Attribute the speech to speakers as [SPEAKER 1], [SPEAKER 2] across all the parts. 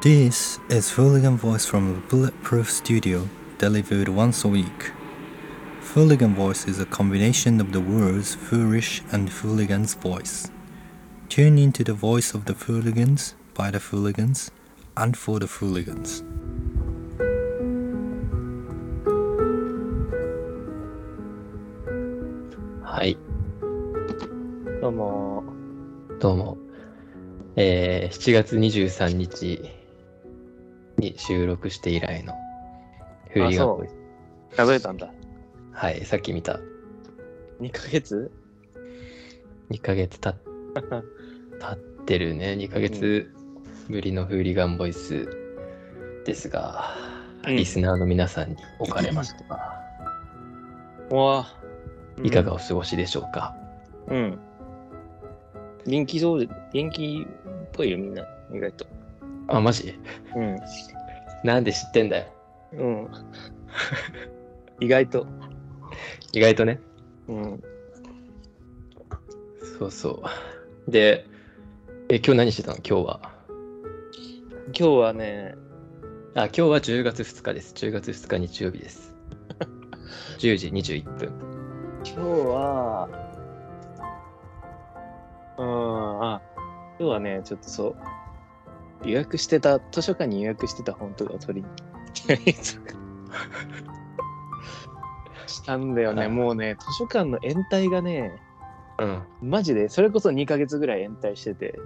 [SPEAKER 1] This is Hooligan Voice from Bulletproof Studio, delivered once a week. Hooligan Voice is a combination of the words foolish and hooligan's voice. Tune into the voice of the hooligans, by the hooligans, and for the hooligans.
[SPEAKER 2] はい、
[SPEAKER 3] どうも、
[SPEAKER 2] どうも。えー、7月23日に収録して以来のフーリガンボイス。
[SPEAKER 3] 数えたんだ。
[SPEAKER 2] はい、さっき見た。
[SPEAKER 3] 2ヶ月
[SPEAKER 2] 2ヶ月 た経ってるね。2ヶ月ぶりのフーリガンボイスですが、
[SPEAKER 3] うん
[SPEAKER 2] リスナーの皆さんにおかれましては、
[SPEAKER 3] うわ
[SPEAKER 2] いかがお過ごしでしょうか。
[SPEAKER 3] うん。元気そうで、元気っぽいよ、みんな。意外と。
[SPEAKER 2] あ、マジ
[SPEAKER 3] うん。
[SPEAKER 2] なんで知ってんだよ。
[SPEAKER 3] うん。 意外と。
[SPEAKER 2] 意外とね。
[SPEAKER 3] うん。
[SPEAKER 2] そうそう。で、え、今日何してたの今日は。
[SPEAKER 3] 今日はね、
[SPEAKER 2] あ、今日は10月2日です。10月2日日曜日 です。10時21分。
[SPEAKER 3] 今日は、うん、あ、今日はね、ちょっとそう。予約してた、図書館に予約してた本とかを取りに したんだよね。もうね、図書館の延滞がね、
[SPEAKER 2] うん。
[SPEAKER 3] マジでそれこそ2ヶ月ぐらい延滞してて、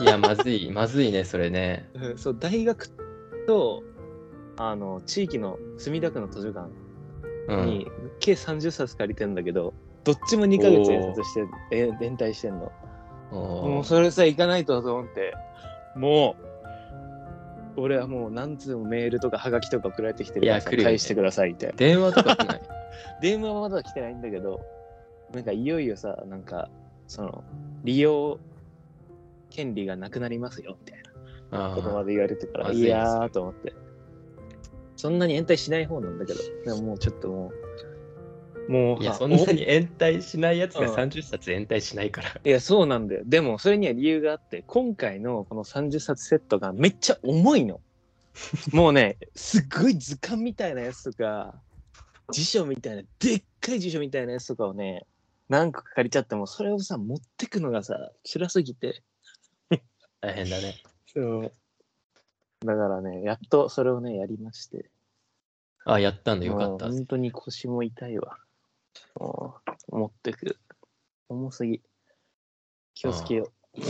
[SPEAKER 2] いや、まずい、 まずいね、それね。
[SPEAKER 3] そう大学とあの地域の墨田区の図書館
[SPEAKER 2] うん。
[SPEAKER 3] に計30冊借りてんだけど、どっちも2ヶ月延冊してえ延滞してんのも
[SPEAKER 2] お
[SPEAKER 3] う
[SPEAKER 2] ー
[SPEAKER 3] それさ行かないとと思ってもう俺はもう何通もメールとかハガキとか送られてきてるからさ
[SPEAKER 2] いや来るよね
[SPEAKER 3] 返してくださいみたいな
[SPEAKER 2] 電話とか 来ない。
[SPEAKER 3] 電話はまだ来てないんだけどなんかいよいよさなんかその利用権利がなくなりますよみたいな
[SPEAKER 2] あ
[SPEAKER 3] ことま
[SPEAKER 2] ー
[SPEAKER 3] で言われてか
[SPEAKER 2] ま
[SPEAKER 3] ら、
[SPEAKER 2] ずい
[SPEAKER 3] い
[SPEAKER 2] です
[SPEAKER 3] やーと思って。そんなに延滞しない方なんだけど、でももうちょっともう、もう、
[SPEAKER 2] いや、
[SPEAKER 3] は
[SPEAKER 2] そんなに延滞しないやつが
[SPEAKER 3] うん
[SPEAKER 2] 30冊延滞しないから。
[SPEAKER 3] おいや、そうなんだよ。でも、それには理由があって、今回のこの30冊セットがめっちゃ重 いの。もうね、すっごい図鑑みたいなやつとか、辞書みたいな、でっかい辞書みたいなやつとかをね、何個か借りちゃっても、それをさ、持ってくのがさ、辛すぎて。
[SPEAKER 2] 大変だね。
[SPEAKER 3] そう。だからね、やっとそれをね、やりまして。
[SPEAKER 2] あ、やったんだ、よかった
[SPEAKER 3] もう。本当に腰も痛いわ。もう持ってく。重すぎ。気をつけよう。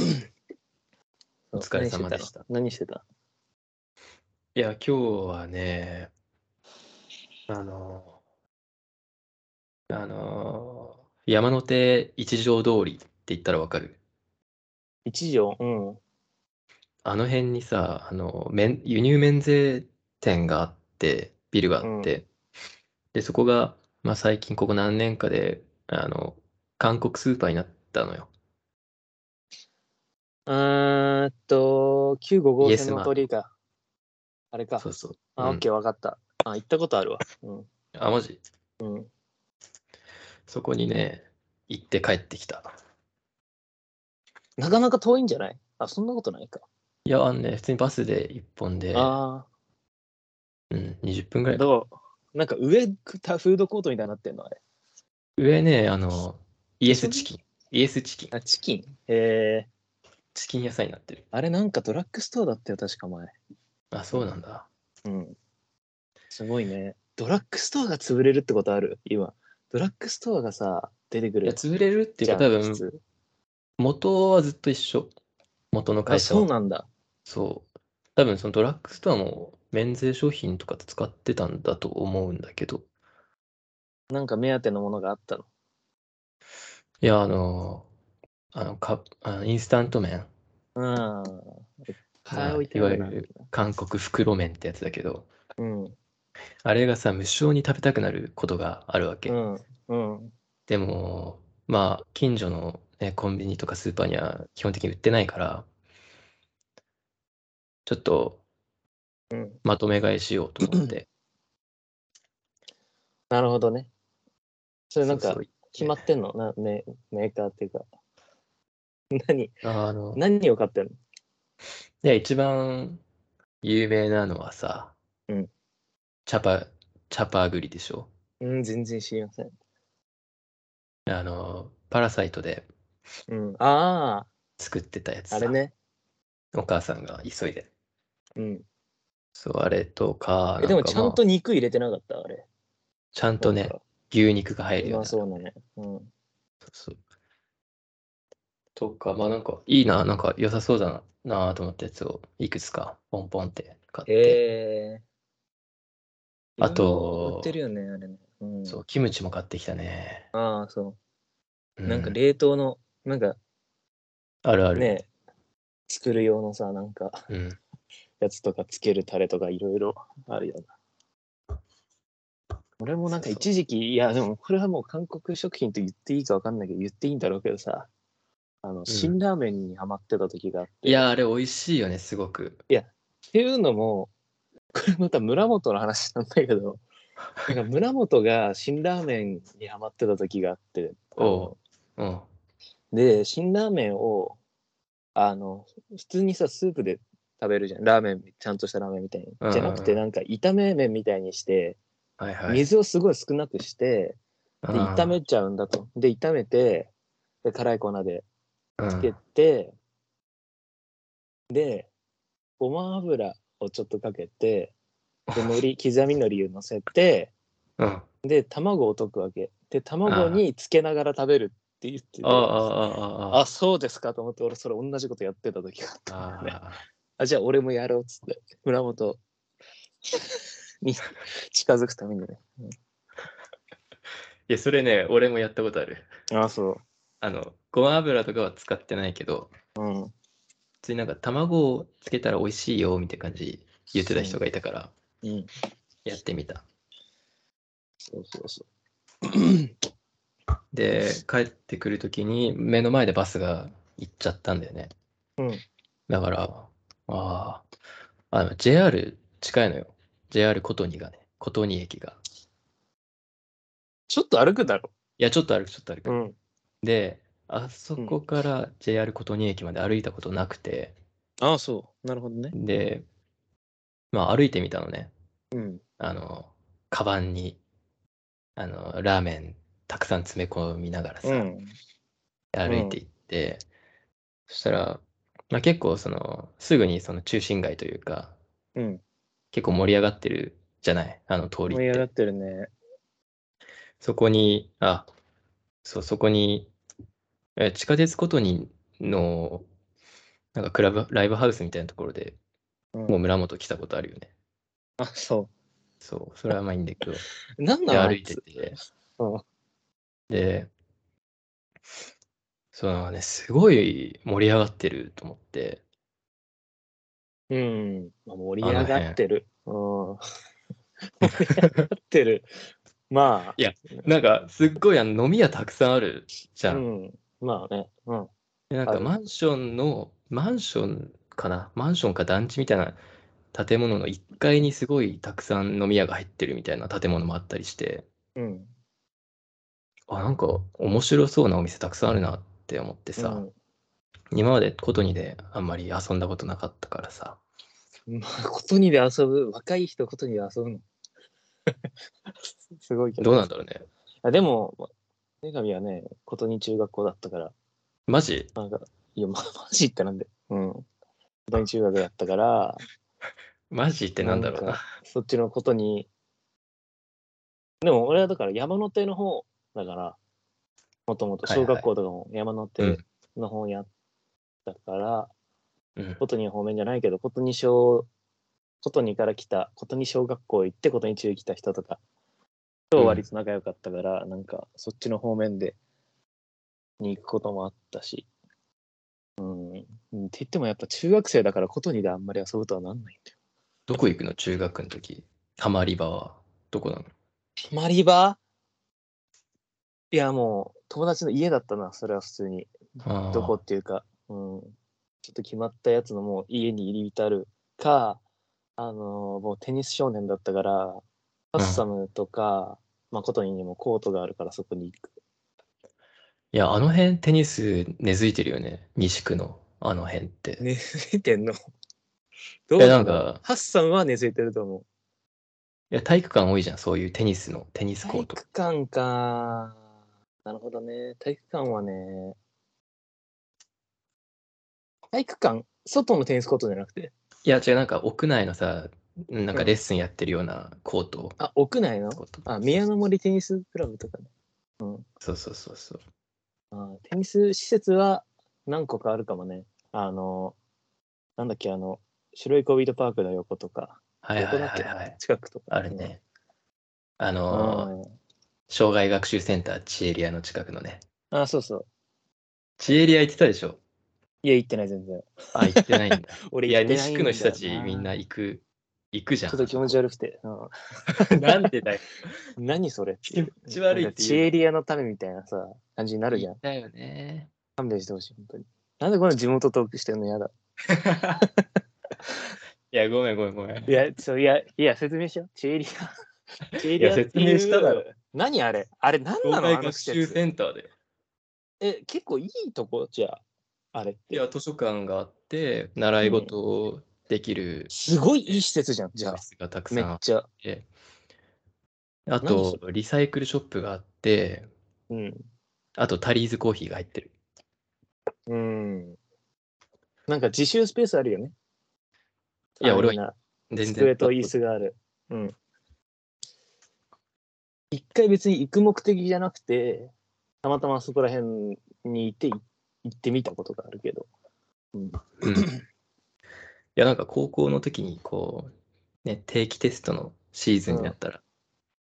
[SPEAKER 2] お疲れ様でした。
[SPEAKER 3] 何してた
[SPEAKER 2] いや、今日はね、あの、あの、山手一条通りって言ったらわかる
[SPEAKER 3] 一条うん。
[SPEAKER 2] あの辺にさ、あの、免輸入免税店があって、ビルがあって、で、そこが、まあ、最近ここ何年かで、あの、韓国スーパーになったのよ。
[SPEAKER 3] あーっと、
[SPEAKER 2] イエ
[SPEAKER 3] 955
[SPEAKER 2] ス
[SPEAKER 3] 線
[SPEAKER 2] マン
[SPEAKER 3] の通りか。あれか
[SPEAKER 2] そ。うそう。
[SPEAKER 3] あ、
[SPEAKER 2] う
[SPEAKER 3] オ
[SPEAKER 2] ん
[SPEAKER 3] ッケー、わかった。あ、行ったことあるわ。うん。
[SPEAKER 2] あ、マジ
[SPEAKER 3] うん、
[SPEAKER 2] そこにね、行って帰ってきた。
[SPEAKER 3] なかなか遠いんじゃないあ、そんなことないか。
[SPEAKER 2] いや、あのね、普通にバスで1本で、
[SPEAKER 3] あ
[SPEAKER 2] うん、20分ぐら
[SPEAKER 3] あ。
[SPEAKER 2] い。
[SPEAKER 3] どうなんか上、たフードコートみたいになってんのあれ。
[SPEAKER 2] 上ね、あの、イエスチキン。イエスチキン。
[SPEAKER 3] あ、チキン。えー、
[SPEAKER 2] チキン屋さんになってる。
[SPEAKER 3] あれなんかドラッグストアだったよ、確か前。
[SPEAKER 2] あ、そうなんだ。
[SPEAKER 3] うん。すごいね。ドラッグストアが潰れるってことある今。ドラッグストアがさ、出てく
[SPEAKER 2] いや、
[SPEAKER 3] る。
[SPEAKER 2] 潰れるっていう
[SPEAKER 3] じゃ
[SPEAKER 2] か、多
[SPEAKER 3] ん
[SPEAKER 2] 分
[SPEAKER 3] 普、通
[SPEAKER 2] 元はずっと一緒。元の
[SPEAKER 3] あ、
[SPEAKER 2] 会社は
[SPEAKER 3] そうなんだ。
[SPEAKER 2] そう。多分そのドラッグストアも免税商品とか使ってたんだと思うんだけど。
[SPEAKER 3] なんか目当てのものがあったの。
[SPEAKER 2] いや、あの、あの、か、あのインスタント麺。
[SPEAKER 3] うん。
[SPEAKER 2] まあ
[SPEAKER 3] 買置いて
[SPEAKER 2] いわ
[SPEAKER 3] る
[SPEAKER 2] ゆ
[SPEAKER 3] な
[SPEAKER 2] る韓国袋麺ってやつだけど、
[SPEAKER 3] うん。
[SPEAKER 2] あれがさ、無性に食べたくなることがあるわけ。
[SPEAKER 3] うん。うん。
[SPEAKER 2] でも、まあ、近所の、ね、コンビニとかスーパーには基本的に売ってないから、ちょっと
[SPEAKER 3] うん。
[SPEAKER 2] まとめ買いしようと思って。
[SPEAKER 3] なるほどね。それなん
[SPEAKER 2] そう
[SPEAKER 3] か
[SPEAKER 2] そう
[SPEAKER 3] 決まってんのなメメーカーっていうか。何
[SPEAKER 2] あの、
[SPEAKER 3] 何を買ってんの
[SPEAKER 2] いや、一番有名なのはさ、
[SPEAKER 3] うん
[SPEAKER 2] チャパ、チャパグリでしょ。
[SPEAKER 3] うん、全然知りません。
[SPEAKER 2] あの、パラサイトで
[SPEAKER 3] うん。あ
[SPEAKER 2] 作ってたやつ
[SPEAKER 3] あ、
[SPEAKER 2] さ
[SPEAKER 3] あれね。
[SPEAKER 2] お母さんが急いで。
[SPEAKER 3] うん。
[SPEAKER 2] そう、あれとか、
[SPEAKER 3] えで
[SPEAKER 2] な
[SPEAKER 3] も
[SPEAKER 2] か
[SPEAKER 3] ちゃ
[SPEAKER 2] ま
[SPEAKER 3] ん
[SPEAKER 2] あ
[SPEAKER 3] と肉入れてなかった、あれ。
[SPEAKER 2] ちゃんとね、牛肉が入る
[SPEAKER 3] ま
[SPEAKER 2] よ
[SPEAKER 3] あ
[SPEAKER 2] ね。そう
[SPEAKER 3] そうね。うん。
[SPEAKER 2] そうとか、まあなんかいいな、なんか良さそうだななあと思ったやつをいくつかポンポンって買って、
[SPEAKER 3] へえ。
[SPEAKER 2] あと
[SPEAKER 3] 売ってるよね、あれね。うん。
[SPEAKER 2] そう、キムチも買ってきたね。
[SPEAKER 3] ああ、そうう。なんか冷凍の、なんか
[SPEAKER 2] あるある。
[SPEAKER 3] ね、作る用のさ、なんか、
[SPEAKER 2] うん。
[SPEAKER 3] やつとかつけるタレとかいろいろあるよな。俺もなんか
[SPEAKER 2] そうそう
[SPEAKER 3] 一時期、いやでもこれはもう韓国食品と言っていいかわかんないけど、言っていいんだろうけどさ、あの、辛ラーメンにハマってた時があって。
[SPEAKER 2] いや、あれ美味しいよね、すごく。
[SPEAKER 3] っていうのも、これまた村本の話なんだけど、なんか村本が辛ラーメンにハマってた時があって、
[SPEAKER 2] おうん。
[SPEAKER 3] で、辛ラーメンを、あの、普通にさ、スープで食べるじゃん。ラーメン、ちゃんとしたラーメンみたい
[SPEAKER 2] うんうんう
[SPEAKER 3] に。
[SPEAKER 2] ん
[SPEAKER 3] じゃなくて、なんか炒め麺みたいにして、
[SPEAKER 2] はいはい。
[SPEAKER 3] 水をすごい少なくして、
[SPEAKER 2] で
[SPEAKER 3] で、炒めちゃうんだと。で、炒めて、で、辛い粉で
[SPEAKER 2] つ
[SPEAKER 3] つけて、で、ごま油をちょっとかけて、で、 海苔、刻み海苔を乗せて、
[SPEAKER 2] うん。あ
[SPEAKER 3] で、卵を溶くわけ。で、卵につけながら食べるって言ってて、
[SPEAKER 2] ああああ
[SPEAKER 3] あ、そうですかと思って、俺、それ同じことやってた時があったんだよね。
[SPEAKER 2] ああ
[SPEAKER 3] あ、じゃあ俺もやろうっつって、村本に近づくためにね。
[SPEAKER 2] いや、それね、俺もやったことある。
[SPEAKER 3] あ、そ
[SPEAKER 2] あの、ごま油とかは使ってないけど、
[SPEAKER 3] う。うん。
[SPEAKER 2] 普通になんか卵をつけたら美味しいよみたいな感じ言ってた人がいたから、
[SPEAKER 3] うん。
[SPEAKER 2] やってみた。
[SPEAKER 3] そうそうそ
[SPEAKER 2] で、帰ってくるときに、目の前でバスが行っちゃったんだよね。
[SPEAKER 3] う。うん。
[SPEAKER 2] だから、ああ、あの JR 近いのよ。JR 琴仁がね、琴仁駅が。
[SPEAKER 3] ちょっと歩くだろ。
[SPEAKER 2] いや、ちょっと歩く、ちょっと歩く。
[SPEAKER 3] ん。
[SPEAKER 2] で、あそこから JR 琴仁駅まで歩いたことなくて、
[SPEAKER 3] あ、そう。なるほどね。
[SPEAKER 2] で、まあ歩いてみたのね。
[SPEAKER 3] うん。
[SPEAKER 2] あの、カバンに、あの、ラーメンたくさん詰め込みながらさ、
[SPEAKER 3] うん。
[SPEAKER 2] 歩いていって、そしたら、まあ結構その、すぐにその中心街というか、
[SPEAKER 3] うん。
[SPEAKER 2] 結構盛り上がってるじゃない、あの通り
[SPEAKER 3] 盛
[SPEAKER 2] っ。
[SPEAKER 3] り上がっててるね。
[SPEAKER 2] そこに、あ、そう、そこに、え地下鉄ことにの、なんかクラブ、ライブハウスみたいなところで
[SPEAKER 3] うん
[SPEAKER 2] もう村本来たことあるよね。
[SPEAKER 3] あ、そ
[SPEAKER 2] そう、それはまあいいんだ けど、
[SPEAKER 3] う。な
[SPEAKER 2] で
[SPEAKER 3] んなの
[SPEAKER 2] 歩いてて、
[SPEAKER 3] うん。
[SPEAKER 2] で、そのね、すごい盛り上がってると思って、
[SPEAKER 3] うん。まあ、盛り上がってる。うん。盛り上がってる。まあ。
[SPEAKER 2] いやなんかすっごいあの飲み屋たくさんあるじゃ。
[SPEAKER 3] うんん。まあね。うん。
[SPEAKER 2] でなん
[SPEAKER 3] あ
[SPEAKER 2] か
[SPEAKER 3] る
[SPEAKER 2] マンションの、マンションかな、マンションか団地みたいな建物の1階にすごいたくさん飲み屋が入ってるみたいな建物もあったりして、
[SPEAKER 3] うん。
[SPEAKER 2] あ、なんか面白そうなお店たくさんあるなって思ってさ、今までことにであんまり遊んだことなかったからさ、
[SPEAKER 3] うん。まあ、ことにで遊ぶ。若い人ことにで遊ぶの。 すごいけど。
[SPEAKER 2] どうなんだろうね。
[SPEAKER 3] あでも、女神はね、ことに中学校だったから。
[SPEAKER 2] マジ
[SPEAKER 3] なんか、いや、ま マジってなんで。うん。ことに中学だったから。
[SPEAKER 2] マジってなんだろうな。
[SPEAKER 3] んかそっちのことに。でも俺はだから山手の方だから、もともと
[SPEAKER 2] はいはい
[SPEAKER 3] 小学校とかも山手の方にあったから、
[SPEAKER 2] うん
[SPEAKER 3] ことに方面じゃないけど、ことに小、ことにから来た、ことに小学校行ってことに中来た人とか、今日割と仲良かったから、なんかそっちの方面で、に行くこともあったし。うん。うんって言ってもやっぱ中学生だからことにであんまり遊ぶとはなんないんだよ。
[SPEAKER 2] どこ行くの中学の時。たまり場は。どこなの
[SPEAKER 3] たまり場いやもう友達の家だったなそれは普通に
[SPEAKER 2] あー
[SPEAKER 3] どこっていうか、うん、ちょっと決まったやつのもう家に入り浸るかあのーもうテニス少年だったからハッサムとか、まあ、ことにもコートがあるからそこに行く
[SPEAKER 2] いや、あの辺テニス根付いてるよね。西区のあの辺って。
[SPEAKER 3] 寝てんのど
[SPEAKER 2] いうやなんか
[SPEAKER 3] ハッサンは根付いてると思う。
[SPEAKER 2] いや体育館多いじゃんそういうテニスのテニスコ
[SPEAKER 3] 体
[SPEAKER 2] ート
[SPEAKER 3] 育館か。なるほどね。体育館はね。体育館外のテニスコートじゃなくて。
[SPEAKER 2] いや違うなんか屋内のさなんか
[SPEAKER 3] うん
[SPEAKER 2] レッスンやってるようなコート、
[SPEAKER 3] あ、屋内の
[SPEAKER 2] コート
[SPEAKER 3] あ、宮の森テニスクラブとかね。
[SPEAKER 2] そうそうそうそう
[SPEAKER 3] あテニス施設は何個かあるかもね。あの、なんだっけ、あの、白い恋人パークの横とか、
[SPEAKER 2] はいはい
[SPEAKER 3] どこだっ
[SPEAKER 2] はい
[SPEAKER 3] け
[SPEAKER 2] はい
[SPEAKER 3] 近くとか。
[SPEAKER 2] あるねあ
[SPEAKER 3] う
[SPEAKER 2] のー
[SPEAKER 3] ん。
[SPEAKER 2] 障害学習センターチエリアの近くのね
[SPEAKER 3] あそうそう。
[SPEAKER 2] チエリア行ってたでしょ
[SPEAKER 3] いや、行ってない、全然。
[SPEAKER 2] あ行ってないんだ
[SPEAKER 3] 俺
[SPEAKER 2] い
[SPEAKER 3] 行
[SPEAKER 2] や
[SPEAKER 3] ってないんだ
[SPEAKER 2] 西区
[SPEAKER 3] よな、
[SPEAKER 2] の人たちみんな行く行くじ
[SPEAKER 3] ちょ
[SPEAKER 2] ゃ
[SPEAKER 3] っ
[SPEAKER 2] ん
[SPEAKER 3] と気持ち悪くて。う ん
[SPEAKER 2] なんで だよ。
[SPEAKER 3] 何それ
[SPEAKER 2] 気持ち悪い
[SPEAKER 3] な
[SPEAKER 2] っ
[SPEAKER 3] んか
[SPEAKER 2] て
[SPEAKER 3] チ
[SPEAKER 2] 言う。
[SPEAKER 3] エリアのためみたいなさ、感じになるじゃん。
[SPEAKER 2] だよね。
[SPEAKER 3] 勘弁してほしい、本当に。なんでこんな地元トークしてんのやだ。
[SPEAKER 2] いや、ごめんごめんごめん。
[SPEAKER 3] いや、そういや、いや、説明しよう。チエリア。チエリアって
[SPEAKER 2] いや
[SPEAKER 3] いう
[SPEAKER 2] 説明しただろ。
[SPEAKER 3] 何あれあれ何な
[SPEAKER 2] 障
[SPEAKER 3] の
[SPEAKER 2] 害
[SPEAKER 3] あの
[SPEAKER 2] 学
[SPEAKER 3] 施
[SPEAKER 2] 習
[SPEAKER 3] 設
[SPEAKER 2] センターだよ。
[SPEAKER 3] え、結構いいとこじゃあ、あれっ
[SPEAKER 2] い
[SPEAKER 3] て。
[SPEAKER 2] や、図書館があって、習い事をできる
[SPEAKER 3] すごいいい施設じゃん、じゃあ
[SPEAKER 2] 教。室がたく
[SPEAKER 3] め
[SPEAKER 2] さ
[SPEAKER 3] っ
[SPEAKER 2] んあっ
[SPEAKER 3] ちゃ。
[SPEAKER 2] て、あ
[SPEAKER 3] 何
[SPEAKER 2] と、リサイクルショップがあって、
[SPEAKER 3] うん。
[SPEAKER 2] あと、タリーズコーヒーが入ってる。
[SPEAKER 3] うん。なんか自習スペースあるよね。
[SPEAKER 2] いや
[SPEAKER 3] あ
[SPEAKER 2] 俺は
[SPEAKER 3] みんな
[SPEAKER 2] 全然。
[SPEAKER 3] 机と椅子がある。うん。一回別に行く目的じゃなくて、たまたまそこら辺にいて、い行ってみたことがあるけど。うん。
[SPEAKER 2] うんいや、なんか高校の時に、こう、ね、定期テストのシーズンになったら、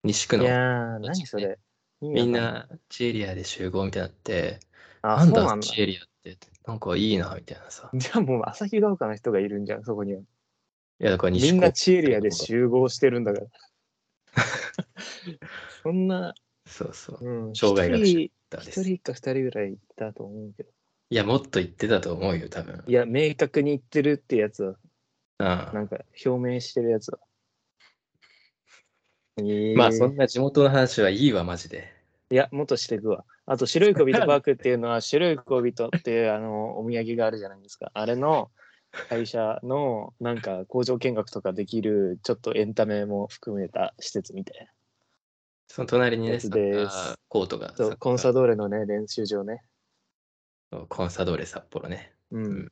[SPEAKER 2] 西区
[SPEAKER 3] い
[SPEAKER 2] の
[SPEAKER 3] やー、何それ。
[SPEAKER 2] みん
[SPEAKER 3] 意味わ
[SPEAKER 2] なチエリアで集合みたいになって、
[SPEAKER 3] か
[SPEAKER 2] なんん
[SPEAKER 3] ない、あ、そう
[SPEAKER 2] だ
[SPEAKER 3] なんだ。
[SPEAKER 2] チエリアって、なんかいいな、みたいなさ。い
[SPEAKER 3] じゃあもう旭ヶ丘の人がいるんじゃん、そこには。
[SPEAKER 2] や、だから西
[SPEAKER 3] み
[SPEAKER 2] 高
[SPEAKER 3] んなチエリアで集合してる んだから。そんな、
[SPEAKER 2] そうそう。
[SPEAKER 3] うん、
[SPEAKER 2] 障害学習
[SPEAKER 3] 一
[SPEAKER 2] だ
[SPEAKER 3] 人
[SPEAKER 2] で
[SPEAKER 3] 一
[SPEAKER 2] すい
[SPEAKER 3] 人か二人ぐらいいたと思うけど。
[SPEAKER 2] や、もっと行ってたと思うよ、多分。
[SPEAKER 3] いや、明確に言ってるってやつは、
[SPEAKER 2] う
[SPEAKER 3] なんんか表明してるやつは。え ー
[SPEAKER 2] まあ、そんな地元の話はいいわ、マジで。
[SPEAKER 3] いや、もっとしていくわ。あと、白い恋人パークっていう のは、白い恋人っていうあのお土産があるじゃないですか。あれの会社のなんか工場見学とかできる、ちょっとエンタメも含めた施設みたいな。
[SPEAKER 2] その隣にね、
[SPEAKER 3] や
[SPEAKER 2] サ
[SPEAKER 3] つ
[SPEAKER 2] ッ
[SPEAKER 3] です
[SPEAKER 2] カーコートが、
[SPEAKER 3] そう、コンサ
[SPEAKER 2] ド
[SPEAKER 3] ドーレのね、練習場ね。
[SPEAKER 2] コンサドーレ札幌ね。
[SPEAKER 3] うん。
[SPEAKER 2] うん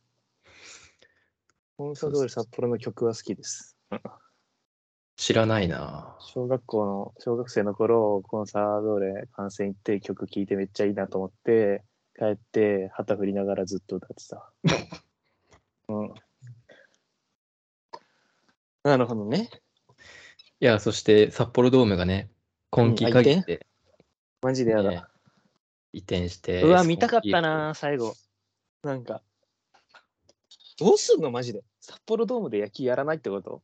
[SPEAKER 3] コンサドーレ札幌の曲は好きです。
[SPEAKER 2] 知らないな。
[SPEAKER 3] 小学校の、小学生の頃、コンサドーレ観戦行って曲聴いてめっちゃいいなと思って、帰って旗振りながらずっと歌って た。うん。なるほどね。
[SPEAKER 2] いや、そして札幌ドームがね、今季限って、
[SPEAKER 3] マジでやだ。
[SPEAKER 2] ね移転して。
[SPEAKER 3] うわ、見たかったな、最後。なんか。どうすんのマジで。札幌ドームで野球やらないってこと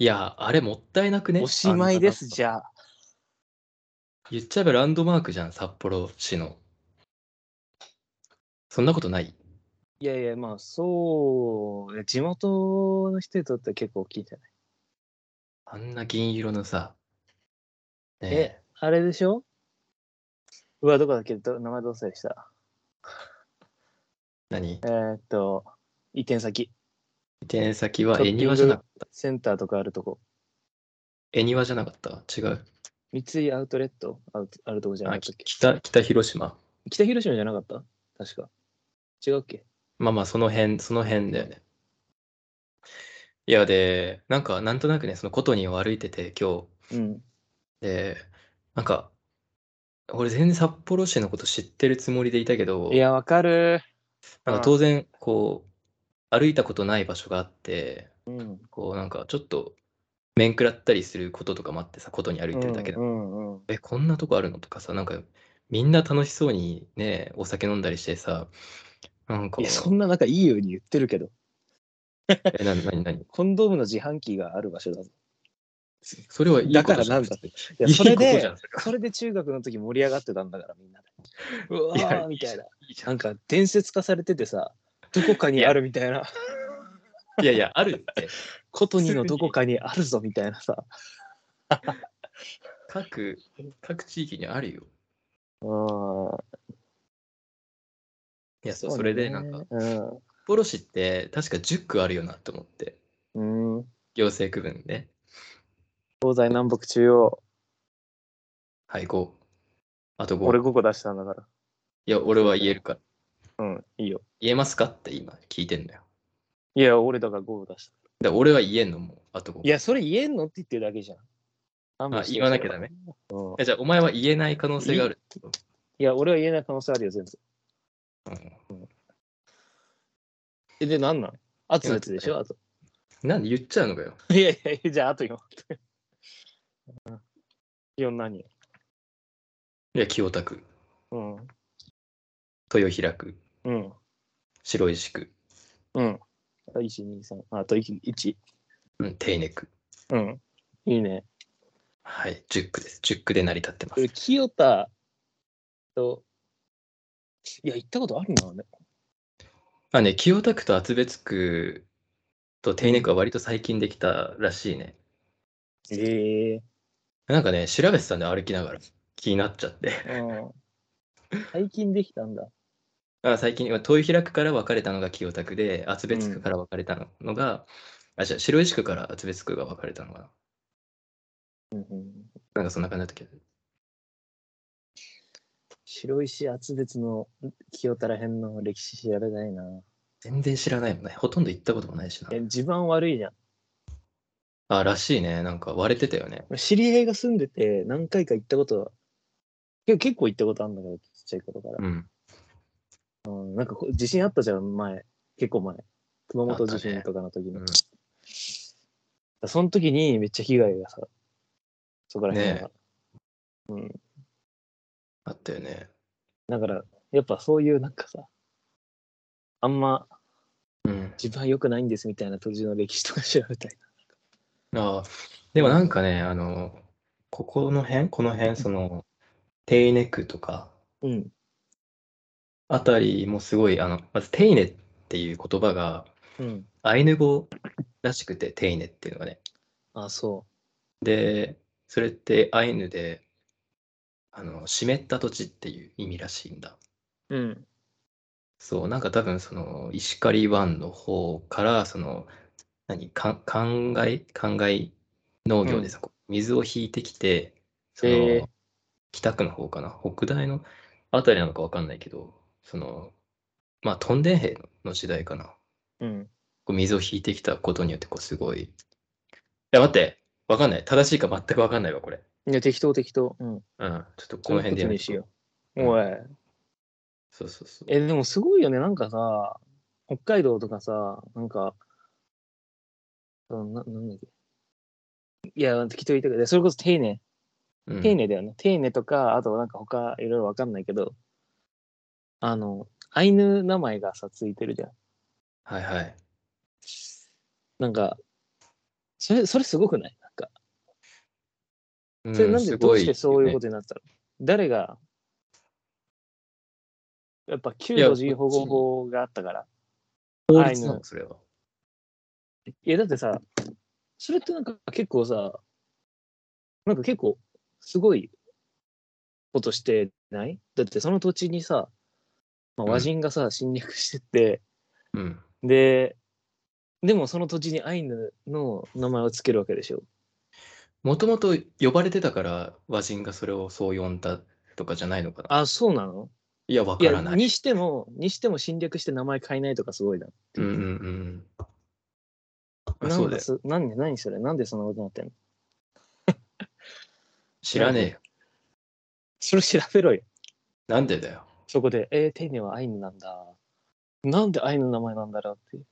[SPEAKER 2] いや、あれもったいなくね。
[SPEAKER 3] おしまいで
[SPEAKER 2] あん
[SPEAKER 3] す、
[SPEAKER 2] な
[SPEAKER 3] じゃあ。
[SPEAKER 2] 言っちゃえばランドマークじゃん、札幌市の。そんなことない
[SPEAKER 3] いやいや、まあ、そうね、地元の人にとっては結構大きいんじゃない
[SPEAKER 2] あんな銀色のさ。ね
[SPEAKER 3] え、あれでしょうわ、どこだっけど名前どうせでした。
[SPEAKER 2] 何移
[SPEAKER 3] えーっと、移転先、
[SPEAKER 2] 転先は
[SPEAKER 3] ショッ
[SPEAKER 2] 恵
[SPEAKER 3] ピング
[SPEAKER 2] 庭じゃなかった。
[SPEAKER 3] センターとかあるとこ、
[SPEAKER 2] 恵庭じゃなかった。違う。
[SPEAKER 3] 三井アウトレットあるあるとこじゃなか
[SPEAKER 2] あ
[SPEAKER 3] った
[SPEAKER 2] き
[SPEAKER 3] っけ
[SPEAKER 2] 北、北広島。
[SPEAKER 3] 北広島じゃなかった確か。違うっけ
[SPEAKER 2] まあまあ、その辺、その辺だよね。いや、で、なんか、なんとなくね、そのコトニーを歩いてて、今
[SPEAKER 3] うん。
[SPEAKER 2] 日。で、なんか、俺全然札幌市のこと知ってるつもりでいたけど、
[SPEAKER 3] いや、わかる。
[SPEAKER 2] なんか当然、こう、歩いたことない場所があって、
[SPEAKER 3] うん。
[SPEAKER 2] こうなんかちょっと面食らったりすることとかもあってさ、ことに歩いてるだけで、
[SPEAKER 3] うんうん
[SPEAKER 2] え、こんなとこあるのとかさ、なんかみんな楽しそうにね、お酒飲んだりしてさ、なんか、
[SPEAKER 3] いや、そんな仲いいように言ってるけど、
[SPEAKER 2] え、なになになに
[SPEAKER 3] コンドームの自販機がある場所だぞ。
[SPEAKER 2] それはいい
[SPEAKER 3] だ
[SPEAKER 2] こ
[SPEAKER 3] か
[SPEAKER 2] と
[SPEAKER 3] ら
[SPEAKER 2] じゃ
[SPEAKER 3] なんんだ
[SPEAKER 2] いい
[SPEAKER 3] いや、それ
[SPEAKER 2] ことじゃ
[SPEAKER 3] で
[SPEAKER 2] ん、
[SPEAKER 3] それで中学の時盛り上がってたんだから、みんなで。うわ
[SPEAKER 2] いや
[SPEAKER 3] ーみたいな。
[SPEAKER 2] いいじゃ
[SPEAKER 3] なんんか伝説化されててさ、どこかにあるみたいな、
[SPEAKER 2] いやいや、あるって、
[SPEAKER 3] ことにのどこかにあるぞみたいなさ。
[SPEAKER 2] 各、各地域にあるよ。
[SPEAKER 3] うん。
[SPEAKER 2] いや、そう、それでなんか、
[SPEAKER 3] うん。
[SPEAKER 2] 札幌市って確か10区あるよなと思って
[SPEAKER 3] うん。
[SPEAKER 2] 行政区分ね
[SPEAKER 3] 東西南北中央。
[SPEAKER 2] はい5あと5
[SPEAKER 3] 俺5個出したんだから。
[SPEAKER 2] いや俺は言えるから
[SPEAKER 3] うん、いいよ。
[SPEAKER 2] 言えますかって今聞いてんだよ
[SPEAKER 3] いや、俺だから5個出し
[SPEAKER 2] で
[SPEAKER 3] た。
[SPEAKER 2] 俺は言えんのもうあと5
[SPEAKER 3] いや、それ言えんのって言ってるだけじゃん。
[SPEAKER 2] あ言わなきゃダメ
[SPEAKER 3] うん
[SPEAKER 2] えじゃあお前は言えない可能性があるってこと
[SPEAKER 3] いや、俺は言えない可能性あるよ、全然。え、で、なんなんあとのやつでしょあと。
[SPEAKER 2] うんなんで言っちゃうのかよ
[SPEAKER 3] いやいやいや、じゃあ、あと4。4何
[SPEAKER 2] いや清田区
[SPEAKER 3] うん。
[SPEAKER 2] 豊平区
[SPEAKER 3] うん。
[SPEAKER 2] 白石区、
[SPEAKER 3] うん。1、2、3。ああと1。一
[SPEAKER 2] うん、手稲区
[SPEAKER 3] うん。いいね。
[SPEAKER 2] はい10区です10区で成り立ってます
[SPEAKER 3] 俺、清田と、いや、行ったことあるな、ね。
[SPEAKER 2] まあね、清田区と厚別区と手稲区は割と最近できたらしいね。
[SPEAKER 3] ええ
[SPEAKER 2] なんかね、調べてたんで歩きながら気になっちゃって。
[SPEAKER 3] うん。最近できたんだ。
[SPEAKER 2] あ最近、豊平区から分かれたのが清田区で、厚別区から分かれたのが、あ、違う、白石区から厚別区が分かれたのかな。
[SPEAKER 3] うんうん、
[SPEAKER 2] なんかそんな感じだったけど。
[SPEAKER 3] 白石厚別の清田らへんの歴史調べたいな。
[SPEAKER 2] 全然知らないもんね。ほとんど行ったこともないしな
[SPEAKER 3] え、。地盤悪いじゃん。
[SPEAKER 2] あ、らしいね。なんか割れてたよね。
[SPEAKER 3] 知り合いが住んでて何回か行ったことはけ結構行ったことあるんだけどちっちゃい頃から、
[SPEAKER 2] うん。
[SPEAKER 3] うんなんかこう地震あったじゃん前結構前熊本地震とかの時の、
[SPEAKER 2] うん
[SPEAKER 3] その時にめっちゃ被害がさそこら辺が、
[SPEAKER 2] ねあったよね。
[SPEAKER 3] だからやっぱそういうなんかさあんま
[SPEAKER 2] うん。
[SPEAKER 3] 地盤良くないんですみたいな土地の歴史とか調べたい
[SPEAKER 2] ああ、でもなんかね、あの、ここの辺、この辺、その、手稲区とか、
[SPEAKER 3] なうん
[SPEAKER 2] あたりもすごい、あの、まず手稲っていう言葉が、
[SPEAKER 3] うん
[SPEAKER 2] アイヌ語らしくて、手稲っていうのがね。
[SPEAKER 3] あそ
[SPEAKER 2] で、それってアイヌで、あの、湿った土地っていう意味らしいんだ。
[SPEAKER 3] ううん
[SPEAKER 2] そう、なんか多分、その、石狩湾の方から、その、何、か、灌漑、灌漑農業
[SPEAKER 3] うん
[SPEAKER 2] でそこ、水を引いてきて、その、
[SPEAKER 3] へえ
[SPEAKER 2] 北区の方かな、北大のあたりなのかわかんないけど、その、まあ、屯田兵の時代かな。
[SPEAKER 3] うん
[SPEAKER 2] こう水を引いてきたことによって、こう、すごい。いや、待って、わかんない。正しいか全くわかんないわ、これ。
[SPEAKER 3] いや適当適当う
[SPEAKER 2] う
[SPEAKER 3] ん
[SPEAKER 2] ん、ちょっとこの辺でや
[SPEAKER 3] そういうこと
[SPEAKER 2] め
[SPEAKER 3] にしよ
[SPEAKER 2] うん
[SPEAKER 3] うおい
[SPEAKER 2] そうそうそう。
[SPEAKER 3] え、でもすごいよね。なんかさ、北海道とかさ、なんか、うんななんだっけ。いや、適当言ったけど、それこそ丁寧。
[SPEAKER 2] うん
[SPEAKER 3] 丁寧だよね。丁寧とか、あとなんか他いろいろわかんないけど、あの、アイヌ名前がさ、ついてるじゃん。
[SPEAKER 2] はいはい。
[SPEAKER 3] なんか、それ、それすごくないなんか、
[SPEAKER 2] うん
[SPEAKER 3] それなんで、
[SPEAKER 2] す
[SPEAKER 3] ど
[SPEAKER 2] ご
[SPEAKER 3] う
[SPEAKER 2] い
[SPEAKER 3] してそういう
[SPEAKER 2] ね
[SPEAKER 3] ことになったの誰が、やっぱ旧土自由保護法があったから。
[SPEAKER 2] 法律な
[SPEAKER 3] アイ
[SPEAKER 2] の
[SPEAKER 3] ヌ
[SPEAKER 2] それは。
[SPEAKER 3] いや、だってさ、それってなんか結構さ、なんか結構すごいことしてないだってその土地にさ、まあ、
[SPEAKER 2] うん
[SPEAKER 3] 和人がさ、侵略してって、
[SPEAKER 2] うん。
[SPEAKER 3] で、でもその土地にアイヌの名前をつけるわけでしょ。
[SPEAKER 2] もともと呼ばれてたから、和人がそれをそう呼んだとかじゃないのかな。
[SPEAKER 3] あ、そうなの
[SPEAKER 2] いや、わ
[SPEAKER 3] い
[SPEAKER 2] か
[SPEAKER 3] や、
[SPEAKER 2] らない。
[SPEAKER 3] にしても、にしても侵略して名前変えないとかすごいな。
[SPEAKER 2] うんうんうん。あ
[SPEAKER 3] な
[SPEAKER 2] そう
[SPEAKER 3] ん
[SPEAKER 2] だ
[SPEAKER 3] で
[SPEAKER 2] よ。
[SPEAKER 3] す、なんで、何それなんでそんなことになってんの
[SPEAKER 2] 知らねえよ。
[SPEAKER 3] それ調べろよ。
[SPEAKER 2] なんでだよ。
[SPEAKER 3] そこで、えー、丁寧はアイヌなんだ。なんでアイヌの名前なんだろうって。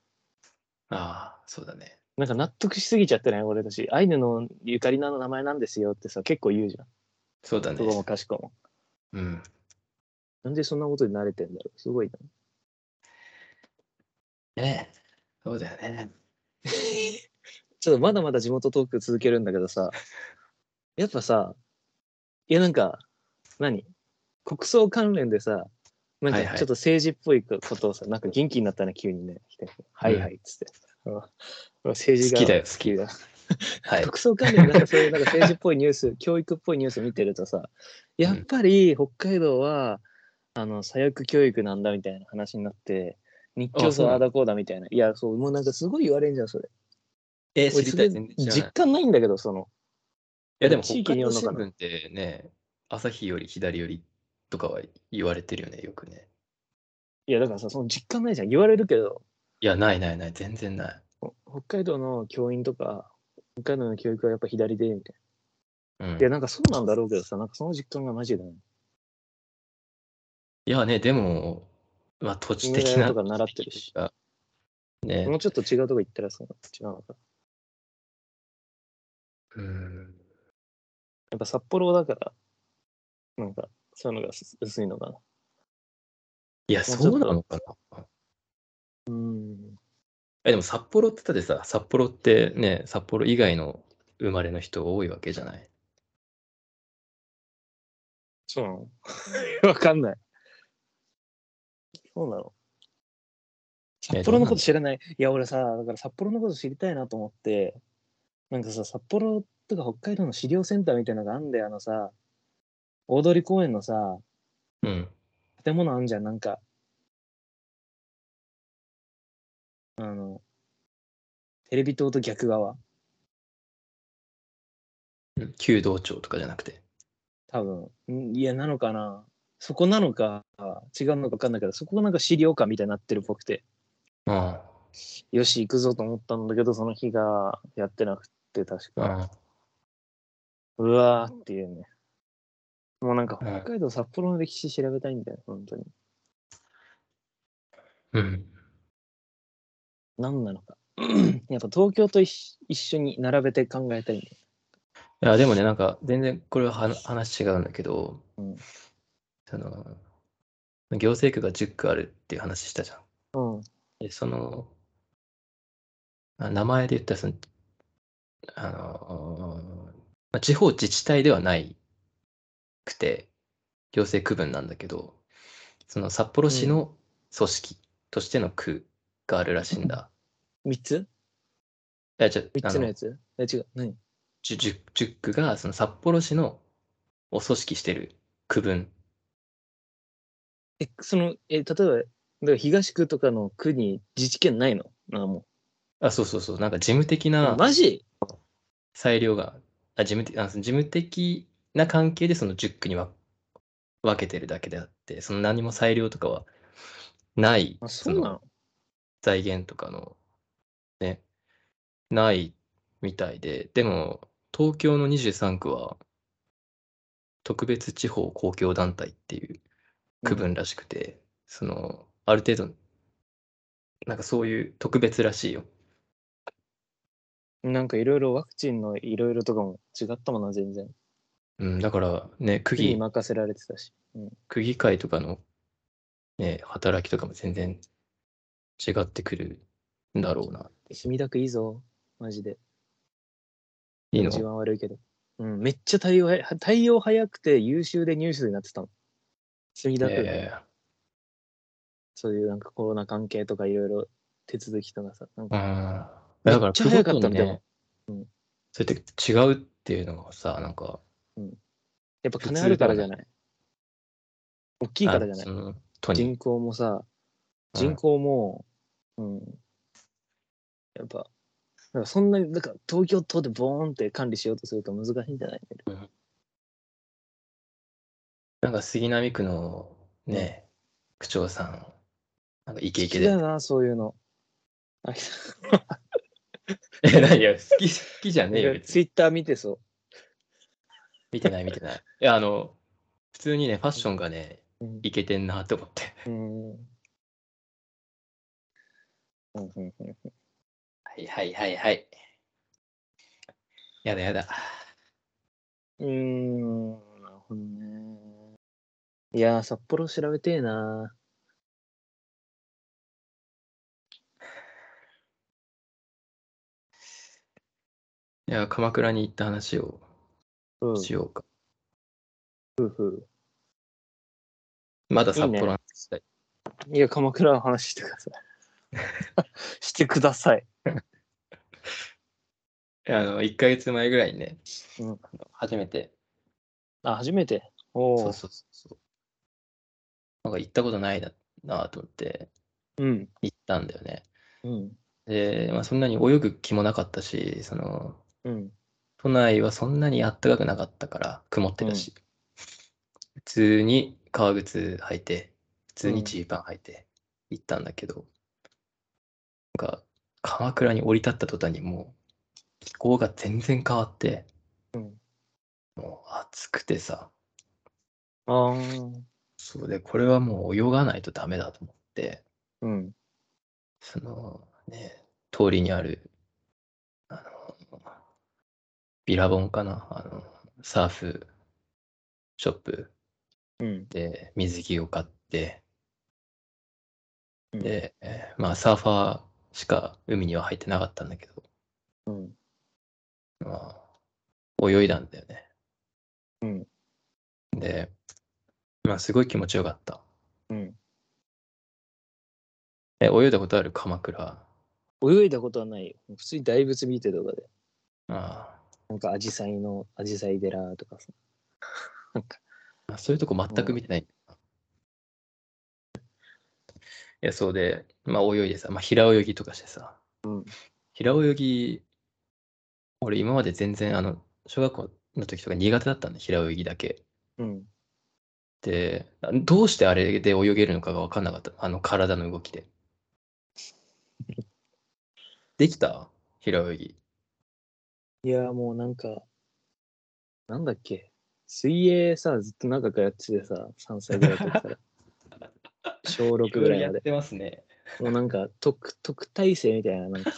[SPEAKER 2] ああ、そうだね。
[SPEAKER 3] なんか納得しすぎちゃってない俺たち。アイヌのゆかりの名前なんですよってさ、結構言うじゃん。
[SPEAKER 2] そうだ
[SPEAKER 3] どこも
[SPEAKER 2] ね。
[SPEAKER 3] かしこも。
[SPEAKER 2] うん。
[SPEAKER 3] なんでそんなことに慣れてんだろう。すごいな。
[SPEAKER 2] ねえ。そうだよね。
[SPEAKER 3] ちょっとまだまだ地元トーク続けるんだけどさ、やっぱさ、いやなんか、何国葬関連でさ、なん
[SPEAKER 2] はいは
[SPEAKER 3] か
[SPEAKER 2] い
[SPEAKER 3] ちょっと政治っぽいことをさ、なんか元気になったね、急にね。はいはいっつって。うん政治が
[SPEAKER 2] 好きだよ
[SPEAKER 3] 好きだ。
[SPEAKER 2] はい。
[SPEAKER 3] 国葬関連のなんかそういうなんか政治っぽいニュース教育っぽいニュース見てるとさやっぱり北海道は、あの左翼教育なんだみたいな話になって日教
[SPEAKER 2] あそう
[SPEAKER 3] さ
[SPEAKER 2] な
[SPEAKER 3] あ
[SPEAKER 2] の
[SPEAKER 3] あだこうだみたいないやそうもうなんかすごい言われんじゃんそれ
[SPEAKER 2] えー、
[SPEAKER 3] 俺
[SPEAKER 2] 知りたい、
[SPEAKER 3] それ
[SPEAKER 2] 全然知らない。
[SPEAKER 3] 実感ないんだけどその
[SPEAKER 2] いやでも
[SPEAKER 3] 地
[SPEAKER 2] 北
[SPEAKER 3] 域
[SPEAKER 2] 海
[SPEAKER 3] によ
[SPEAKER 2] 道
[SPEAKER 3] るの
[SPEAKER 2] 新
[SPEAKER 3] か
[SPEAKER 2] 聞
[SPEAKER 3] な
[SPEAKER 2] ってね、朝日より左よりとかは言われてるよね、よくね。
[SPEAKER 3] いやだからさその実感ないじゃん言われるけど
[SPEAKER 2] いや、ないないない、全然ない。
[SPEAKER 3] 北海道の教員とか北海道の教育はやっぱ左でみたいな
[SPEAKER 2] うん、
[SPEAKER 3] いや、なんかそうなんだろうけどさ、なんかその実感がマジでない。
[SPEAKER 2] いやね、でも、まあ土地的
[SPEAKER 3] 君が
[SPEAKER 2] な。
[SPEAKER 3] やるとか習ってるし。
[SPEAKER 2] ね
[SPEAKER 3] も。うちょっと違うとこ行ったらそう違うのか。
[SPEAKER 2] うん。
[SPEAKER 3] やっぱ札幌だから、なんか、そういうのが薄薄いのかな。
[SPEAKER 2] いや、
[SPEAKER 3] もうちょっと
[SPEAKER 2] そうなのかな。
[SPEAKER 3] うん。
[SPEAKER 2] え、でも札幌ってだってさ、札幌ってね、札幌以外の生まれの人多いわけじゃない。
[SPEAKER 3] そうなのわかんない。そうなの札幌のこと知らない。いや、俺さ、だから札幌のこと知りたいなと思って、なんかさ、札幌とか北海道の資料センターみたいなのがあんだよ、あのさ、大通公園のさ、
[SPEAKER 2] うん。
[SPEAKER 3] 建物あんじゃん、なんか。あの、テレビ塔と逆側、
[SPEAKER 2] うん旧道庁とかじゃなくて。
[SPEAKER 3] 多分。んいや、なのかな。そこなのか、違うのか分かんないけど、そこがなんか資料館みたいになってるっぽくて、
[SPEAKER 2] うん。
[SPEAKER 3] よし、行くぞと思ったんだけど、その日がやってなくて、確
[SPEAKER 2] う
[SPEAKER 3] か。
[SPEAKER 2] ん。
[SPEAKER 3] うわーっていうね。もうなんか
[SPEAKER 2] うん
[SPEAKER 3] 北海道、札幌の歴史調べたいんだよ、本当に。
[SPEAKER 2] うん。
[SPEAKER 3] 何なのか。 やっぱ東京と一一緒に並べて考えたいんだよ。
[SPEAKER 2] いや、でもね、なんか、全然、これはは話違うんだけど、
[SPEAKER 3] うん
[SPEAKER 2] その、行政区が10区あるっていう話したじゃん。
[SPEAKER 3] うん。
[SPEAKER 2] で、その、あ名前で言ったら、その、あの、まあ地方自治体ではないくて、行政区分なんだけど、その札幌市の組織としての区があるらしいんだ。
[SPEAKER 3] 3つ
[SPEAKER 2] いや、じゃ、
[SPEAKER 3] 三
[SPEAKER 2] あ
[SPEAKER 3] つの
[SPEAKER 2] の
[SPEAKER 3] やつえ、違う。何
[SPEAKER 2] じゅじゅじゅっ区がその札幌市のを組織してる区分。
[SPEAKER 3] え、その、え、例えば、だから東区とかの区に自治権ないのあも
[SPEAKER 2] あ、そうそうそう、なんか事務的
[SPEAKER 3] う。
[SPEAKER 2] な
[SPEAKER 3] マジ
[SPEAKER 2] 裁量が、あ事務的あその事務的な関係でその10区には分けてるだけであって、その何も裁量とかはない、
[SPEAKER 3] あ、そうな
[SPEAKER 2] の
[SPEAKER 3] の
[SPEAKER 2] 財源とかの、ね、ないみたいで、でも、東京の23区は、特別地方公共団体っていう区分らしくて、その、ある程度、なんかそういう特別らしいよ。
[SPEAKER 3] なんかいろいろワクチンのいろいろとかも違ったもんな、全然。
[SPEAKER 2] うん、だからね、区
[SPEAKER 3] 区に
[SPEAKER 2] 議、
[SPEAKER 3] 任せられてたし。
[SPEAKER 2] 区議会とかの、ね、働きとかも全然違ってくるんだろうな。
[SPEAKER 3] 墨田区いいぞ、マジで。
[SPEAKER 2] いいの
[SPEAKER 3] 一番悪いけど。うん、めっちゃ対応はや、対応早くて優秀で入手になってたの。墨田区、
[SPEAKER 2] え
[SPEAKER 3] そういうなんかコロナ関係とかいろいろ手続きとかさ。なん
[SPEAKER 2] えう
[SPEAKER 3] か
[SPEAKER 2] ん。
[SPEAKER 3] めっ
[SPEAKER 2] だから、
[SPEAKER 3] ちゃ早かっ
[SPEAKER 2] 区
[SPEAKER 3] た
[SPEAKER 2] ご
[SPEAKER 3] んだ
[SPEAKER 2] と
[SPEAKER 3] よ
[SPEAKER 2] にね、そうやって違うっていうのがさ、なんか、
[SPEAKER 3] やっぱ金あるからじゃない。大きいからじゃない
[SPEAKER 2] あ。その都に
[SPEAKER 3] 人口もさ、
[SPEAKER 2] うん
[SPEAKER 3] 人口も、うん、やっぱ、なんかそんなに、なんか東京都でボーンって管理しようとすると難しいんじゃない
[SPEAKER 2] なんか杉並区のね、区長さん、なんかイケイケ
[SPEAKER 3] 好
[SPEAKER 2] で
[SPEAKER 3] きだ。な、そういうの。あ、
[SPEAKER 2] え、何 いや、好き、好きじゃねえよ、別
[SPEAKER 3] ツイ
[SPEAKER 2] に。
[SPEAKER 3] ッター見てそ
[SPEAKER 2] 見てない、見てない。いや、あの、普通にね、ファッションがね、
[SPEAKER 3] う。うん。
[SPEAKER 2] イケてんなって思って。
[SPEAKER 3] うんうんうんうん
[SPEAKER 2] はいはいはいはい。やだやだ。
[SPEAKER 3] うーん、なるほどね。いやー、札幌調べてえな。
[SPEAKER 2] いや、鎌倉に行った話を
[SPEAKER 3] うん、
[SPEAKER 2] しようか。
[SPEAKER 3] 夫婦。
[SPEAKER 2] まだ札幌の話したい。
[SPEAKER 3] いや、鎌倉の話してくだ さい。してください。
[SPEAKER 2] あの、1ヶ月前ぐらいにね、
[SPEAKER 3] うん
[SPEAKER 2] 初めて、
[SPEAKER 3] あ、初めて。お
[SPEAKER 2] そう
[SPEAKER 3] お。
[SPEAKER 2] そうそうそう。なんか行ったことないななあと思って、
[SPEAKER 3] うん。
[SPEAKER 2] 行ったんだよね。
[SPEAKER 3] うん。
[SPEAKER 2] で、まあ、そんなに泳ぐ気もなかったし、その、
[SPEAKER 3] うん。
[SPEAKER 2] 都内はそんなに暖かくなかったから、曇ってたし。普通に革靴履いて、普通にジーパン履いて行ったんだけど、なんか、鎌倉に降り立った途端にもう、気候が全然変わって、
[SPEAKER 3] うん
[SPEAKER 2] もう暑くてさ、
[SPEAKER 3] あー
[SPEAKER 2] そうで、これはもう泳がないとダメだと思って、
[SPEAKER 3] うん。
[SPEAKER 2] そのね、通りにある、あの、ビラボンかな、あの、サーフショップ
[SPEAKER 3] うん。
[SPEAKER 2] で水着を買って、
[SPEAKER 3] うん
[SPEAKER 2] で、えーまあサーファーしか海には入ってなかったんだけど、
[SPEAKER 3] うん。
[SPEAKER 2] まあ、泳いだんだよね。
[SPEAKER 3] うん
[SPEAKER 2] で、まあすごい気持ちよかった。
[SPEAKER 3] うん。
[SPEAKER 2] え、泳いだことある鎌倉。
[SPEAKER 3] 泳いだことはないよ。普通に大仏見てとかで。
[SPEAKER 2] あ
[SPEAKER 3] なんか、アジサイの、アジサイ寺とかさ。 なんか、
[SPEAKER 2] あ、そういうとこ全く見てない。いや、そうで、まあ泳いでさ、まあ平泳ぎとかしてさ。
[SPEAKER 3] うん
[SPEAKER 2] 平泳ぎ、俺今まで全然、あの、小学校の時とか苦手だったんだ、平泳ぎだけ。
[SPEAKER 3] うん。
[SPEAKER 2] で、どうしてあれで泳げるのかが分かんなかった。あの体の動きで。できた平泳ぎ。
[SPEAKER 3] いや、もうなんか、なんだっけ。水泳さ、ずっと長くやっててさ、3歳ぐらいの時 から。小6ぐらいまで。
[SPEAKER 2] てますね。
[SPEAKER 3] もうなんか特特待生みたいななんか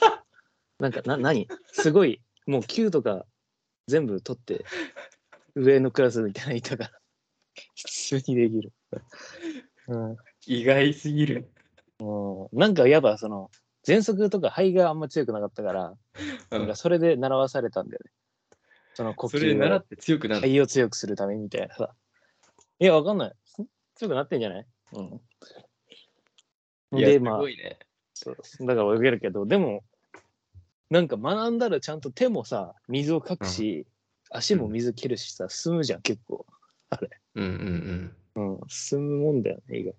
[SPEAKER 3] なんかな何すごいもう級とか全部取って上のクラスみたいな板が普通にでき る、うん
[SPEAKER 2] 意外すぎる。
[SPEAKER 3] もう、なんかやっぱその喘息とか肺があんま強くなかったから、なんかそれで習わされたんだよねその呼
[SPEAKER 2] それで
[SPEAKER 3] 吸
[SPEAKER 2] 習
[SPEAKER 3] を
[SPEAKER 2] って強くなる。
[SPEAKER 3] 肺を強くするためみたいなさいやわかんない強くなってんじゃない、うん、
[SPEAKER 2] いや、す
[SPEAKER 3] まあ
[SPEAKER 2] ごいね。
[SPEAKER 3] そうだから泳げるけどでもなんか学んだらちゃんと手もさ水をかくし、足も水切るしさ進むじゃん結構
[SPEAKER 2] うんうんうん。
[SPEAKER 3] 進むもんだよね意外
[SPEAKER 2] い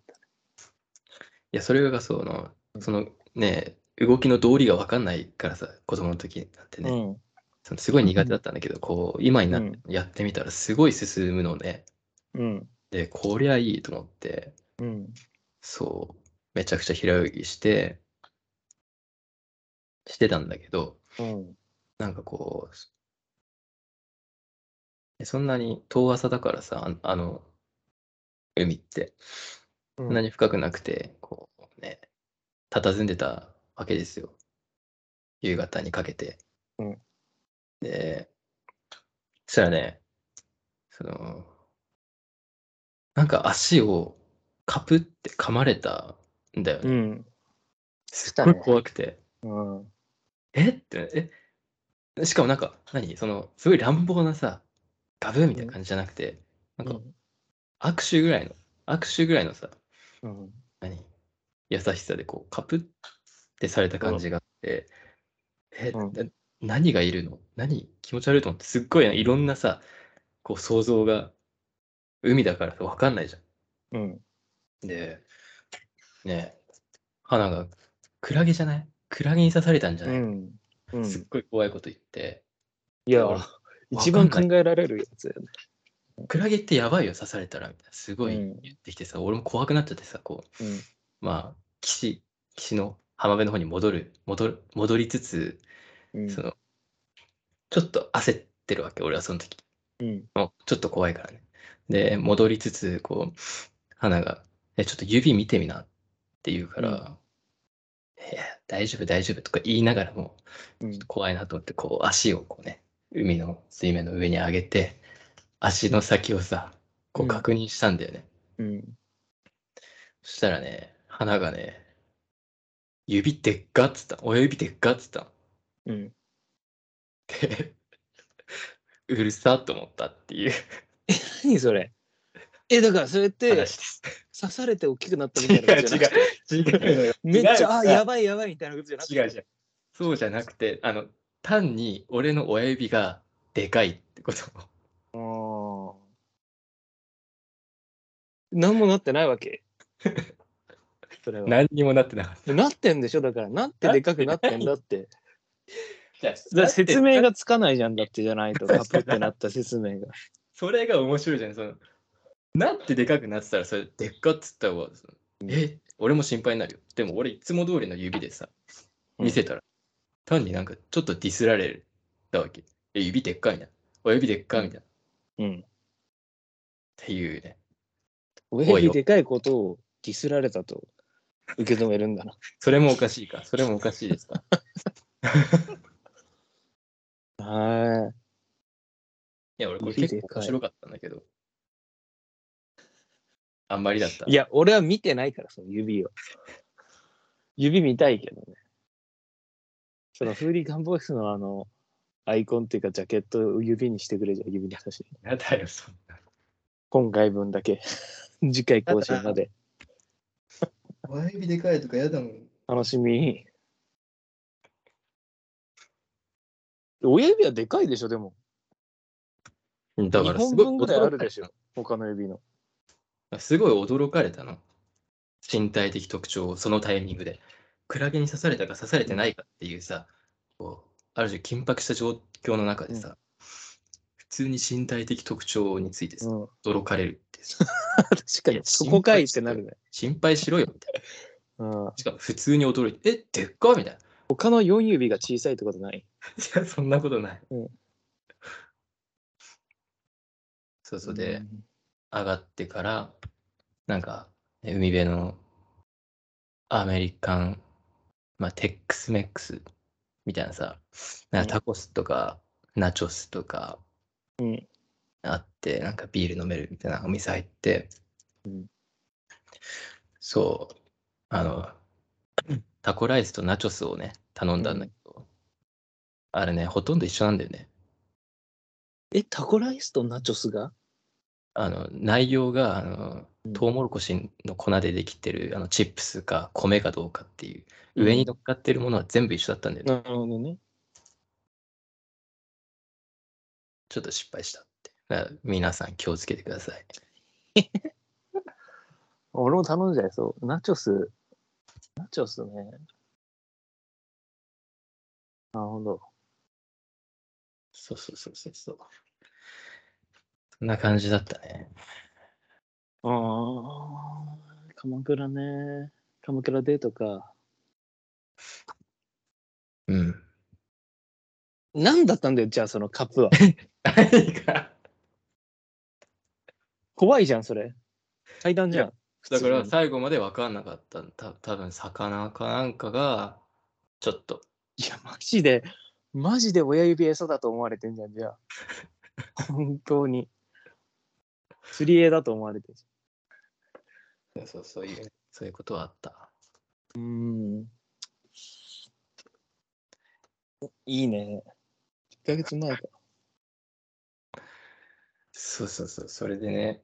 [SPEAKER 2] や、それがその、そのね、動きの道理が分かんないからさ、子供の時なんて
[SPEAKER 3] と
[SPEAKER 2] ね、
[SPEAKER 3] ね
[SPEAKER 2] そのすごい苦手だったんだけど、こう、今になっ
[SPEAKER 3] うん
[SPEAKER 2] てやってみたらすごい進むのね。
[SPEAKER 3] うん
[SPEAKER 2] で、こりゃいいと思って、
[SPEAKER 3] うん
[SPEAKER 2] そう、めちゃくちゃ平泳ぎして、してたんだけど、
[SPEAKER 3] うん
[SPEAKER 2] なんかこう、えそんなに遠浅だからさ、ああの、海って、
[SPEAKER 3] う
[SPEAKER 2] そ
[SPEAKER 3] ん
[SPEAKER 2] んなに深くなくて、こうね、佇んでたわけですよ。夕方にかけて。
[SPEAKER 3] うん
[SPEAKER 2] で、そしたらね、その、なんか足をカプって噛まれたんだよ
[SPEAKER 3] う
[SPEAKER 2] ね。
[SPEAKER 3] ん
[SPEAKER 2] す
[SPEAKER 3] た
[SPEAKER 2] っご
[SPEAKER 3] ね
[SPEAKER 2] い怖くて。
[SPEAKER 3] うん
[SPEAKER 2] えって、え、しかもなんか、何その、すごい乱暴なさ、ガブーみたいな感じじゃなくて、なんか握手ぐらいの、握手ぐらいのさ、
[SPEAKER 3] うん
[SPEAKER 2] 何優しさでこう、カプってされた感じがあって、え、
[SPEAKER 3] うん
[SPEAKER 2] な何がいるの何気持ち悪いと思って、すっごいいろんなさ、こう想像が、海だからさ、わかんないじ
[SPEAKER 3] うん
[SPEAKER 2] ゃん。で、ねえ、花が、クラゲじゃないクラゲに刺されたんじゃ
[SPEAKER 3] う
[SPEAKER 2] ない、
[SPEAKER 3] んうん
[SPEAKER 2] すっごい怖いこと言って、
[SPEAKER 3] いや
[SPEAKER 2] わかん
[SPEAKER 3] 一番考えられるやつだよね
[SPEAKER 2] クラゲってやばいよ、刺されたら、みたいな。すごい
[SPEAKER 3] うん
[SPEAKER 2] 言ってきてさ、俺も怖くなっちゃってさ、こう、
[SPEAKER 3] うん
[SPEAKER 2] まあ、岸、岸の浜辺の方に戻る、戻る、戻りつつ、
[SPEAKER 3] うん
[SPEAKER 2] その、ちょっと焦ってるわけ、俺はその時。
[SPEAKER 3] うん
[SPEAKER 2] もうちょっと怖いからね。で、戻りつつ、こう、花が、え、ちょっと指見てみなって言うから、
[SPEAKER 3] うん
[SPEAKER 2] え大丈夫、大丈夫とか言いながらも、
[SPEAKER 3] うん
[SPEAKER 2] ちょっと怖いなと思って、こう、足をこうね、海の水面の上に上げて、足の先をさ、こう
[SPEAKER 3] うん
[SPEAKER 2] 確認したんだよね。
[SPEAKER 3] うん
[SPEAKER 2] そしたらね、花がね、指でっかっつったの。親指でっかっつったの。
[SPEAKER 3] うん
[SPEAKER 2] でうるさっと思ったっていう
[SPEAKER 3] 何それえだからそれって
[SPEAKER 2] 話
[SPEAKER 3] 刺
[SPEAKER 2] です。
[SPEAKER 3] されて大きくなったみた
[SPEAKER 2] 違
[SPEAKER 3] いな
[SPEAKER 2] う
[SPEAKER 3] ことじゃなくて
[SPEAKER 2] 違う。違うのよ
[SPEAKER 3] めっちゃ、あ、や
[SPEAKER 2] ば
[SPEAKER 3] ばいやばいみたいなことじゃなくて。
[SPEAKER 2] 違う違う。そうじゃなくて、あの、単に俺の親指がでかいってこと。
[SPEAKER 3] うーん。何もなってないわけ。 それ は。
[SPEAKER 2] 何にもなってなかった。
[SPEAKER 3] なってんでしょだから、なってでか くなってんだって。
[SPEAKER 2] じゃあ
[SPEAKER 3] だから説明
[SPEAKER 2] だって
[SPEAKER 3] がつかないじゃんだってじゃない と、カプってなった説明が。
[SPEAKER 2] それが面白いじゃん。そのなってでかくなってたら、それでっかっつったわ。そのえ俺も心配になるよ。でも俺いつも通りの指でさ、見せたら、単になんかちょっとディスられたわけ。え、指でっかいな。親指でっかいみたいな。っ
[SPEAKER 3] うん。
[SPEAKER 2] ていうね。
[SPEAKER 3] 親指でかいことをディスられたと受け止めるんだな。
[SPEAKER 2] それもおかしいか。それもおかしいですか。
[SPEAKER 3] はい
[SPEAKER 2] や、俺これ
[SPEAKER 3] 指
[SPEAKER 2] 結
[SPEAKER 3] でかい
[SPEAKER 2] 構面白かったんだけど。あんまりだった。
[SPEAKER 3] い。いや、俺は見てないから、その指を。指見たいけどね。そのフーリガンボイスのあの、アイコンっていうか、ジャケットを指にしてくれじゃん、指に私。
[SPEAKER 2] やだよ、そんな。
[SPEAKER 3] 今回分だけ。 次回更新まで。
[SPEAKER 2] 親指でかいとかやだもん。
[SPEAKER 3] 楽しみ。親指はでかいでしょ、でも。
[SPEAKER 2] だからす
[SPEAKER 3] 日本
[SPEAKER 2] ごい
[SPEAKER 3] 分ぐらいあるでし
[SPEAKER 2] 驚か
[SPEAKER 3] ょ、他の指の。
[SPEAKER 2] れたすごい驚かれたの。身体的特徴をそのタイミングで。クラゲに刺されたか刺されてないかっていうさ、こうある種緊迫した状況の中でさ、普通に身体的特徴についてさ、
[SPEAKER 3] うん、
[SPEAKER 2] 驚かれるってさ、
[SPEAKER 3] 確
[SPEAKER 2] い
[SPEAKER 3] かに
[SPEAKER 2] や、
[SPEAKER 3] そこかいってなるね。
[SPEAKER 2] 心配しろよみたいな。
[SPEAKER 3] うん、
[SPEAKER 2] しかも普通に驚いて、え、でっかみたいな。
[SPEAKER 3] 他の4指が小さいってことない
[SPEAKER 2] いや、そんなことない。
[SPEAKER 3] うん
[SPEAKER 2] そうそうで、上がってから、なんか、ね海辺のアメリカン、まあ、テックスメックスみたいなさ、なんかタコスとか、ナチョスとか
[SPEAKER 3] うん
[SPEAKER 2] あって、なんかビール飲めるみたいなお店入って、
[SPEAKER 3] うん
[SPEAKER 2] そう、あの、タコライスとナチョスをね、頼んだんだけど、あれね、ほとんど一緒なんだよね。
[SPEAKER 3] え、タコライスとナチョスが
[SPEAKER 2] あの内容があの
[SPEAKER 3] うん
[SPEAKER 2] トウモロコシの粉でできてるあのチップスか米かどうかっていう上に乗っかってるものは全部一緒だったんだよね、
[SPEAKER 3] なるほどね。
[SPEAKER 2] ちょっと失敗したってだから皆さん気をつけてください
[SPEAKER 3] 俺も頼んじゃいそう。ナチョス。ナチョスね。なるほど。
[SPEAKER 2] そうそうそうそうそうそんな感じだったね
[SPEAKER 3] ああ、鎌倉ね。鎌倉デートか。
[SPEAKER 2] うん
[SPEAKER 3] 何だったんだよ、じゃあそのカ ップは。
[SPEAKER 2] 何か
[SPEAKER 3] 怖いじゃん、それ。階段じゃ
[SPEAKER 2] い
[SPEAKER 3] ん。
[SPEAKER 2] だか
[SPEAKER 3] 普
[SPEAKER 2] ら
[SPEAKER 3] 通に
[SPEAKER 2] 最後まで分かんなかったた多分魚かなんかがちょっと
[SPEAKER 3] いや、マジで、マジで親指餌だと思われてんじゃん、じゃあ。本当に。釣り餌だと思われてるじ
[SPEAKER 2] そうそういうそういうことはあった
[SPEAKER 3] ゃん。うん。いいね。1ヶ月前か。
[SPEAKER 2] そうそうそうそれでね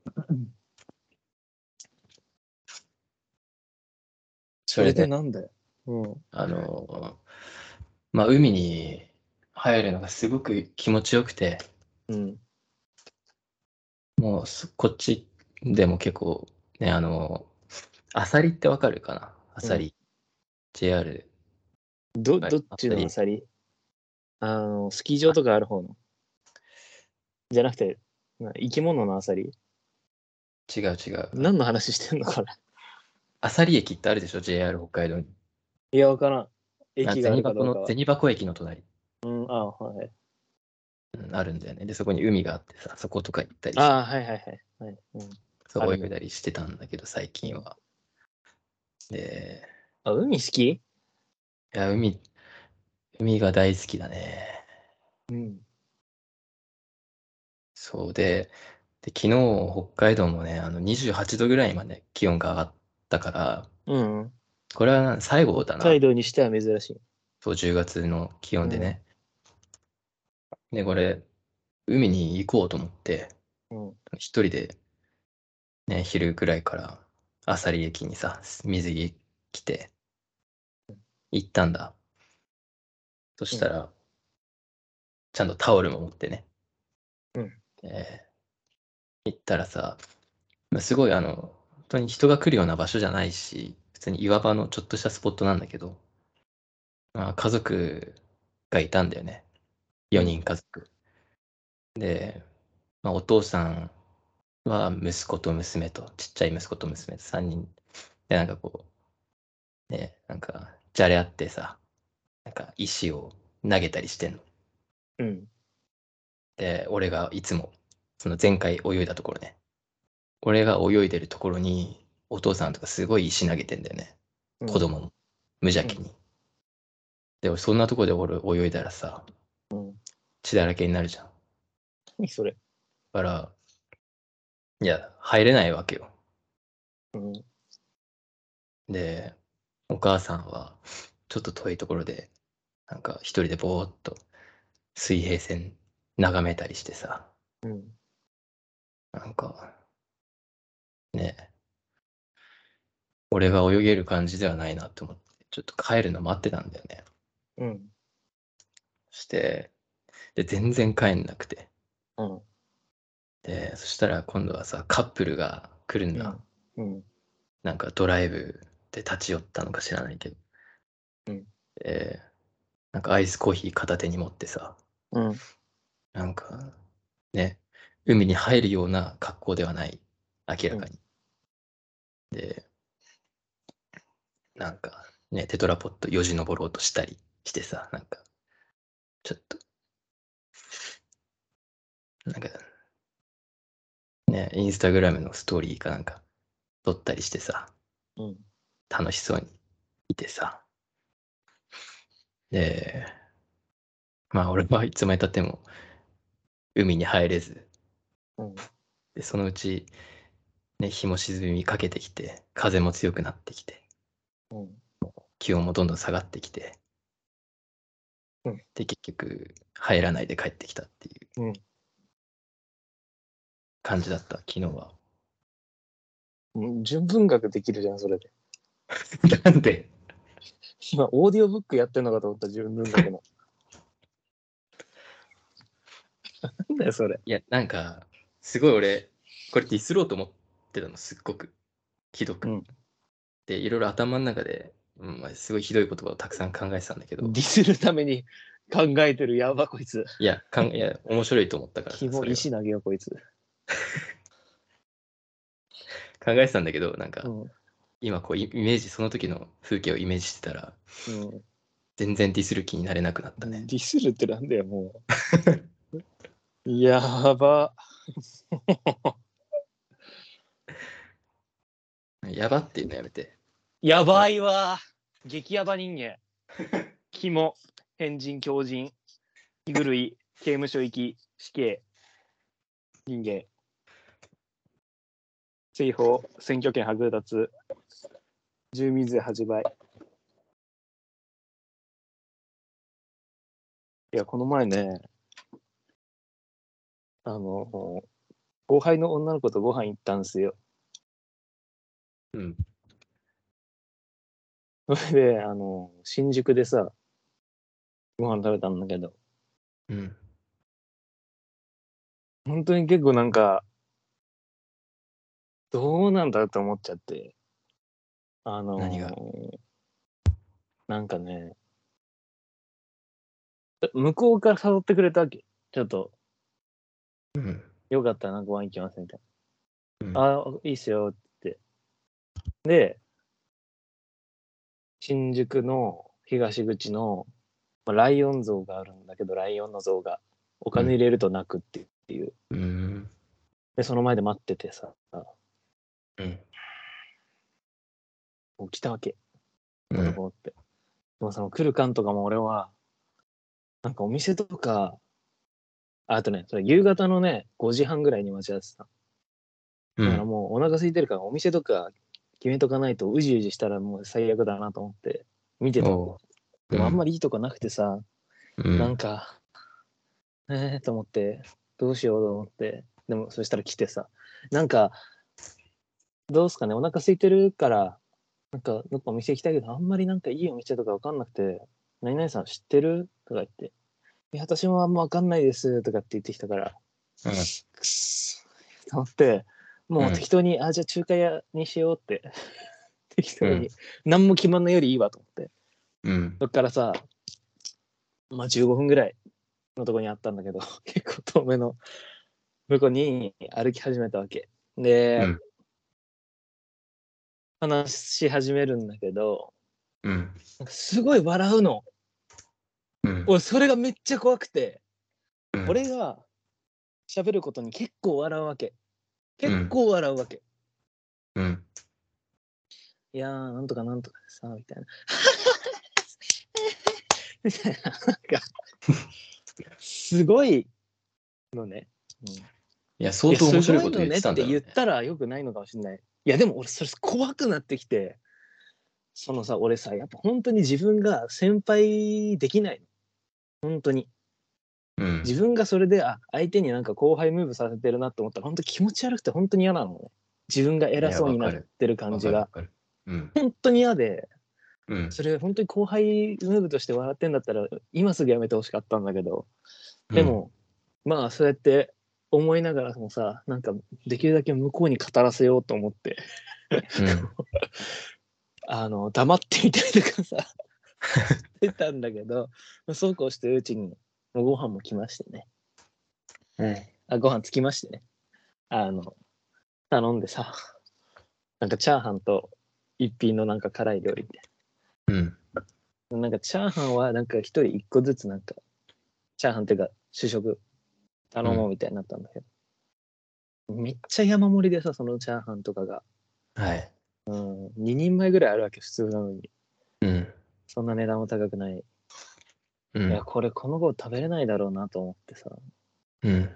[SPEAKER 2] そ
[SPEAKER 3] そ
[SPEAKER 2] れ
[SPEAKER 3] れ
[SPEAKER 2] で
[SPEAKER 3] でなんだよ。うん。
[SPEAKER 2] あの、まあ、海に入るのがすごく気持ちよくて、
[SPEAKER 3] うん。
[SPEAKER 2] もうそこっちでも結構ね、あの、アサリってわかるかなアサリ。JR。
[SPEAKER 3] ど、
[SPEAKER 2] はい
[SPEAKER 3] どっちのアサリあの、スキー場とかある方の。じゃなくて、な生き物のアサリ
[SPEAKER 2] 違う違う。
[SPEAKER 3] 何の話してんのこれ。
[SPEAKER 2] アサリ駅ってあるでしょ ?JR 北海道に。
[SPEAKER 3] いや、わからん。
[SPEAKER 2] あ
[SPEAKER 3] 駅があ
[SPEAKER 2] 銭
[SPEAKER 3] るかど
[SPEAKER 2] 箱
[SPEAKER 3] うか
[SPEAKER 2] の、
[SPEAKER 3] は。
[SPEAKER 2] 銭箱駅の隣
[SPEAKER 3] うん、あはい。
[SPEAKER 2] うんあるんだよね。で、そこに海があってさ、そことか行ったりして、
[SPEAKER 3] あはいはいはい。はいうん、
[SPEAKER 2] そう
[SPEAKER 3] あ
[SPEAKER 2] 泳
[SPEAKER 3] るね
[SPEAKER 2] いだりしてたんだけど、最近は。で、
[SPEAKER 3] あ、海好き
[SPEAKER 2] いや、海、海が大好きだね。
[SPEAKER 3] うん。
[SPEAKER 2] そうで、で、昨日北海道もね、あの28度ぐらいまで気温が上がったから、
[SPEAKER 3] うん。
[SPEAKER 2] これはな最後だな、
[SPEAKER 3] 北海道にしては珍しい。
[SPEAKER 2] そう10月の気温でね。で、これ、海に行こうと思って、
[SPEAKER 3] うん。
[SPEAKER 2] 一人で、ね、昼ぐらいから、アサリ駅にさ、水着着て、行ったんだ。そしたら、ちゃんとタオルも持ってね。
[SPEAKER 3] うん
[SPEAKER 2] えー行ったらさ、まあすごいあの、本当に人が来るような場所じゃないし、普普通に岩場のちょっとしたスポットなんだけど、まあ、家族がいたんだよね。4人家族。で、まあ、お父さんは息子と娘と、ちっちゃい息子と娘と3人で、なんかこう、ね、なんか、じゃれ合ってさ、なんか石を投げたりしてんの。
[SPEAKER 3] うん。
[SPEAKER 2] で、俺がいつも、その前回泳いだところね。俺が泳いでるところに、お父さんとかすごい石投げてんだよね。子供も。無邪気に。で、俺そんなとこで俺泳いだらさ、
[SPEAKER 3] うん
[SPEAKER 2] 血だらけになるじゃん。だ
[SPEAKER 3] 何それ。
[SPEAKER 2] から、いや、入れないわけよ。
[SPEAKER 3] うん。
[SPEAKER 2] で、お母さんは、ちょっと遠いところで、なんか一人でぼーっと水平線眺めたりしてさ、
[SPEAKER 3] うん。
[SPEAKER 2] なんか、ねえ、俺が泳げる感じではないなって思って、ちょっと帰るの待ってたんだよね。
[SPEAKER 3] うん。
[SPEAKER 2] して、で、全然帰んなくて。
[SPEAKER 3] うん。
[SPEAKER 2] で、そしたら今度はさ、カップルが来るんだ。
[SPEAKER 3] うん。
[SPEAKER 2] なんかドライブで立ち寄ったのか知らないけど。
[SPEAKER 3] うん
[SPEAKER 2] でなんかアイスコーヒー片手に持ってさ、
[SPEAKER 3] うん。
[SPEAKER 2] なんかね、海に入るような格好ではない、明らかに。で、なんかね、テトラポットよじ登ろうとしたりしてさ、なんか、ちょっと、なんか、ね、インスタグラムのストーリーかなんか撮ったりしてさ、
[SPEAKER 3] うん。
[SPEAKER 2] 楽しそうにいてさ。で、まあ俺はいつまでたっても海に入れず、
[SPEAKER 3] うん。
[SPEAKER 2] でそのうち、ね、日も沈みかけてきて、風も強くなってきて、
[SPEAKER 3] うん。
[SPEAKER 2] 気温もどんどん下がってきて、
[SPEAKER 3] うん
[SPEAKER 2] で結局入らないで帰ってきたっていう
[SPEAKER 3] うん
[SPEAKER 2] 感じだった、昨日 は。
[SPEAKER 3] うん。純文学できるじゃん、それで。
[SPEAKER 2] なんで
[SPEAKER 3] 今、オーディオブックやってんのかと思った、純文学の。 なんだよ、それ。
[SPEAKER 2] いや、なんか、すごい俺、これディスろうと思ってたの、すっごく。ひどく。
[SPEAKER 3] うん
[SPEAKER 2] で、いろいろ頭の中で、うんまあ、すごいひどい言葉をたくさん考えてたんだけ
[SPEAKER 3] デ
[SPEAKER 2] ど
[SPEAKER 3] ィ、スるために考えてる、やば、こいつ。
[SPEAKER 2] いや、かんいや面白いと思ったからさ
[SPEAKER 3] 肝
[SPEAKER 2] それは
[SPEAKER 3] 石投げよ、こいつ。
[SPEAKER 2] 考えてたんだけど、なんか、
[SPEAKER 3] うん。う
[SPEAKER 2] 今こう、イイメージ、その時の風景をイメージしてたら、
[SPEAKER 3] ん。
[SPEAKER 2] 全然ディスる気になれなくなったね。
[SPEAKER 3] ディスるってなんだよ、も う。やば。
[SPEAKER 2] やばっていうのやめて。
[SPEAKER 3] やばいわ。激ヤバ人間。肝、変人、狂人、気狂い、刑務所行き、死刑、人間。追放、選挙権剥奪、住民税8倍。いや、この前ね、あの、後輩の女の子とご飯行ったんですよ。
[SPEAKER 2] うん。
[SPEAKER 3] それ で、あの、新宿でさ、ご飯食べたんだけど、
[SPEAKER 2] うん。
[SPEAKER 3] 本当に結構なんか、どうなんだと思っちゃって、あの、
[SPEAKER 2] 何が
[SPEAKER 3] なんかね、向こうから誘ってくれたわけ。ちょっと、
[SPEAKER 2] うん。
[SPEAKER 3] よかったらなんかワイン行きますみたい
[SPEAKER 2] うん
[SPEAKER 3] な。あ、いいっすよって。で、新宿の東口の、まあライオン像があるんだけど、ライオンの像が、お金入れると泣くっていう。
[SPEAKER 2] うん。
[SPEAKER 3] で、その前で待っててさ、
[SPEAKER 2] うん。
[SPEAKER 3] もう来たわけ、
[SPEAKER 2] う
[SPEAKER 3] 男
[SPEAKER 2] ん
[SPEAKER 3] と。思って。でもその来る感とかも俺は、なんかお店とか、ああとね、それ夕方のね、5時半ぐらいに待ち合わせてた。
[SPEAKER 2] う
[SPEAKER 3] だから
[SPEAKER 2] ん。
[SPEAKER 3] もうお腹空いてるからお店とか決めとかないとうじうじしたらもう最悪だなと思って見てた。
[SPEAKER 2] おう
[SPEAKER 3] でもあんま
[SPEAKER 2] り、
[SPEAKER 3] りいいとこなくてさ、
[SPEAKER 2] うん
[SPEAKER 3] なんか、えーと思って、どうしようと思って、でもそしたら来てさ、なんか、どうすかね、お腹空いてるから、なんかどっかお店行きたいけど、あんまりなんかいいお店とかわかんなくて、何々さん知ってるとか言って、いや、私もあんまわかんないですとかって言ってきたから、
[SPEAKER 2] うん
[SPEAKER 3] くっそと思ってもう適当に、あじゃあ中華屋にしようってって適当に、
[SPEAKER 2] うん
[SPEAKER 3] 何も決まんないよりいいわと思って
[SPEAKER 2] うん。
[SPEAKER 3] そっからさまあ15分ぐらいのとこにあったんだけど 結構遠目の向こうに歩き始めたわけで、
[SPEAKER 2] うん
[SPEAKER 3] 話し始めるんだけど
[SPEAKER 2] うん。
[SPEAKER 3] なんかすごい笑うの
[SPEAKER 2] うん。
[SPEAKER 3] 俺それがめっちゃ怖くて
[SPEAKER 2] うん
[SPEAKER 3] 俺が喋ることに結構笑うわけ結構笑うわけ、
[SPEAKER 2] うん。
[SPEAKER 3] いやー、なんとかなんとかでさ、みたいな。みたいな、なんか、すごいのね。うん
[SPEAKER 2] いや、相当面白いこと言っ
[SPEAKER 3] や
[SPEAKER 2] てたんだよ、
[SPEAKER 3] すごいのねって言ったらよくないのかもしれない。いや、でも俺、それ怖くなってきて、そのさ、俺さ、やっぱ本当に自分が先輩できないの。本当に。
[SPEAKER 2] うん。
[SPEAKER 3] 自分がそれで、あ、相手になんか後輩ムーブさせてるなって思ったら、本当気持ち悪くて本当に嫌なのね。自分が偉そうになってる感じ
[SPEAKER 2] わ
[SPEAKER 3] が。
[SPEAKER 2] かるわかるうん。
[SPEAKER 3] 本当に嫌で。
[SPEAKER 2] うん。
[SPEAKER 3] それ本当に後輩ムーブとして笑ってんだったら今すぐやめてほしかったんだけどでも、まあそうやって思いながらもさなんかできるだけ向こうに語らせようと思って
[SPEAKER 2] うん、うん。
[SPEAKER 3] あの黙ってみたりとかさしてたんだけどそうこうしてるうちにもうご飯も来ましてねあご飯つきましてねあの頼んでさなんかチャーハンと一品のなんか辛い料理
[SPEAKER 2] うん。
[SPEAKER 3] なんかチャーハンはなんか一人一個ずつなんかチャーハンっていうか主食頼もうみたいになったんだけど、めっちゃ山盛りでさそのチャーハンとかが
[SPEAKER 2] はい。
[SPEAKER 3] 2人前ぐらいあるわけ普通なのに
[SPEAKER 2] うん。
[SPEAKER 3] そんな値段も高くない、
[SPEAKER 2] う
[SPEAKER 3] いや
[SPEAKER 2] ん。
[SPEAKER 3] これこの子食べれないだろうなと思ってさ
[SPEAKER 2] うん。
[SPEAKER 3] だか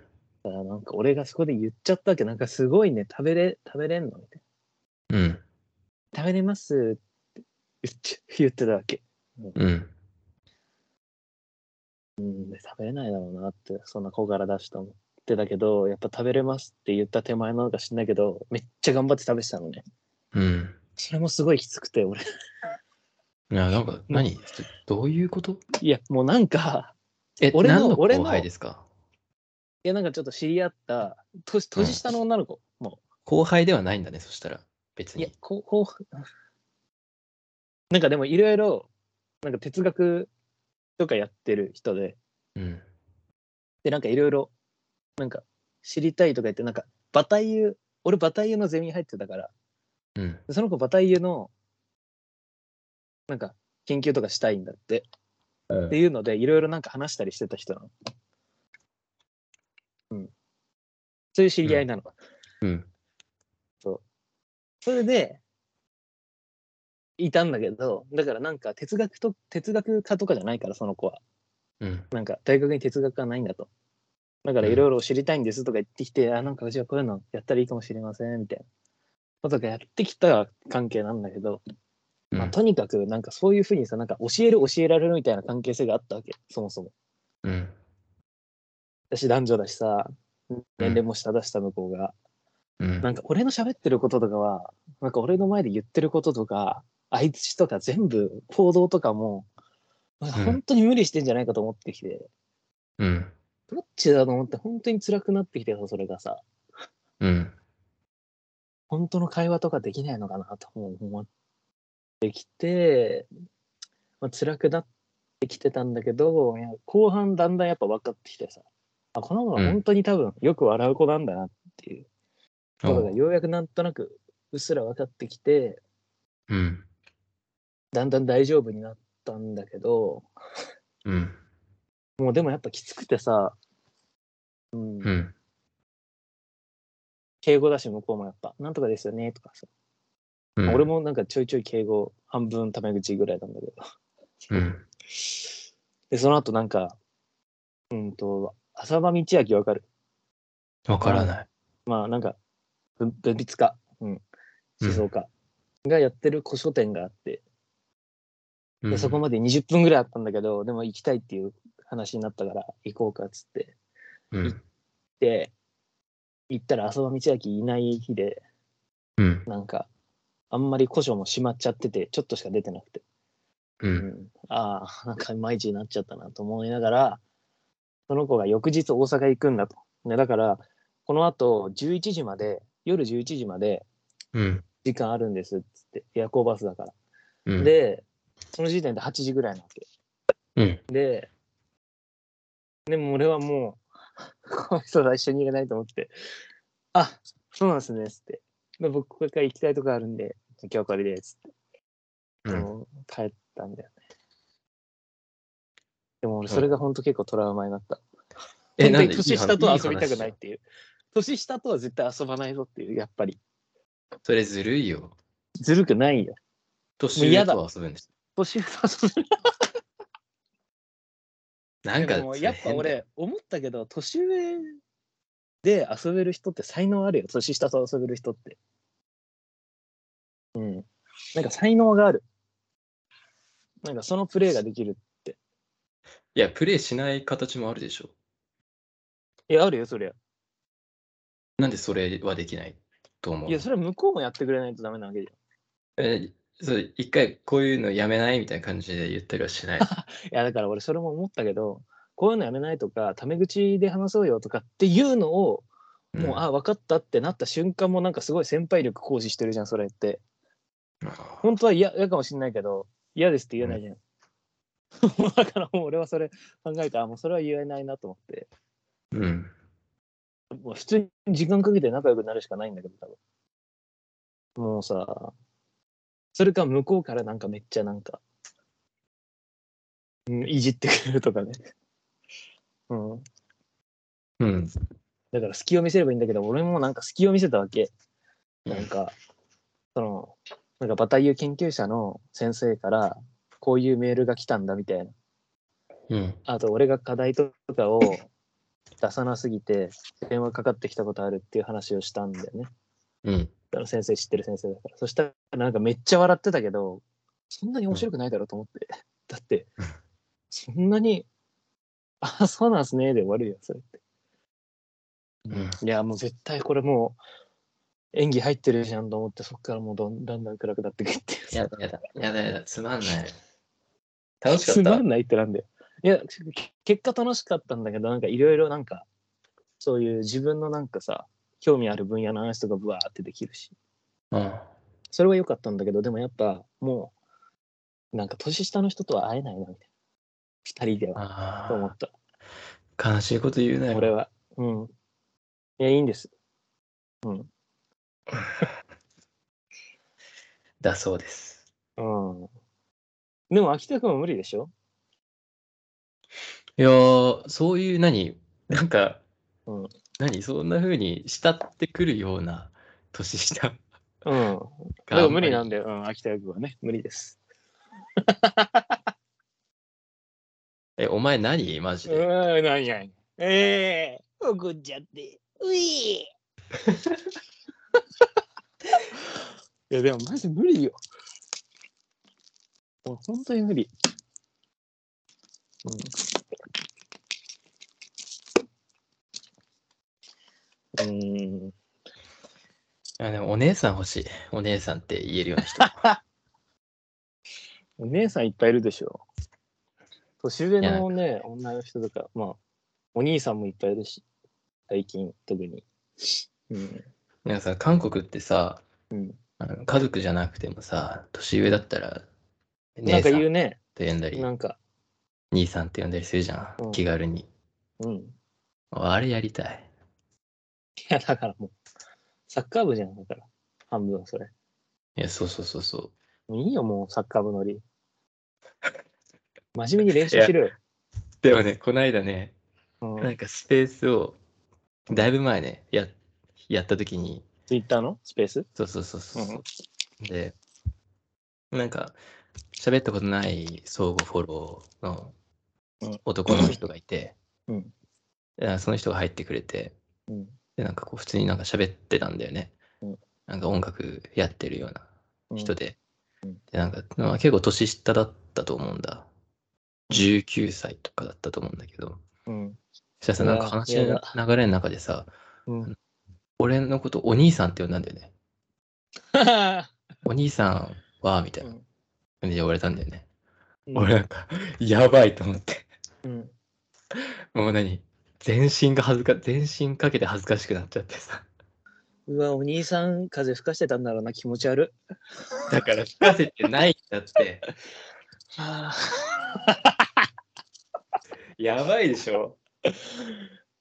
[SPEAKER 3] らなんか俺がそこで言っちゃったわけなんかすごいね食べれ食べれんのみたい
[SPEAKER 2] うん。
[SPEAKER 3] な食べれますって言って言ってたわけ
[SPEAKER 2] うん。
[SPEAKER 3] うんで食べれないだろうなってそんな小柄だしと思ってたけどやっぱ食べれますって言った手前なのか知んないけどめっちゃ頑張って食べてたのね
[SPEAKER 2] うん。
[SPEAKER 3] それもすごいきつくて俺
[SPEAKER 2] いや、なんか、何どういうこと
[SPEAKER 3] いやもうなんか
[SPEAKER 2] え、
[SPEAKER 3] 俺の
[SPEAKER 2] 何の
[SPEAKER 3] 俺の
[SPEAKER 2] 後輩ですか
[SPEAKER 3] いやなんかちょっと知り合った年年下の女の子、も
[SPEAKER 2] 後輩ではないんだね、そしたら。別
[SPEAKER 3] ういや
[SPEAKER 2] に。
[SPEAKER 3] こうこう なんかでもいろいろなんか哲学とかやってる人で
[SPEAKER 2] うん。
[SPEAKER 3] でなんかいろいろなんか知りたいとか言ってなんかバタイユ俺バタイユのゼミ入ってたから
[SPEAKER 2] うん。
[SPEAKER 3] でその子バタイユのなんか研究とかしたいんだって、
[SPEAKER 2] うん
[SPEAKER 3] っていうのでいろいろなんか話したりしてた人なの。うん。そういう知り合いなの。
[SPEAKER 2] うん。
[SPEAKER 3] それでいたんだけどだからなんか哲学と哲学家とかじゃないからその子は
[SPEAKER 2] うん。
[SPEAKER 3] なんか大学に哲学家はないんだと。だからいろいろ知りたいんですとか言ってきて、あ、なんかうちはこういうのやったらいいかもしれませんみたいなことがやってきた関係なんだけど、まあ、とにかくなんかそういうふうにさなんか教える教えられるみたいな関係性があったわけそもそも
[SPEAKER 2] うん。
[SPEAKER 3] 私男女だしさ年齢も下だした向こうが、
[SPEAKER 2] うん。
[SPEAKER 3] なんか俺の喋ってることとかはなんか俺の前で言ってることとか相槌とか全部行動とかもなんか本当に無理してんじゃないかと思ってきて、
[SPEAKER 2] うん。
[SPEAKER 3] どっちだと思って本当に辛くなってきてさそれがさ
[SPEAKER 2] うん。
[SPEAKER 3] 本当の会話とかできないのかなとも思ってきて、まあ、辛くなってきてたんだけどいや後半だんだんやっぱ分かってきてさあこの子は
[SPEAKER 2] うん
[SPEAKER 3] 本当に多分よく笑う子なんだなっていうこと
[SPEAKER 2] お
[SPEAKER 3] がようやくなんとなくうっすら分かってきて
[SPEAKER 2] うん。
[SPEAKER 3] だんだん大丈夫になったんだけど
[SPEAKER 2] うん。
[SPEAKER 3] もうでもやっぱきつくてさ、うん
[SPEAKER 2] うん。
[SPEAKER 3] 敬語だし向こうもやっぱ「なんとかですよね」とかさ、
[SPEAKER 2] うん。
[SPEAKER 3] 俺。もなんかちょいちょい敬語半分タメ口ぐらいなんだけど。
[SPEAKER 2] う ん。
[SPEAKER 3] で、その後なんか、うんと、浅間道明わかる
[SPEAKER 2] わからない。
[SPEAKER 3] まあなんか、ぶ文筆家、うん、思想家がやってる古書店があって、
[SPEAKER 2] う
[SPEAKER 3] で
[SPEAKER 2] ん
[SPEAKER 3] そこまで20分ぐらいあったんだけど、でも行きたいっていう話になったから行こうかっつって。
[SPEAKER 2] うん。
[SPEAKER 3] で、行ったら浅間道明いない日で、
[SPEAKER 2] うん。
[SPEAKER 3] なんか、あんまり古書も閉まっちゃってて、ちょっとしか出てなくて。
[SPEAKER 2] う。
[SPEAKER 3] うんん、ああ、なんかいまいちになっちゃったなと思いながら、その子が翌日大阪行くんだと。ね、だから、この後11時まで、夜11時まで、
[SPEAKER 2] うん。
[SPEAKER 3] 時間あるんですっつって夜行バスだから、
[SPEAKER 2] うん、
[SPEAKER 3] でその時点で8時ぐらいなわけ
[SPEAKER 2] うん、
[SPEAKER 3] ででも俺はもうこの人と一緒にいれないと思って「あそうなんですね」っつってで「僕これから行きたいとこあるんで今日はこれで」っつっ
[SPEAKER 2] う
[SPEAKER 3] て。
[SPEAKER 2] ん、
[SPEAKER 3] あの帰ったんだよね。でも俺それが本当結構トラウマになった。
[SPEAKER 2] え
[SPEAKER 3] 本
[SPEAKER 2] な
[SPEAKER 3] 当
[SPEAKER 2] ん
[SPEAKER 3] に
[SPEAKER 2] で
[SPEAKER 3] 年下とは遊びたくない
[SPEAKER 2] い
[SPEAKER 3] っていう。年下とは絶対遊ばないぞっていう、やっぱり。
[SPEAKER 2] 話それずるいよ
[SPEAKER 3] ずるくないよ。
[SPEAKER 2] 年上とは遊ぶんです
[SPEAKER 3] 年下と遊
[SPEAKER 2] なん
[SPEAKER 3] べ
[SPEAKER 2] か
[SPEAKER 3] る。でもやっぱ
[SPEAKER 2] 変だよ
[SPEAKER 3] 俺思ったけど、年上で遊べる人って才能あるよ。年下と遊べる人って。うん。なんか才能がある。なんかそのプレーができる。
[SPEAKER 2] いやプレイしない形もあるでしょ
[SPEAKER 3] いや、あるよ、そりゃ。
[SPEAKER 2] なんでそれはできないと思う
[SPEAKER 3] いや、それは向こうもやってくれないとダメなわけじゃん。
[SPEAKER 2] えそう一回こういうのやめないみたいな感じで言ったりはしない
[SPEAKER 3] いやだから俺それも思ったけどこういうのやめないとかタメ口で話そうよとかっていうのを もう、
[SPEAKER 2] ん
[SPEAKER 3] あ分かったってなった瞬間もなんかすごい先輩力行使してるじゃんそれって本当は嫌嫌かもしんないけど嫌ですって言えないじゃん、 だからもう俺はそれ考えたらもうそれは言えないなと思って
[SPEAKER 2] うん
[SPEAKER 3] もう普通に時間かけて仲良くなるしかないんだけど多分もうさそれか向こうからなんかめっちゃなんか、うん、いじってくれるとかねうん
[SPEAKER 2] うん
[SPEAKER 3] だから隙を見せればいいんだけど、俺もなんか隙を見せたわけ。なんか、その、なんかバタイユ研究者の先生から、こういうメールが来たんだみたいな。
[SPEAKER 2] うん
[SPEAKER 3] あと、俺が課題とかを出さなすぎて、電話かかってきたことあるっていう話をしたんだよね。
[SPEAKER 2] うん
[SPEAKER 3] あの先生知ってる先生だから。そしたら、なんかめっちゃ笑ってたけど、そんなに面白くないだろうと思って。だって
[SPEAKER 2] うん、
[SPEAKER 3] そんなに、あ、そうなんすね、で終わるよ、それって。
[SPEAKER 2] うん
[SPEAKER 3] いやもう絶対これもう演技入ってるじゃんと思ってそっからもうどんだんだん暗くなってくっていう
[SPEAKER 2] やだやだやだやだつまんない 楽しか
[SPEAKER 3] つ
[SPEAKER 2] った
[SPEAKER 3] まんないってなんだよいやけ結果楽しかったんだけどなんかいろいろなんかそういう自分のなんかさ興味ある分野の話とかブワーってできるし
[SPEAKER 2] うん
[SPEAKER 3] それは良かったんだけどでもやっぱもうなんか年下の人とは会えないなみたいな二人では
[SPEAKER 2] あ
[SPEAKER 3] と思った
[SPEAKER 2] あ悲しいこと言うなよ
[SPEAKER 3] 俺はうんいやいいんです
[SPEAKER 2] だそうです
[SPEAKER 3] うんでも秋田君は無理でしょ
[SPEAKER 2] いやーそういう何なんか、
[SPEAKER 3] うん
[SPEAKER 2] 何そんな風に慕ってくるような年下が
[SPEAKER 3] うん
[SPEAKER 2] あ
[SPEAKER 3] で
[SPEAKER 2] ん
[SPEAKER 3] も無
[SPEAKER 2] まり
[SPEAKER 3] 理なんだよ、うん、秋田役はね、無理です。
[SPEAKER 2] えお前何マジ
[SPEAKER 3] う
[SPEAKER 2] で
[SPEAKER 3] ーん、なんやん。ええー、怒っちゃって。ういいや、でもマジ無理よ。もう本当に無理。うん。うーん。
[SPEAKER 2] あでもお姉さん欲しいお姉さんって言えるような 人
[SPEAKER 3] お姉さんいっぱいいるでしょ。年上
[SPEAKER 2] いやなん
[SPEAKER 3] のね、女の人とか、まあ、お兄さんもいっぱいいるし、最近、特に。うん。
[SPEAKER 2] なんかさ韓国ってさ
[SPEAKER 3] うん、
[SPEAKER 2] あの家族じゃなくてもさ年上だったら姉
[SPEAKER 3] なんか
[SPEAKER 2] さんっ
[SPEAKER 3] 言うね、
[SPEAKER 2] て呼んだり
[SPEAKER 3] なんか、
[SPEAKER 2] 兄さんって呼んだりするじゃん、
[SPEAKER 3] うん
[SPEAKER 2] 気軽に
[SPEAKER 3] うん。い
[SPEAKER 2] あれやりたい
[SPEAKER 3] や、だからもう、サッカー部じゃん、だから、半分それ。
[SPEAKER 2] いやそうそうそうそう
[SPEAKER 3] もういいよ、もう、サッカー部乗り。真面目に練習しろよ。
[SPEAKER 2] でもねこの間ね
[SPEAKER 3] うん、
[SPEAKER 2] なんかスペースをだいぶ前ねややった時に
[SPEAKER 3] ツイッターのスペース
[SPEAKER 2] そうそうそうそうそう、でなんか喋ったことない相互フォローの
[SPEAKER 3] うん
[SPEAKER 2] 男の人がいて、
[SPEAKER 3] うん
[SPEAKER 2] あその人が入ってくれて
[SPEAKER 3] うん。
[SPEAKER 2] でなんかこう普通になんか喋ってたんだよね、
[SPEAKER 3] うん
[SPEAKER 2] なんか音楽やってるような
[SPEAKER 3] うん
[SPEAKER 2] 人。で、
[SPEAKER 3] うん
[SPEAKER 2] でなんか、まあ、結構年下だったと思うんだ19歳とかだったと思うんだけど
[SPEAKER 3] うん。
[SPEAKER 2] そしたらさ
[SPEAKER 3] うわ
[SPEAKER 2] なんか話
[SPEAKER 3] や
[SPEAKER 2] の
[SPEAKER 3] だ
[SPEAKER 2] 流れの中でさ
[SPEAKER 3] うん。
[SPEAKER 2] 俺のことお兄さんって呼んだんだよね
[SPEAKER 3] う
[SPEAKER 2] お兄さんはみたいなん感じで呼ばれたんだよね、
[SPEAKER 3] うん
[SPEAKER 2] 俺なんか やばいと思って
[SPEAKER 3] うん。
[SPEAKER 2] もう何全身が恥ずか全身かけて恥ずかしくなっちゃってさ
[SPEAKER 3] うわ、お兄さん、風吹かしてたんだろうな、気持ち悪い。
[SPEAKER 2] だから吹かせてないんだって。
[SPEAKER 3] あ
[SPEAKER 2] やばいでしょ。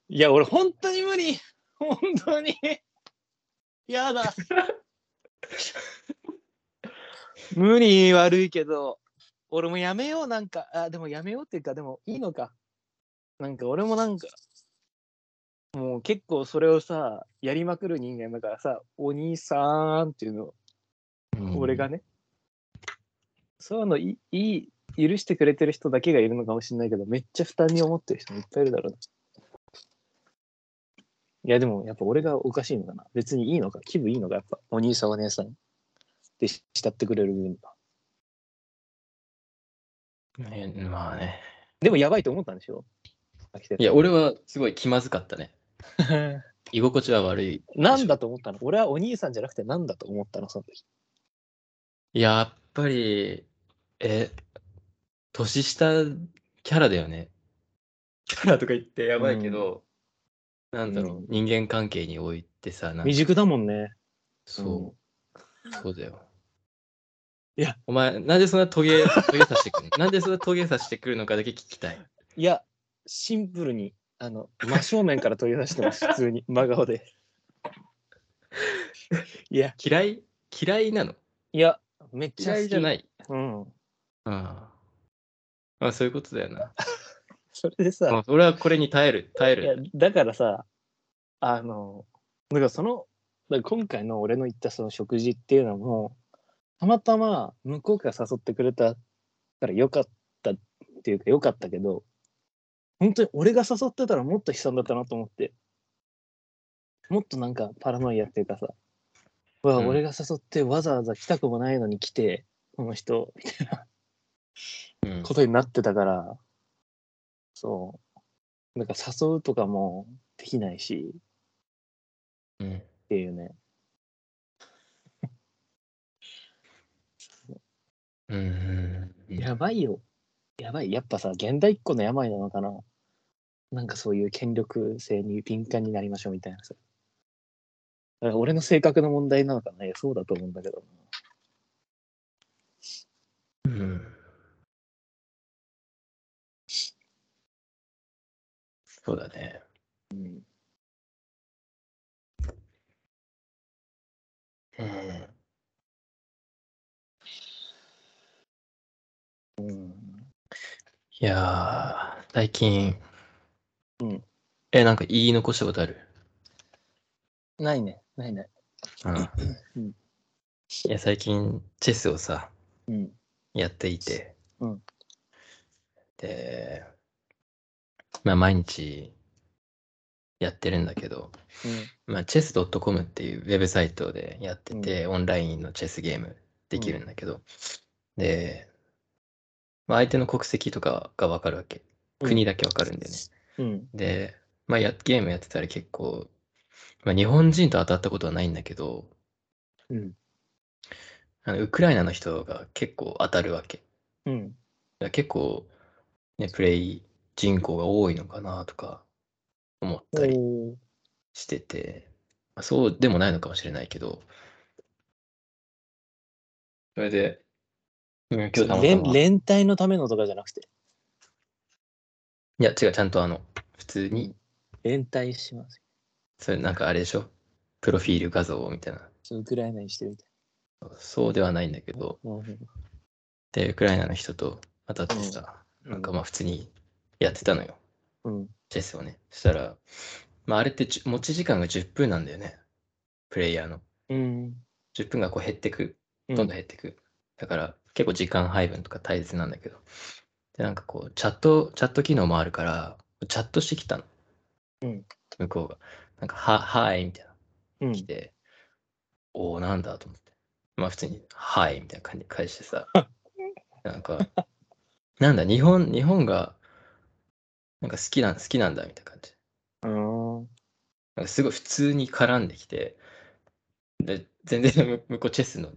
[SPEAKER 3] いや、俺、本当に無理。 本当に。やだ。無理悪いけど、俺もやめよう、なんか。あ、でもやめようっていうか、でもいいのか。なんか、俺もなんか、もう結構それをさ、やりまくる人間だからさ、お兄さんっていうの俺が
[SPEAKER 2] ね。
[SPEAKER 3] ね。そういうのいいい、許してくれてる人だけがいるのかもしれないけど、めっちゃ負担に思ってる人もいっぱいいるだろうな。いや、でもやっぱ俺がおかしいのかな。別にいいのか、気分いいのか、やっぱお兄さんお姉さんでし慕ってくれる分は。
[SPEAKER 2] ねまあね。
[SPEAKER 3] でもやばいと思ったんでしょ
[SPEAKER 2] いや、俺はすごい気まずかったね。
[SPEAKER 3] 俺。
[SPEAKER 2] 居心地は悪い。
[SPEAKER 3] なんだと思ったの俺はお兄さんじゃなくてなんだと思ったのその時。
[SPEAKER 2] やっぱり、え、年下キャラだよね。キャラとか言ってやばいけど、なんだろう、
[SPEAKER 3] うん
[SPEAKER 2] 人間関係においてさ、なんか
[SPEAKER 3] 未熟だもんね。
[SPEAKER 2] そう、そうだよ。
[SPEAKER 3] いや、
[SPEAKER 2] お前、なんでそんなトゲ、トゲさしてくるの なんでそんなトゲさしてくるのかだけ聞きたい。
[SPEAKER 3] いや、シンプルに、あの、真正面から取り出してます、普 通に、真顔で。いや、
[SPEAKER 2] 嫌い嫌いなの
[SPEAKER 3] いや、めっちゃ
[SPEAKER 2] 嫌
[SPEAKER 3] 好き。
[SPEAKER 2] いじゃないい。
[SPEAKER 3] うん。
[SPEAKER 2] うん。まあ、そういうことだよな。
[SPEAKER 3] それで
[SPEAKER 2] ま
[SPEAKER 3] さ
[SPEAKER 2] あ、俺はこれに耐える、耐え
[SPEAKER 3] いや
[SPEAKER 2] る。、
[SPEAKER 3] だからさ、あの、だからその、だから今回の俺の行ったその食事っていうのも、たまたま向こうが誘ってくれたから良かったっていうか良かったけど、本当に俺が誘ってたらもっと悲惨だったなと思って。もっとなんかパラノイアっていうかさ、うわ、
[SPEAKER 2] うん
[SPEAKER 3] 俺が誘ってわざわざ来たくもないのに来て、この人、みたいな
[SPEAKER 2] うん
[SPEAKER 3] ことになってたから、そう。なんか誘うとかもできないし、
[SPEAKER 2] うん
[SPEAKER 3] っていうね。
[SPEAKER 2] うんうん。
[SPEAKER 3] やばいよ。やばい。やっぱさ、現代っ子の病なのかな。なんかそういう権力性に敏感になりましょうみたいなさ。だから俺の性格の問題なのかな。いや、そうだと思うんだけど。
[SPEAKER 2] うんそうだね。
[SPEAKER 3] うん。
[SPEAKER 2] うん。
[SPEAKER 3] うん、
[SPEAKER 2] いやー、最近、
[SPEAKER 3] うん
[SPEAKER 2] え、なんか言い残したことある
[SPEAKER 3] ないね。ないね。
[SPEAKER 2] うん
[SPEAKER 3] うん
[SPEAKER 2] いや、最近、チェスをさ、
[SPEAKER 3] うん。
[SPEAKER 2] やっていて、
[SPEAKER 3] うん
[SPEAKER 2] で、まあ、毎日やってるんだけど、まあ、chess.com っていうウェブサイトでやってて、オンラインのチェスゲームできるんだけど、で、まあ、相手の国籍とかが分かるわけ。
[SPEAKER 3] うん
[SPEAKER 2] 国だけ分かるんだよね。
[SPEAKER 3] うん。うん。
[SPEAKER 2] で、まあや、ゲームやってたら結構、まあ、日本人と当たったことはないんだけど、
[SPEAKER 3] うん。
[SPEAKER 2] あのウクライナの人が結構当たるわけ。だか
[SPEAKER 3] うん。
[SPEAKER 2] ら結構、ね、プレイ人口が多いのかなとか思ったり
[SPEAKER 3] おー
[SPEAKER 2] してて、まあそうでもないのかもしれないけど、それで、うん今日たまた
[SPEAKER 3] 連
[SPEAKER 2] まい
[SPEAKER 3] 連帯のためのとかじゃなくて、
[SPEAKER 2] や違う、ちゃんとあの、普通に、
[SPEAKER 3] 連帯します。
[SPEAKER 2] それなんかあれでしょプロフィール画像みたいな。
[SPEAKER 3] ウクライナにしてるみたい
[SPEAKER 2] そうではないんだけど、
[SPEAKER 3] な。うん
[SPEAKER 2] で、ウクライナの人と当たってさ、
[SPEAKER 3] ん
[SPEAKER 2] なんかまあ普通にやってたのよ、
[SPEAKER 3] うん。
[SPEAKER 2] チェスをね。そしたら、まああれってじゅ持ち時間が10分なんだよね、プレイヤーの。
[SPEAKER 3] うん。
[SPEAKER 2] 10分がこう減ってく、
[SPEAKER 3] う
[SPEAKER 2] どんどん減ってく。だから結構時間配分とか大切なんだけど。で、なんかこう、チャット、チャット機能もあるから、チャットしてきたの。
[SPEAKER 3] うん
[SPEAKER 2] 向こうが。なんか、は、はい、みたいな。
[SPEAKER 3] うん
[SPEAKER 2] 来て、おお、なんだと思って。まあ普通に、はい、みたいな感じで返して さ、なんか、なんだ、日本、日本が、なんか好きなん、好きなんだ、みたいな感じ。
[SPEAKER 3] うん。
[SPEAKER 2] なんかすごい普通に絡んできて、で、全然む向こうチェスの、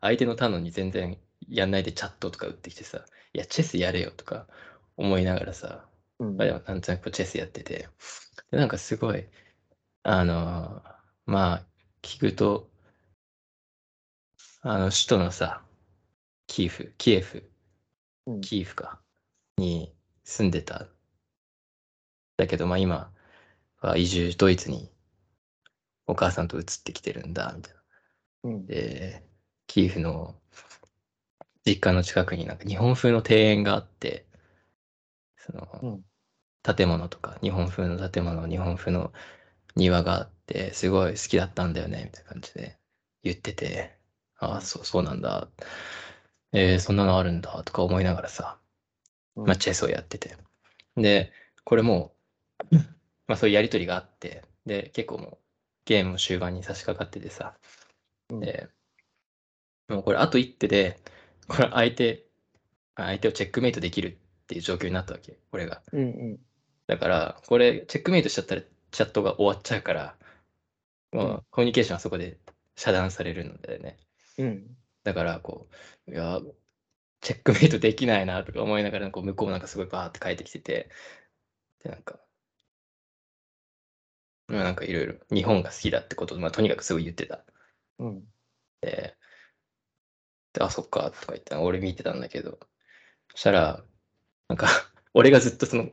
[SPEAKER 2] 相手のターンのに全然やんないでチャットとか打ってきてさ、いや、チェスやれよとか思いながらさ、
[SPEAKER 3] うん
[SPEAKER 2] まあ、でもなんとなくこうチェスやってて、でなんかすごい、あのーまあ、聞くと、あの、首都のさ、キーフ、キエフ
[SPEAKER 3] うん、
[SPEAKER 2] キーフか、に住んでた。だけど、まあ今は移住、ドイツにお母さんと移ってきてるんだ、みたいな。
[SPEAKER 3] うん。
[SPEAKER 2] で、キーフの実家の近くになんか日本風の庭園があって、その、
[SPEAKER 3] うん
[SPEAKER 2] 建物とか、日本風の建物、日本風の庭があって、すごい好きだったんだよね、みたいな感じで言ってて、ああ、そう、そうなんだ。えーそんなのあるんだ、とか思いながらさ、
[SPEAKER 3] うん
[SPEAKER 2] まあ、チェスをやってて。で、これもう、まあ、そういうやりとりがあって、で、結構もう、ゲームも終盤に差し掛かっててさ、
[SPEAKER 3] うん
[SPEAKER 2] で、もうこれ、あと一手で、これ、相手、相手をチェックメイトできるっていう状況になったわけ、俺が。
[SPEAKER 3] うんうん。
[SPEAKER 2] だから、これ、チェックメイトしちゃったら、チャットが終わっちゃうから、まあ
[SPEAKER 3] うん
[SPEAKER 2] コミュニケーションはそこで遮断されるのでね。
[SPEAKER 3] うん。
[SPEAKER 2] だから、こう、いや、チェックメイトできないなとか思いながら、こう向こうもなんかすごいバーって帰ってきてて、で、なんか、まあなんかいろいろ日本が好きだってことを、まあとにかくすごい言ってた。
[SPEAKER 3] うん。
[SPEAKER 2] であ、そっか、とか言って、俺見てたんだけど、そしたら、なんか、 俺がずっとその、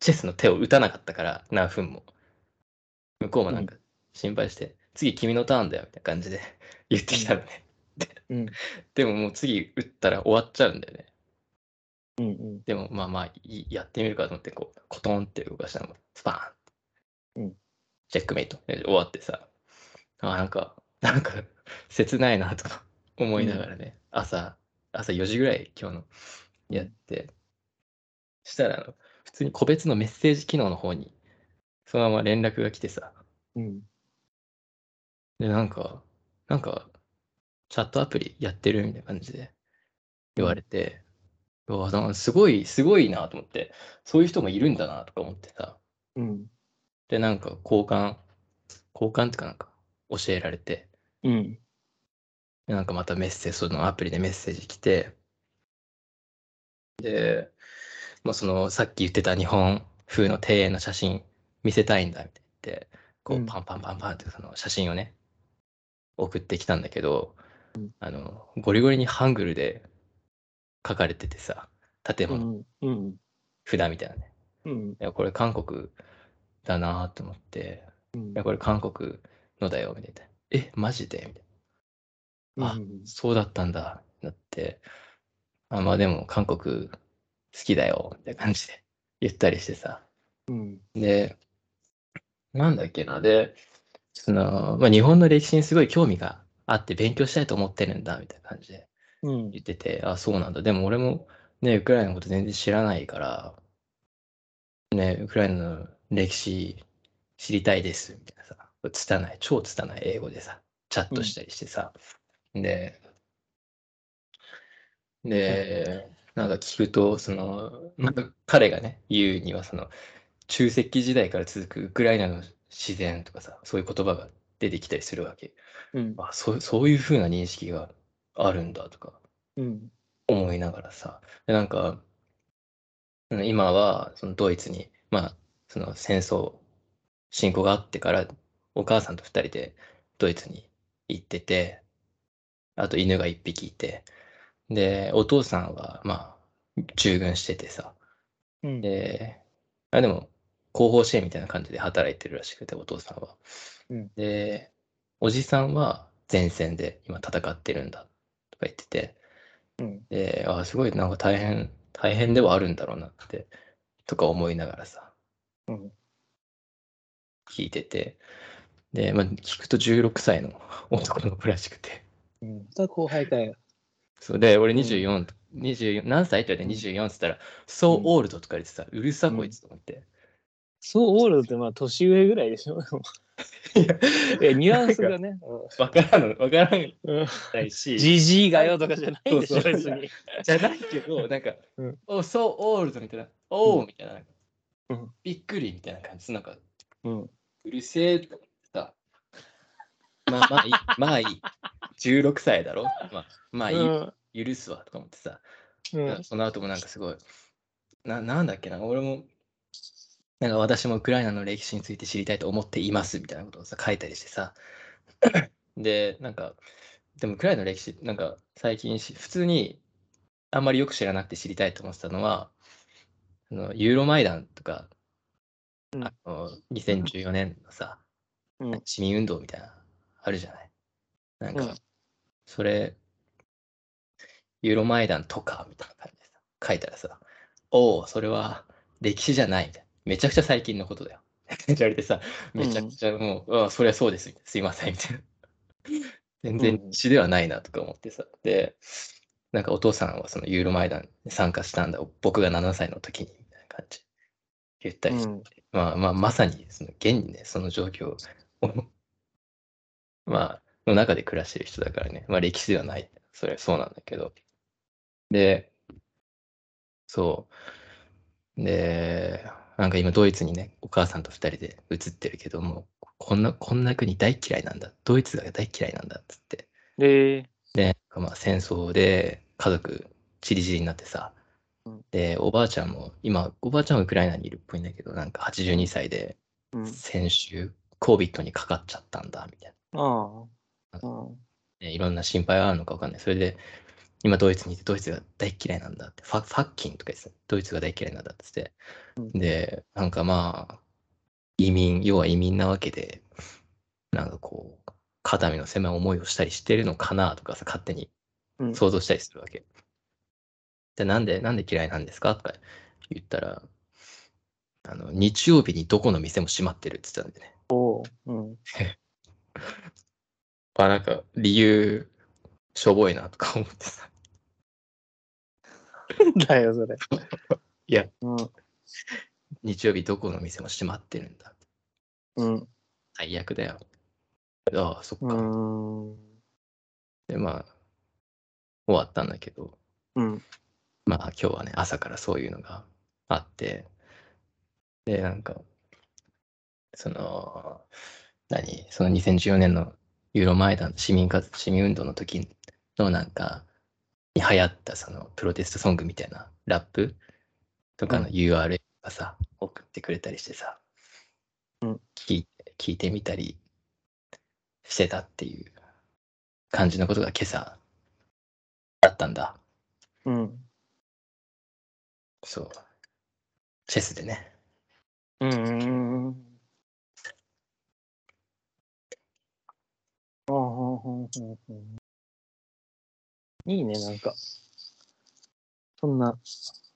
[SPEAKER 2] チェスの手を打たなかったから、何分も。向こうもなんか心配して、次君のターンだよ、みたいな感じで 言ってきたのね。
[SPEAKER 3] うん。
[SPEAKER 2] でももう次打ったら終わっちゃうんだよね。
[SPEAKER 3] うんうん。
[SPEAKER 2] でもまあまあ、いいやってみるかと思って、こう、コトンって動かしたのも、スパーン
[SPEAKER 3] うん
[SPEAKER 2] チェックメイト。で終わってさ、あ、なんか、なんか、 切ないなとか思いながらね、朝、朝4時ぐらい今日のやって、したらあの、普通に個別のメッセージ機能の方に、そのまま連絡が来てさ、
[SPEAKER 3] うん。
[SPEAKER 2] で、なんか、なんか、チャットアプリやってるみたいな感じで言われて、うわ、なんかすごい、すごいなと思って、そういう人もいるんだなとか思ってさ、
[SPEAKER 3] うん。
[SPEAKER 2] で、なんか交換、交換っていうかなんか教えられて、
[SPEAKER 3] うん。
[SPEAKER 2] でなんかまたメッセージ、そのアプリでメッセージ来て、で、まあ、そのさっき言ってた日本風の庭園の写真見せたいんだって言って、こ
[SPEAKER 3] う
[SPEAKER 2] うんパンパンパンパンってその写真をね、送ってきたんだけど、あの、ゴリゴリにハングルで書かれててさ、建
[SPEAKER 3] う
[SPEAKER 2] 物、
[SPEAKER 3] ん。うん。
[SPEAKER 2] 札みたいなね。
[SPEAKER 3] うん。
[SPEAKER 2] いや、これ韓国だなと思って、
[SPEAKER 3] うん
[SPEAKER 2] いや、これ韓国のだよ、みたいな。え、マジでみたいな。あそうだったんだ、なって、あまあでも韓国好きだよ、みたいな感じで言ったりしてさ。
[SPEAKER 3] うん。
[SPEAKER 2] で、なんだっけな、で、その、まあ日本の歴史にすごい興味があって勉強したいと思ってるんだ、みたいな感じで
[SPEAKER 3] うん。
[SPEAKER 2] 言ってて、あ、そうなんだ。でも俺もね、ウクライナのこと全然知らないから、ね、ウクライナの歴史知りたいです、みたいなさ、拙い、超拙い英語でさ、チャットしたりしてさ、で、で、なんか聞くと、その、なんか彼がね、言うには、その、中石器時代から続くウクライナの自然とかさ、そういう言葉が出てきたりするわけ。
[SPEAKER 3] うん。
[SPEAKER 2] あ、そう、そういうふうな認識があるんだとか、
[SPEAKER 3] うん。
[SPEAKER 2] 思いながらさ、でなんか、うん今はそのドイツに、まあ、その戦争、侵攻があってから、お母さんと二人でドイツに行ってて、あと犬が一匹いて、で、お父さんは、まあ、従軍しててさ、
[SPEAKER 3] うん。
[SPEAKER 2] で、あ、でも、後方支援みたいな感じで働いてるらしくて、お父さんは。
[SPEAKER 3] うん
[SPEAKER 2] で、おじさんは前線で今戦ってるんだとか言ってて、
[SPEAKER 3] うん。
[SPEAKER 2] で、あ、すごいなんか大変、大変ではあるんだろうなって、とか思いながらさ、
[SPEAKER 3] うん
[SPEAKER 2] 聞いてて、で、まあ、聞くと16歳の 男の子らしくて、
[SPEAKER 3] うん。また後輩かよ。
[SPEAKER 2] そうで、俺
[SPEAKER 3] ん
[SPEAKER 2] 24、24何歳って言われて24って言ったら、そうオールドとか言ってさ、うるさこいつと思って。
[SPEAKER 3] そうオールドってまあ年上ぐらいでしょ。
[SPEAKER 2] いや
[SPEAKER 3] いや、ニュアンスがね。
[SPEAKER 2] わからんの、わからん
[SPEAKER 3] うん
[SPEAKER 2] ないし、
[SPEAKER 3] じじいがよとかじゃないでし
[SPEAKER 2] そ
[SPEAKER 3] ょ、
[SPEAKER 2] うそう
[SPEAKER 3] 別に。
[SPEAKER 2] じゃないけど、なんか、
[SPEAKER 3] うん
[SPEAKER 2] お、そう、オールドみたいな、お
[SPEAKER 3] う
[SPEAKER 2] う、みたいな、
[SPEAKER 3] うん
[SPEAKER 2] びっくりみたいな感じ、なんか、
[SPEAKER 3] うん。
[SPEAKER 2] うるせえと思ってさ、ま あまあいい、まあいい、16歳だろ、まあ、まあいい、許すわとか思ってさ、
[SPEAKER 3] うん。
[SPEAKER 2] その後もなんかすごい、ななんだっけな、俺も、 なんか私もウクライナの歴史について知りたいと思っていますみたいなことをさ、書いたりしてさ、で、なんか、でも、くらいの歴史、なんか、最近し、普通に、あんまりよく知らなくて知りたいと思ってたのは、あのユーロマイダンとか、
[SPEAKER 3] うん
[SPEAKER 2] あの2014年のさ、
[SPEAKER 3] うん
[SPEAKER 2] 市民運動みたいな、あるじゃない。なん
[SPEAKER 3] うん
[SPEAKER 2] か、それ、ユーロマイダンとか、みたいな感じでさ、書いたらさ、おお、それは歴史じゃないみたいな。めちゃくちゃ最近のことだよ。って言われてさ、めちゃくちゃもう、ああそりゃそうです、みたいなすいません、みたいな。全然
[SPEAKER 3] うん
[SPEAKER 2] 歴史ではないなとか思ってさ。で、なんかお父さんはそのユーロマイダンに参加したんだ、僕が7歳の時に、みたいな感じ。言ったりして、
[SPEAKER 3] うん
[SPEAKER 2] まあまあ、まさに、その、現にね、その状況を、 まあ、の中で暮らしてる人だからね、まあ歴史ではない。それはそうなんだけど。で、そう。で、なんか今ドイツにね、お母さんと二人で移ってるけども、こんな、こんな国大嫌いなんだ。ドイツが大嫌いなんだっつって。
[SPEAKER 3] で、
[SPEAKER 2] で、まあ戦争で家族チリチリになってさ
[SPEAKER 3] うん。
[SPEAKER 2] で、おばあちゃんも、今、おばあちゃんはウクライナにいるっぽいんだけど、なんか82歳で、
[SPEAKER 3] うん、
[SPEAKER 2] 先週、COVID にかかっちゃったんだ、みたいな。
[SPEAKER 3] ああ。あ
[SPEAKER 2] ね、いろんな心配があるのかわかんない。それで、今ドイツにいて、ドイツが大嫌いなんだって、ファファッキンとか言ってたドイツが大嫌いなんだって言ってて、で、なんかまあ、移民、要は移民なわけで、なんかこう、肩身の狭い思いをしたりしてるのかなとかさ、勝手に
[SPEAKER 3] うん
[SPEAKER 2] 想像したりするわけ。で、なんで、なんで嫌いなんですかとか言ったら、あの、日曜日にどこの店も閉まってるって言ってたんでね。
[SPEAKER 3] あ。うん。
[SPEAKER 2] あ、なんか、理由、しょぼいなとか思ってさ。
[SPEAKER 3] だよ、それ。
[SPEAKER 2] いや。
[SPEAKER 3] うん。
[SPEAKER 2] 日曜日どこの店も閉まってるんだ。
[SPEAKER 3] うん。
[SPEAKER 2] 最悪だよ。ああ、そっか。
[SPEAKER 3] うん。
[SPEAKER 2] で、まあ、終わったんだけど、
[SPEAKER 3] うん。
[SPEAKER 2] まあ今日はね、朝からそういうのがあって、で、なんか、その、何その2014年のユーロマイダン市民活市民運動の時のなんか、に流行ったそのプロテストソングみたいなラップとかの
[SPEAKER 3] う
[SPEAKER 2] URL がさ、送ってくれたりしてさ、
[SPEAKER 3] うん
[SPEAKER 2] 聞いて、聞いてみたりしてたっていう感じのことが今朝あったんだ。
[SPEAKER 3] うん。
[SPEAKER 2] そう。チェスでね。
[SPEAKER 3] うん。いいね、なんか。そんな、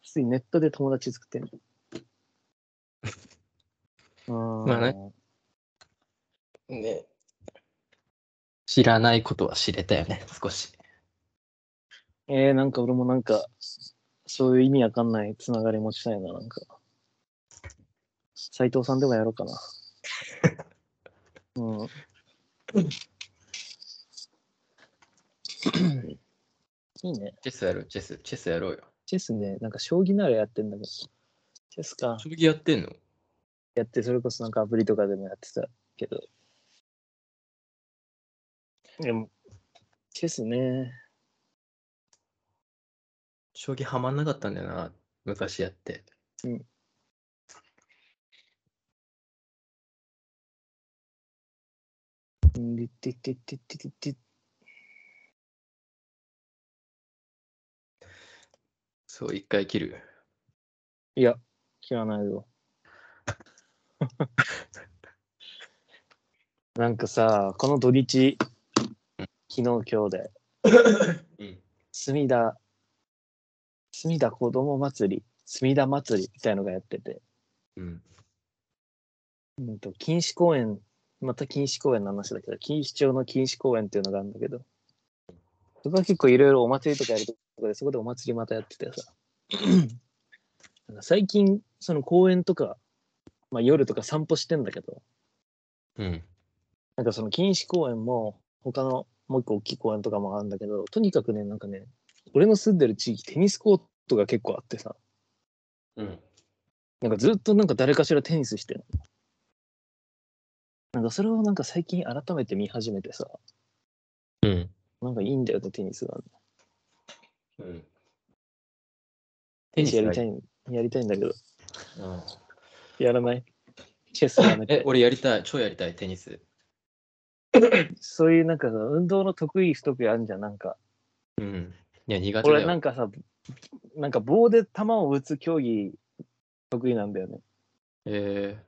[SPEAKER 3] 普通にネットで友達 作ってんの。
[SPEAKER 2] まあねね。知らないことは知れたよね、少し。
[SPEAKER 3] えー、なんか俺もなんか、そういう意味わかんないつながり持ちたいな、なんか。斎藤さんでもやろうか な。うん。いいね。
[SPEAKER 2] チェスやろう、チェス、チェスやろうよ。
[SPEAKER 3] チェスね、なんか将棋ならやってんだけど。チェスか。
[SPEAKER 2] 将棋やってんの
[SPEAKER 3] やって、それこそなんかアプリとかでもやってたけど。でも、チェスね。
[SPEAKER 2] 将棋ハマんなかったんだよな、昔やって。
[SPEAKER 3] うん。うんでてててててて
[SPEAKER 2] そう、一回切る。
[SPEAKER 3] いや、切らないよ。 なんかさ、この土日、昨日今日で、
[SPEAKER 2] うん。
[SPEAKER 3] 隅田、隅田子ども祭り、隅田祭りみたいのがやってて、
[SPEAKER 2] うん。
[SPEAKER 3] うんと、錦糸公園、また錦糸公園の話だけど、錦糸町の錦糸公園っていうのがあるんだけど、そこは結構いろいろお祭りとかやるとこで、そこでお祭りまたやってて さ、なんか最近、その公園とか、まあ夜とか散歩してんだけど、
[SPEAKER 2] うん。
[SPEAKER 3] なんかその錦糸公園も、他のもう一個大きい公園とかもあるんだけど、とにかくね、なんかね、俺の住んでる地域、テニスコートが結構あってさ、
[SPEAKER 2] うん。
[SPEAKER 3] なんかずっとなんか誰かしらテニスしてるの。なんかそれをなんか最近改めて見始めてさ、
[SPEAKER 2] うん。
[SPEAKER 3] なんかいいんだよね、テニスが。
[SPEAKER 2] うん。
[SPEAKER 3] テ
[SPEAKER 2] テニス
[SPEAKER 3] やり
[SPEAKER 2] が
[SPEAKER 3] た
[SPEAKER 2] いい
[SPEAKER 3] い、やりたいんだけ
[SPEAKER 2] う
[SPEAKER 3] ど、
[SPEAKER 2] ん
[SPEAKER 3] やらない。チェスやめて
[SPEAKER 2] え、。俺やりたい、超やりたい、テニス。
[SPEAKER 3] そういうなんかさ、運動の得意不得意あるんじゃん。なんか、
[SPEAKER 2] うん。いや、苦手だ
[SPEAKER 3] 俺な
[SPEAKER 2] よ。
[SPEAKER 3] んかさ、なんか棒で球を打つ競技得意なんだよね。
[SPEAKER 2] え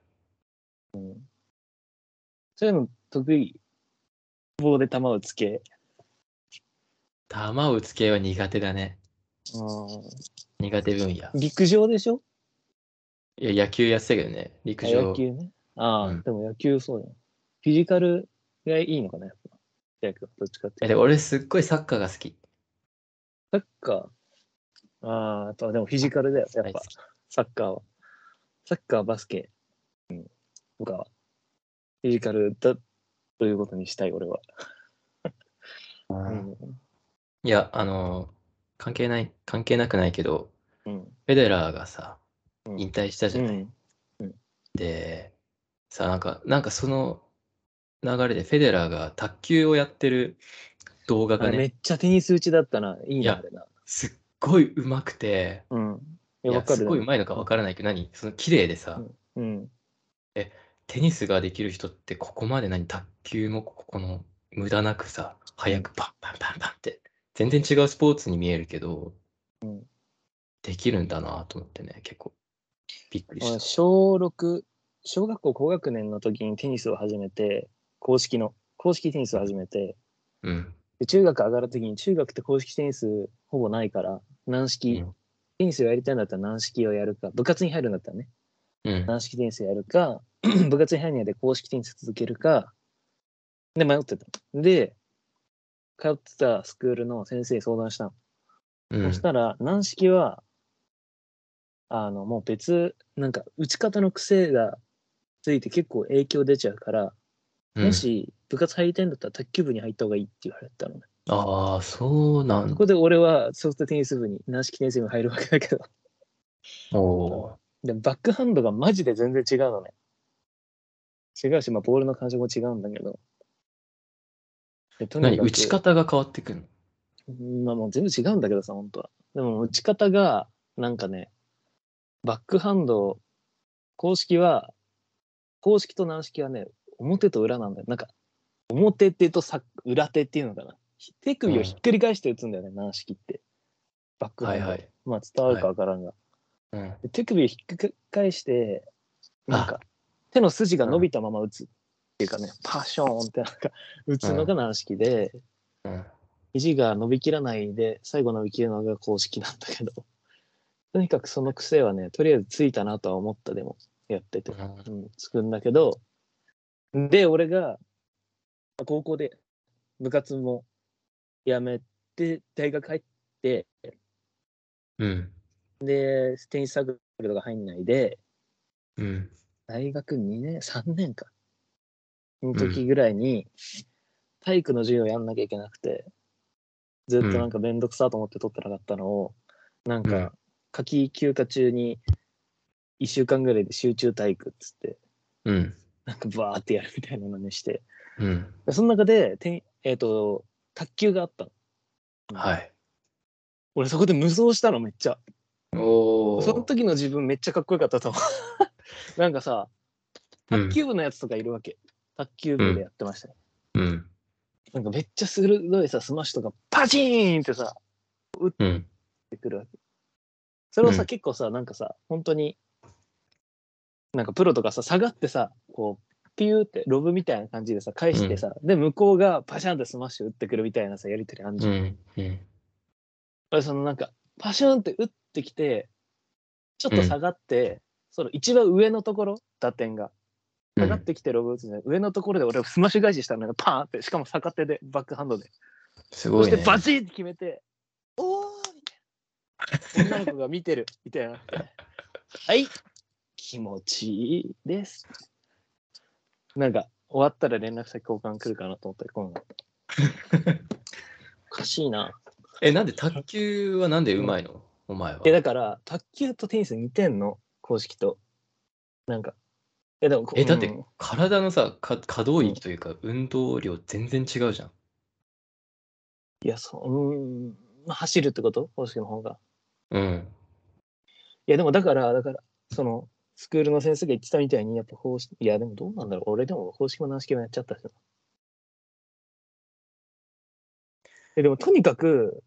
[SPEAKER 3] そういうの得意。棒で球を打つ系。
[SPEAKER 2] ー、球を打つ系は苦手だね。
[SPEAKER 3] う
[SPEAKER 2] 苦手分野。
[SPEAKER 3] ん。陸上でしょ
[SPEAKER 2] いや、野球やってたけどね。陸
[SPEAKER 3] あ
[SPEAKER 2] 上。
[SPEAKER 3] 野球ね。ああ、
[SPEAKER 2] うん
[SPEAKER 3] でも野球そうだよ。フィジカルがいいのかな、やっぱ。大学はどっちかってい
[SPEAKER 2] え
[SPEAKER 3] う
[SPEAKER 2] で
[SPEAKER 3] と。
[SPEAKER 2] も俺すっごいサッカーが好き。
[SPEAKER 3] サッカー。ああ、あとはでもフィジカルだよ、やっ
[SPEAKER 2] 大好
[SPEAKER 3] ぱ
[SPEAKER 2] き。
[SPEAKER 3] サッカーは。サッカー、バスケ。うん。僕は。フィジカルだということにしたい、俺は。うん。
[SPEAKER 2] いや、あのー関係ない、関係なくないけど、
[SPEAKER 3] うん。
[SPEAKER 2] フェデラーがさ、
[SPEAKER 3] うん
[SPEAKER 2] 引退したじゃない。で、さ、なんか、なんかその流れでフェデラーが卓球をやってる動画
[SPEAKER 3] あ
[SPEAKER 2] が
[SPEAKER 3] れめ
[SPEAKER 2] ね、
[SPEAKER 3] っちゃテニス打ちだったな。いい
[SPEAKER 2] いや
[SPEAKER 3] な、あれな。
[SPEAKER 2] すっごい上手くて、
[SPEAKER 3] うん。
[SPEAKER 2] い
[SPEAKER 3] いや、
[SPEAKER 2] や
[SPEAKER 3] わか
[SPEAKER 2] す
[SPEAKER 3] る
[SPEAKER 2] ごい
[SPEAKER 3] な。
[SPEAKER 2] 上手いのかわからないけど、何その綺麗でさ、
[SPEAKER 3] うん。
[SPEAKER 2] テニスができる人ってここまで何卓球もここの無駄なくさ早くパンパンパンパンって全然違うスポーツに見えるけど、
[SPEAKER 3] うん
[SPEAKER 2] できるんだなと思ってね結構びっくり
[SPEAKER 3] 俺
[SPEAKER 2] し
[SPEAKER 3] 小6小学校高学年の時にテニスを始めて公式の公式テニスを始めて
[SPEAKER 2] た、うん、
[SPEAKER 3] で中学上がる時に中学って公式テニスほぼないから軟式、
[SPEAKER 2] うん
[SPEAKER 3] テニスをやりたいんだったら軟式をやるか部活に入るんだったらね
[SPEAKER 2] うん
[SPEAKER 3] 軟式テニスやるか 部活に入るにはで公式テニス続けるかで迷ってたで通ってたスクールの先生に相談したの
[SPEAKER 2] うん
[SPEAKER 3] そしたら、軟式は、あの、もう別、なんか、打ち方の癖がついて結構影響出ちゃうから、
[SPEAKER 2] うん
[SPEAKER 3] もし部活入りたいんだったら卓球部に入った方がいいって言われたのね。
[SPEAKER 2] ああそうな
[SPEAKER 3] そ
[SPEAKER 2] ん
[SPEAKER 3] こで俺はソフトテニス部に、軟式テニス部に入るわけだけ ど、
[SPEAKER 2] お
[SPEAKER 3] でバックハンドがマジで全然違うのね。違うし、まあ、ボールの感触も違うんだけど。でと
[SPEAKER 2] ー
[SPEAKER 3] にか
[SPEAKER 2] 何
[SPEAKER 3] く
[SPEAKER 2] 打ち方が変わってくるの
[SPEAKER 3] まあもう全部違うんだけどさ、本当は。でも打ち方が、なんかね、バックハンド、公式は、公式と軟式はね、表と裏なんだよ。なんか、表手とさ裏手っていうのかな。手首をひっくり返して打つんだよね、軟式って。バックハ
[SPEAKER 2] はい
[SPEAKER 3] ンド。
[SPEAKER 2] はい、
[SPEAKER 3] まあ伝わるかわからんが。
[SPEAKER 2] うん、
[SPEAKER 3] で手首をひっくり返して、なんか、手の筋が伸びたまま打つっていうかね、パショーンってなんか、打つのが軟式で、
[SPEAKER 2] うん
[SPEAKER 3] 肘が伸びきらないで最後伸びきるのが公式なんだけど とにかくその癖はねとりあえずついたなとは思ったでもやってて、うん、つくんだけどで俺が高校で部活もやめて大学入って
[SPEAKER 2] うん
[SPEAKER 3] でテニスサークルとか入んないで
[SPEAKER 2] うん
[SPEAKER 3] 大学2年3年かの時ぐらいに体育の授業やんなきゃいけなくてずっとなんか面倒くさと思って取ってなかったのを、なん
[SPEAKER 2] うん
[SPEAKER 3] か夏季休暇中に1週間ぐらいで集中体育っつって
[SPEAKER 2] うん
[SPEAKER 3] なんかバーってやるみたいなのにして
[SPEAKER 2] うん
[SPEAKER 3] でその中でてんえっ、と卓球があったの
[SPEAKER 2] はい
[SPEAKER 3] 俺そこで無双したのめっちゃ
[SPEAKER 2] おお
[SPEAKER 3] その時の自分めっちゃかっこよかったと思う なんかさ卓球部のやつとかいるわけ、卓球部でやってましたね
[SPEAKER 2] うん
[SPEAKER 3] なんかめっちゃ鋭いさ、スマッシュとか、パチーンってさ、
[SPEAKER 2] うん
[SPEAKER 3] それをさ、
[SPEAKER 2] うん
[SPEAKER 3] 結構さ、なんかさ、本当に、なんかプロとかさ、下がってさ、こう、ピューってロブみたいな感じでさ、返してさ、で、向こうがパシャンってスマッシュ打ってくるみたいなさ、やりとりあんじ
[SPEAKER 2] う
[SPEAKER 3] ゃん。
[SPEAKER 2] んうん
[SPEAKER 3] 俺そのなんか、パシャンって打ってきて、ちょっと下がって、その一番上のところ、打点が。
[SPEAKER 2] う
[SPEAKER 3] 下がっ
[SPEAKER 2] ん
[SPEAKER 3] てきてロブ打つじゃない、上のところで俺スマッシュ返ししたのがパーンって、しかも逆手で、バックハンドで。
[SPEAKER 2] すごい
[SPEAKER 3] そし
[SPEAKER 2] ね
[SPEAKER 3] てバチッて決めて、おーみたいな。女の子が見てる、みたいな。はい、気持ちいいです。なんか、終わったら連絡先交換来るかなと思って、今度。 おかしいな。
[SPEAKER 2] え、なんで卓球はなんでうまいのお前は。
[SPEAKER 3] え、だから、卓球とテニス似てんの公式と。なんか。え、でもこ
[SPEAKER 2] えだって
[SPEAKER 3] うん
[SPEAKER 2] 体のさ、か可動域というか、運動量全然違うじゃん。
[SPEAKER 3] いや、そう、うん。まあ走るってこと公式の方が。
[SPEAKER 2] うん。
[SPEAKER 3] いやでもだから、だから、その、スクールの先生が言ってたみたいに、やっぱ方式、いやでもどうなんだろう。俺でも方式も軟式もやっちゃったしな。ででもとにかく、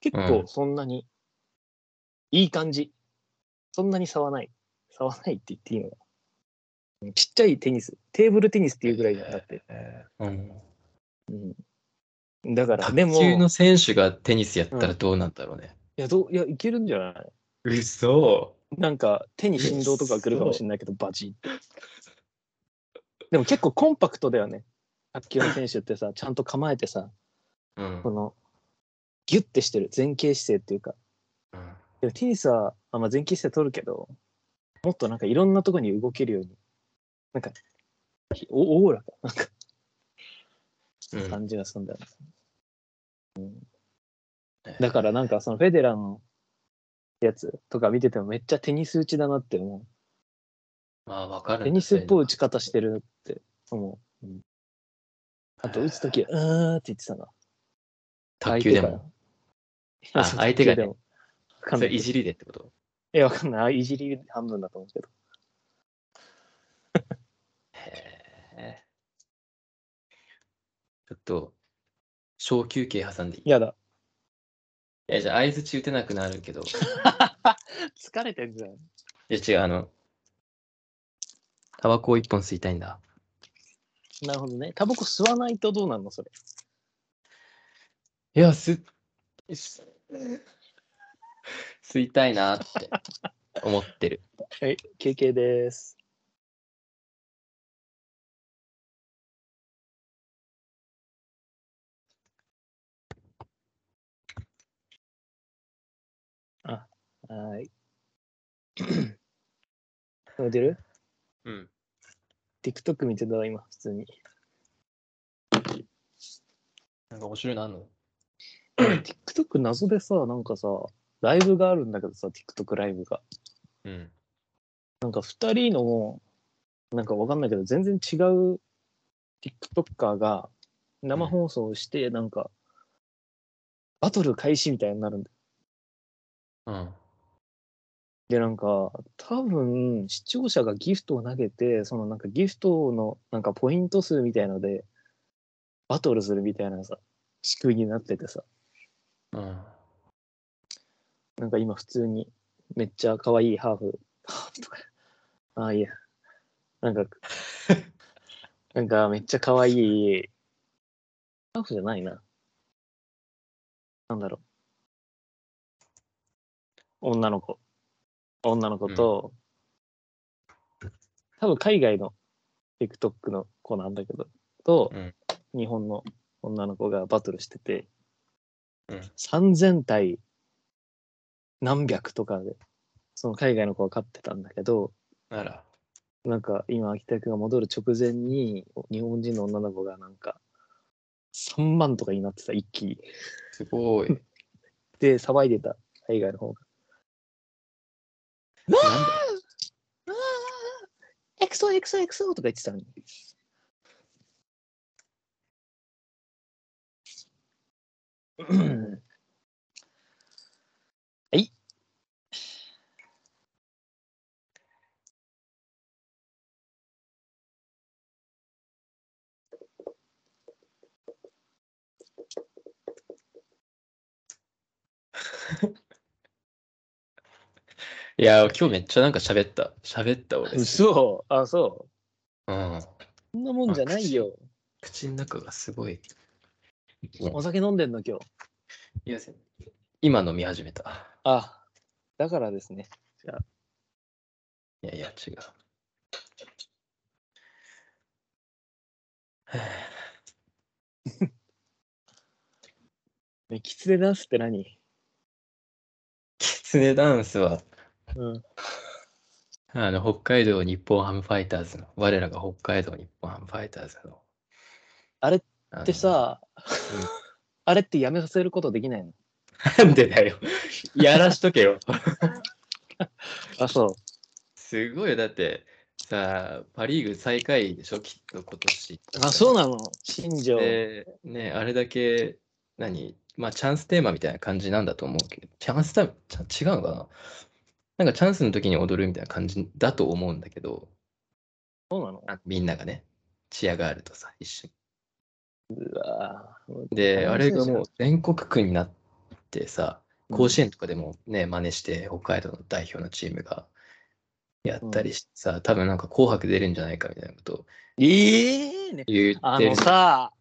[SPEAKER 3] 結
[SPEAKER 2] う
[SPEAKER 3] 構
[SPEAKER 2] ん
[SPEAKER 3] そんなに、いい感じ。そんなに差はない。差はないって言っていいのかなうんちっちゃいテニス、テーブルテニスっていうぐらいだだって。
[SPEAKER 2] うん
[SPEAKER 3] うん、だから、
[SPEAKER 2] 卓
[SPEAKER 3] でも、
[SPEAKER 2] 球の
[SPEAKER 3] い
[SPEAKER 2] 選手がテニスやったらどうなんだろうね。
[SPEAKER 3] や、どういや、いけるんじゃない
[SPEAKER 2] 嘘
[SPEAKER 3] なんか手に振動とか来るかもしれないけど、バチッでも結構コンパクトだよね。卓球の選手ってさ、ちゃんと構えてさ、
[SPEAKER 2] うん
[SPEAKER 3] こ。の、ギュッてしてる、前傾姿勢っていうか。
[SPEAKER 2] うん
[SPEAKER 3] でもテニスは、あまあ、前傾姿勢取るけど、もっとなんかいろんなとこに動けるように、なんか、ひおおおらか、なんか、
[SPEAKER 2] うん
[SPEAKER 3] 感じがするんだよね。
[SPEAKER 2] ね
[SPEAKER 3] だからなんかそのフェデラーのやつとか見ててもめっちゃテニス打ちだなって思う。
[SPEAKER 2] まあ、わかるんだ。
[SPEAKER 3] テニスっぽい打
[SPEAKER 2] そ
[SPEAKER 3] ち
[SPEAKER 2] うう
[SPEAKER 3] 方してるって思う。うんあと、打つとき、うーんって言ってたな。
[SPEAKER 2] の卓球でも。あ、相手がね
[SPEAKER 3] ね。わかん
[SPEAKER 2] そ
[SPEAKER 3] な
[SPEAKER 2] れ
[SPEAKER 3] い。
[SPEAKER 2] いじりでってこと
[SPEAKER 3] いや、わかんない。いじり半分だと思うけど。
[SPEAKER 2] へえ。ちょっと、小休憩挟んでいい
[SPEAKER 3] やだ。
[SPEAKER 2] え、じゃあ、相槌打てなくなるけど。
[SPEAKER 3] 疲れてるじゃん。
[SPEAKER 2] いや、違う、あの、タバコを一本吸いたいんだ。
[SPEAKER 3] なるほどね。タバコ吸わないとどうなんのそれ。
[SPEAKER 2] いや、吸っ、吸吸いたいなって思ってる。
[SPEAKER 3] はい、休憩です。あ、はーい。 飲んでる
[SPEAKER 2] うん。
[SPEAKER 3] ?TikTok 見てたわ、今、普 通に。
[SPEAKER 2] なんか面白いのあんの
[SPEAKER 3] TikTok 謎でさ、なんかさ、ライブがあるんだけどさ、TikTok ライブが。
[SPEAKER 2] うん。
[SPEAKER 3] なんか2人のもう、なんかわかんないけど、全然違う TikToker が生放送して、なんか、バトル開始みたいになるんだよ。
[SPEAKER 2] うん。
[SPEAKER 3] で、なんか、多分、視聴者がギフトを投げて、そのなんかギフトのなんかポイント数みたいので、バトルするみたいなさ、仕組みになっててさ、
[SPEAKER 2] うん。
[SPEAKER 3] なんか今普通にめっちゃ可愛いハーフ、ハーフとか、ああいいや、なんか、なんかめっちゃ可愛い、ハーフじゃないな。なんだろう。女の子。女の子と、多分海外の TikTok の子なんだけど、と、
[SPEAKER 2] うん
[SPEAKER 3] 日本の女の子がバトルしてて、
[SPEAKER 2] うん
[SPEAKER 3] 3000対何百とかで、その海外の子が勝ってたんだけど、
[SPEAKER 2] なら。
[SPEAKER 3] なんか今、秋田君が戻る直前に、日本人の女の子がなんか、3万とかになってた、一気に。
[SPEAKER 2] すごい。
[SPEAKER 3] で、騒いでた、海外の方が。
[SPEAKER 2] なんだ
[SPEAKER 3] ああ、XOXOXO とか言ってたのに。はい。
[SPEAKER 2] いや、今日めっちゃなんか喋った。喋った俺。
[SPEAKER 3] 嘘あ、そう。
[SPEAKER 2] うん。
[SPEAKER 3] そんなもんじゃないよ。
[SPEAKER 2] 口の中がすごい。
[SPEAKER 3] お酒飲んでんの、今日。
[SPEAKER 2] いやせ今飲み始めた。
[SPEAKER 3] あ、だからですね。
[SPEAKER 2] いやいや、違う。
[SPEAKER 3] ねキツネダンスって何
[SPEAKER 2] キツネダンスは、
[SPEAKER 3] うん。
[SPEAKER 2] あの、北海道日本ハムファイターズの、我らが北海道日本ハムファイターズの。
[SPEAKER 3] あれっ
[SPEAKER 2] あの
[SPEAKER 3] て、さ、
[SPEAKER 2] うん
[SPEAKER 3] あれってやめさせることできないの
[SPEAKER 2] なんで だよ。やらしとけよ。
[SPEAKER 3] あ、そう。
[SPEAKER 2] すごいよ。だって、さ、パ・リーグ最下位でしょ、きっと今年。
[SPEAKER 3] あ、そうなの新庄。
[SPEAKER 2] で、ね、あれだけ、何、まあ、チャンステーマみたいな感じなんだと思うけど、チャンスタイム、ちゃ違うのかななんかチャンスの時に踊るみたいな感じだと思うんだけど、
[SPEAKER 3] そうなの
[SPEAKER 2] あみんながね、チアガールとさ、一緒に。
[SPEAKER 3] うわぁ
[SPEAKER 2] で、あれがもう
[SPEAKER 3] う
[SPEAKER 2] 全国区になってさ、甲子園とかでもね、真似して北海道の代表のチームがやったりしてさ、多分なんか紅白出るんじゃないかみたいなことを
[SPEAKER 3] ええね
[SPEAKER 2] 言っ
[SPEAKER 3] あ
[SPEAKER 2] て
[SPEAKER 3] の
[SPEAKER 2] る。
[SPEAKER 3] さ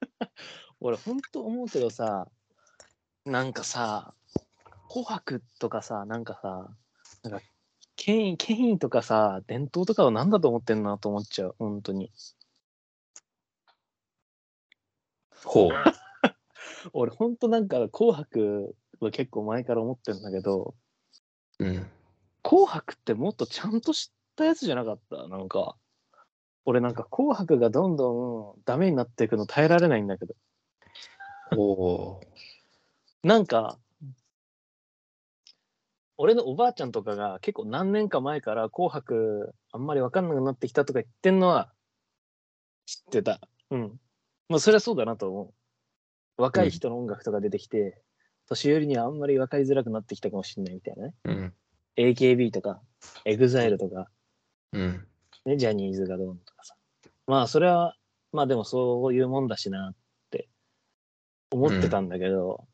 [SPEAKER 3] 俺ほんと思うけどさなんかさ「紅白」とかさなんかさなんか権威権威とかさ伝統とかを何だと思ってんなと思っちゃう本当に
[SPEAKER 2] ほう。
[SPEAKER 3] 俺ほんとなんか「紅白」は結構前から思ってるんだけど
[SPEAKER 2] うん。
[SPEAKER 3] 「紅白」ってもっとちゃんとしたやつじゃなかったなんか俺なんか「紅白」がどんどんダメになっていくの耐えられないんだけど
[SPEAKER 2] ほう。
[SPEAKER 3] なんか、俺のおばあちゃんとかが結構何年か前から紅白あんまりわかんなくなってきたとか言ってんのは知ってた。うん。まあそりゃそうだなと思う。若い人の音楽とか出てきて、年寄りにはあんまりわかりづらくなってきたかもしれないみたいなね。
[SPEAKER 2] うん。
[SPEAKER 3] AKB とか、EXILE とか、
[SPEAKER 2] うん。
[SPEAKER 3] ね、ジャニーズがどうのとかさ。まあそれは、まあでもそういうもんだしなって思ってたんだけど、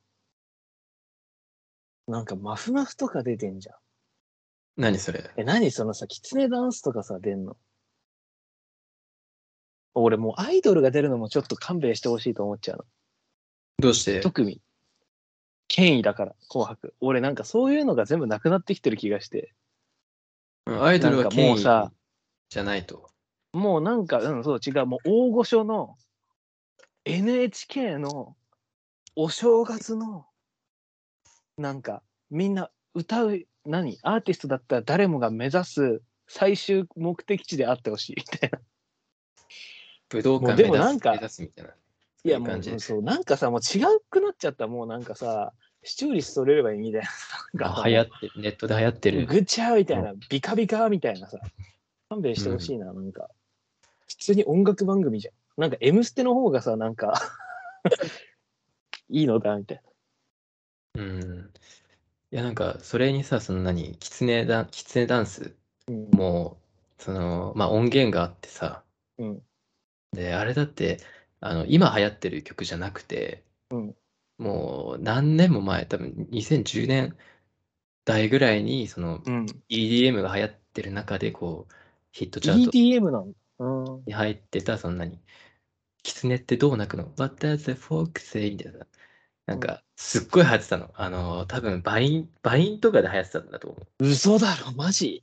[SPEAKER 3] なんかマフマフとか出てんじゃん。
[SPEAKER 2] 何それ
[SPEAKER 3] え、何そのさ、キツネダンスとかさ、出んの俺もうアイドルが出るのもちょっと勘弁してほしいと思っちゃうの。
[SPEAKER 2] どうして
[SPEAKER 3] 特に、権威だから、紅白。俺なんかそういうのが全部なくなってきてる気がして。
[SPEAKER 2] うんアイドル
[SPEAKER 3] な
[SPEAKER 2] は
[SPEAKER 3] んかも
[SPEAKER 2] 権
[SPEAKER 3] う
[SPEAKER 2] 威
[SPEAKER 3] さ
[SPEAKER 2] じゃないと。
[SPEAKER 3] もうなんか、うん、そう、違う、もう大御所の NHK のお正月の、なんか、みんな歌う、何アーティストだったら誰もが目指す最終目的地であってほしいみたいな。
[SPEAKER 2] 武道
[SPEAKER 3] もう
[SPEAKER 2] 館
[SPEAKER 3] で
[SPEAKER 2] 目
[SPEAKER 3] も
[SPEAKER 2] 指
[SPEAKER 3] なん
[SPEAKER 2] す
[SPEAKER 3] か
[SPEAKER 2] 目指すみたいな。
[SPEAKER 3] いや、も
[SPEAKER 2] そういう感
[SPEAKER 3] う、
[SPEAKER 2] じ
[SPEAKER 3] うんそう、なんかさ、もう違うくなっちゃった、もうなんかさ、視聴率取れればいいみたいな。なんか
[SPEAKER 2] あ流行ってる、ネットで流行ってる。
[SPEAKER 3] ぐちゃみたいな、ビカビカみたいなさ、勘弁してほしいな、なんか。普通に音楽番組じゃん。なんか、M ステの方がさ、なんか、 いいのだ、みたい
[SPEAKER 2] うん。いや、なんか、それにさ、その何、キツネダン、キツネダンス
[SPEAKER 3] な。うん、
[SPEAKER 2] も、その、まあ音源があってさ、
[SPEAKER 3] うん
[SPEAKER 2] で、あれだって、あの、今流行ってる曲じゃなくて、
[SPEAKER 3] うん
[SPEAKER 2] もう何年も前、多分2010年代ぐらいに、その
[SPEAKER 3] う、ん。
[SPEAKER 2] EDM が流行ってる中で、こう、ヒットチャート
[SPEAKER 3] EDM なんだ。うん。
[SPEAKER 2] に入ってた、そんなに、キツネってどう鳴くの ?What does the fox say? みたいな。なんか、すっごい流行ってたの。あの、多分バイン、バインとかで流行ってたんだと思う。
[SPEAKER 3] 嘘だろ、マジ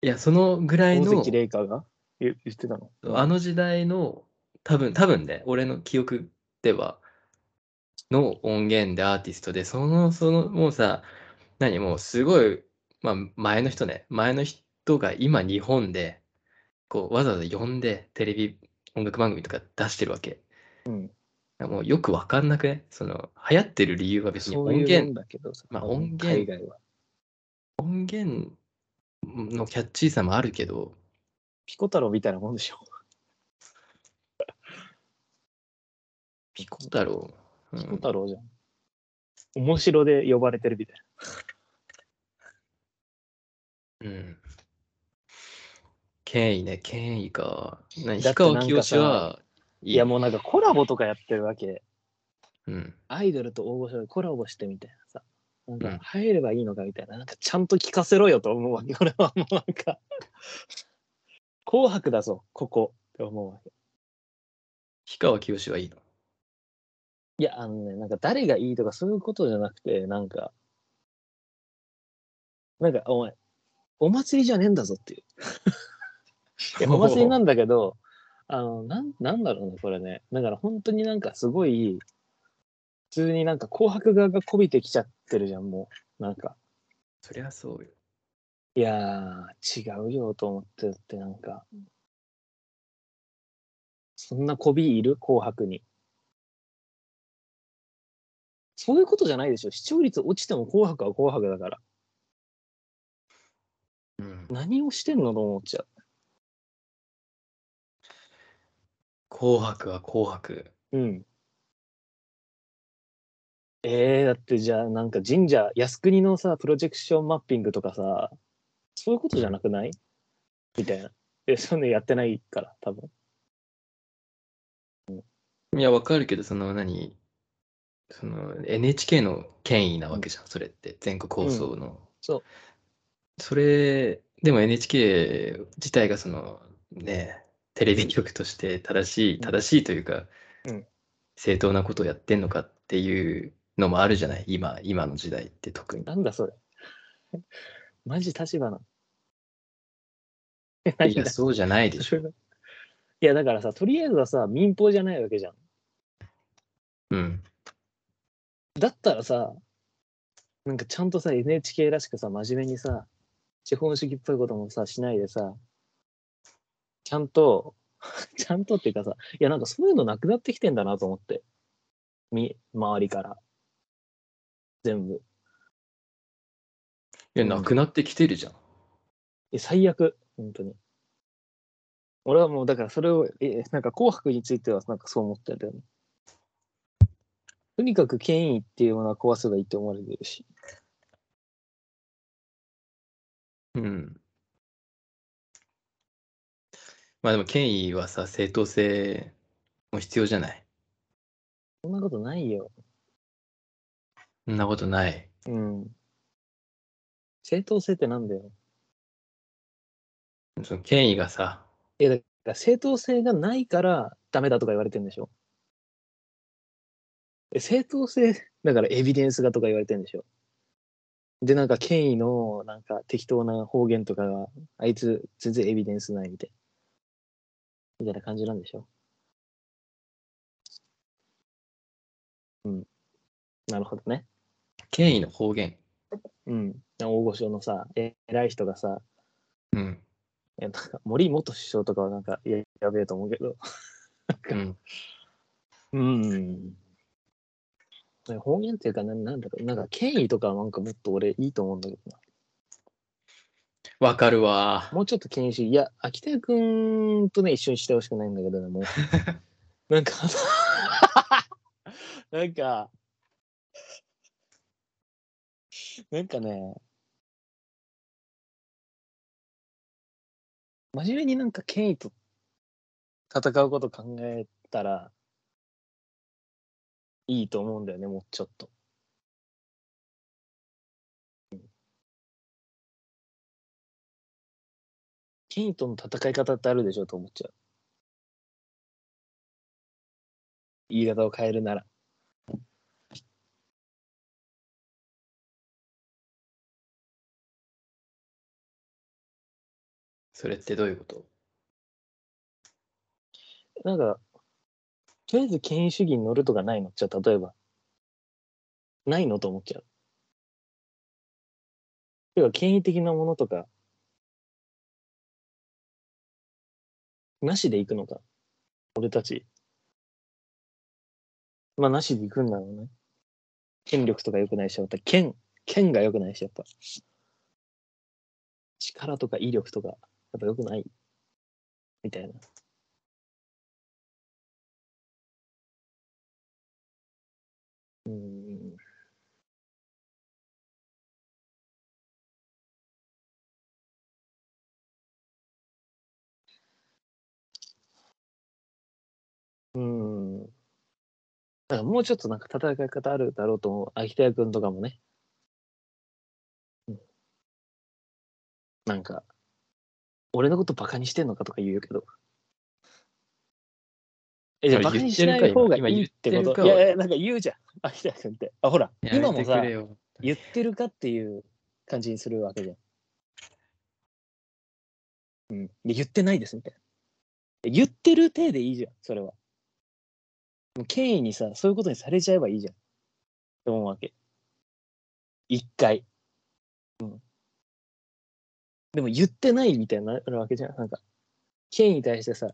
[SPEAKER 2] いや、そのぐらい
[SPEAKER 3] 大
[SPEAKER 2] の
[SPEAKER 3] 関、レイカーが言言ってたの。
[SPEAKER 2] あの時代の、多分、多分ね、俺の記憶では、の音源でアーティストで、その、その、もうさ、何、もうすごい、まあ、前の人ね、前の人が今日本で、こう、わざわざ呼んで、テレビ音楽番組とか出してるわけ。
[SPEAKER 3] うん。
[SPEAKER 2] もうよくわかんなくね、その、流行ってる理由は別に
[SPEAKER 3] そ
[SPEAKER 2] 音
[SPEAKER 3] ういうもん
[SPEAKER 2] 源、
[SPEAKER 3] だけどさ、
[SPEAKER 2] まあ音源
[SPEAKER 3] 海外は。
[SPEAKER 2] 音源のキャッチーさもあるけど、
[SPEAKER 3] ピコ太郎みたいなもんでしょ。
[SPEAKER 2] ピコ太郎、う
[SPEAKER 3] ピコ
[SPEAKER 2] ん、
[SPEAKER 3] 太郎じゃん。面白で呼ばれてるみたい
[SPEAKER 2] う
[SPEAKER 3] な。
[SPEAKER 2] ん。権威ね、権威か。な氷
[SPEAKER 3] だってなんかさ
[SPEAKER 2] 川きよしは、い
[SPEAKER 3] いや、もうなんかコラボとかやってるわけ。
[SPEAKER 2] う、うん。
[SPEAKER 3] アイドルと大御所でコラボしてみたいなさ、なん
[SPEAKER 2] うん
[SPEAKER 3] か入ればいいのかみたいな、なんかちゃんと聞かせろよと思 うわけ。俺はもうなんか、紅白だぞ、ここって思うわけ。
[SPEAKER 2] 氷川きよしはいいの。
[SPEAKER 3] いや、あのね、なんか誰がいいとかそういうことじゃなくて、なんか、なんか、お前、お祭りじゃねえんだぞっていう。 いやお祭りなんだけど、あの、なん、なんだろうね、これね。だから本当になんかすごい、普通になんか紅白側がこびてきちゃってるじゃん、もう。なんか。
[SPEAKER 2] そりゃそうよ。
[SPEAKER 3] いやー、違うよと思ってるって、なんか。そんな媚びいる紅白に。そういうことじゃないでしょ。視聴率落ちても紅白は紅白だから。
[SPEAKER 2] うん。
[SPEAKER 3] 何をしてんのと思っちゃ
[SPEAKER 2] 紅白は紅白。
[SPEAKER 3] う。うん。えー、だってじゃあ、なんか神社、靖国のさ、プロジェクションマッピングとかさ、そういうことじゃなくないみたいな。え、そういうのやってないから、多分。
[SPEAKER 2] いや、わかるけど、その何、その NHK の権威なわけじゃん、それって、全国放送の。
[SPEAKER 3] そう。
[SPEAKER 2] それ、でも NHK 自体がその、ね、テレビ局として正しい、正しいというか、
[SPEAKER 3] うん
[SPEAKER 2] 正当なことをやってんのかっていうのもあるじゃない、今、今の時代って特に。
[SPEAKER 3] なんだそれ。 マジ立花。
[SPEAKER 2] いや、そうじゃ ないでしょ。
[SPEAKER 3] いやだからさ、とりあえずはさ、民放じゃないわけじゃん。
[SPEAKER 2] うん。
[SPEAKER 3] だったらさ、なんかちゃんとさ、NHK らしくさ、真面目にさ、資本主義っぽいこともさ、しないでさ、ちゃんと、 ちゃんとっていうかさ、いやなんかそういうのなくなってきてんだなと思って。み、周りから。全部。
[SPEAKER 2] いや、なくなってきてるじゃん。
[SPEAKER 3] え最悪本当に俺はもうだからそれをえなんか「紅白」についてはなんかそう思ってるよねとにかく権威っていうものは壊せばいいって思われてるし
[SPEAKER 2] うん。まあでも権威はさ、正当性も必要じゃない。
[SPEAKER 3] そんなことないよ
[SPEAKER 2] そんなことない。
[SPEAKER 3] うん正当性ってなんだよ
[SPEAKER 2] その権威がさ、
[SPEAKER 3] いやだから正当性がないからダメだとか言われてるんでしょえ正当性だからエビデンスがとか言われてるんでしょでなんか権威のなんか適当な方言とかがあいつ全然エビデンスないみたいみたいな感じなんでしょうんなるほどね
[SPEAKER 2] 権威の方言。
[SPEAKER 3] うん大御所のさえ偉い人がさ
[SPEAKER 2] うん。
[SPEAKER 3] えなんか森元首相とかはなんかいややべえと思うけど
[SPEAKER 2] うん。
[SPEAKER 3] うん。方言っていうか、ななんだろう、なんか権威とかはなんかもっと俺いいと思うんだけどな。
[SPEAKER 2] わかるわ。
[SPEAKER 3] もうちょっと権威主義。いや、秋田くんとね、一緒にしてほしくないんだけどね、もう。なんか、 なんか、なんかね、真面目になんか権威と戦うこと考えたらいいと思うんだよね、もうちょっと。権威との戦い方ってあるでしょと思っちゃう。言い方を変えるなら。
[SPEAKER 2] それってどういうこと
[SPEAKER 3] なんか、とりあえず権威主義に乗るとかないのじゃあ、例えば。ないのと思っちゃう。てか、権威的なものとか、なしで行くのか。俺たち。まあ、なしで行くんだろうね。権力とか良くないし、また権、権が良くないし、やっぱ。力とか威力とか、やっぱ良くない。みたいな。うんうん。だからもうちょっとなんか戦い方あるだろうと思う。秋田屋くんとかもね。うんなんか、俺のことバカにしてんのかとか言うけど。え、じゃあ
[SPEAKER 2] そ
[SPEAKER 3] バ
[SPEAKER 2] れ
[SPEAKER 3] カ
[SPEAKER 2] 言
[SPEAKER 3] に
[SPEAKER 2] って
[SPEAKER 3] し
[SPEAKER 2] る
[SPEAKER 3] な
[SPEAKER 2] か
[SPEAKER 3] い方がい
[SPEAKER 2] 今
[SPEAKER 3] いって
[SPEAKER 2] 今言
[SPEAKER 3] こ
[SPEAKER 2] ってるか
[SPEAKER 3] と。いやいや、なんか言うじゃん。秋田くんって。あ、ほら、今も
[SPEAKER 2] や
[SPEAKER 3] さ
[SPEAKER 2] めてく、れよ
[SPEAKER 3] 言ってるかっていう感じにするわけじゃん。うん。で、言ってないですみたいな。言ってる体でいいじゃん、それは。もう権威にさ、そういうことにされちゃえばいいじゃん。と思うわけ。一回。うん。でも言ってないみたいになるわけじゃん。なんか、権威に対してさ、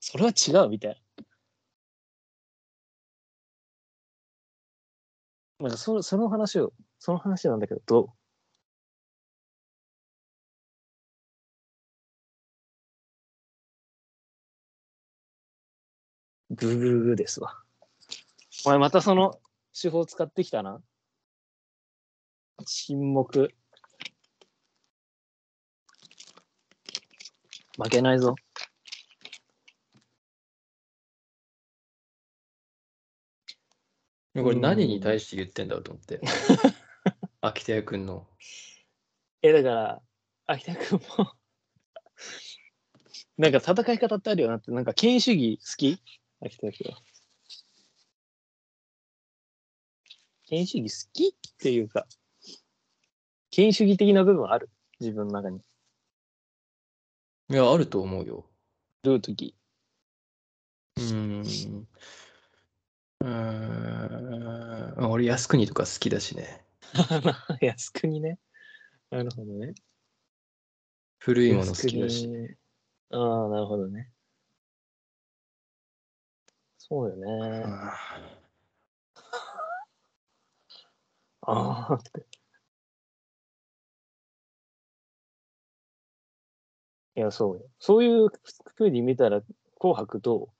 [SPEAKER 3] それは違うみたいな。なんかそ、その話をその話なんだけど、どうグーグーグーですわ。お前またその手法使ってきたな。沈黙。負けないぞ。
[SPEAKER 2] これ何に対して言ってんだろうと思 って。秋田屋くんの。
[SPEAKER 3] え、だから、秋田君も、 なんか戦い方ってあるよなって、なんか権威主義好き秋田君は。権威主義好きっていうか、権威主義的な部分はある自分の中に。
[SPEAKER 2] いや、あると思うよ。
[SPEAKER 3] どういう 時
[SPEAKER 2] うーん。うーん。俺、靖国とか好きだしね。
[SPEAKER 3] 靖国ね。なるほどね。
[SPEAKER 2] 古いもの好きだし。
[SPEAKER 3] 靖国。ああ、なるほどね。そうよね。
[SPEAKER 2] あ
[SPEAKER 3] ああって。いや、そうよ。そういうふうに見たら、紅白ど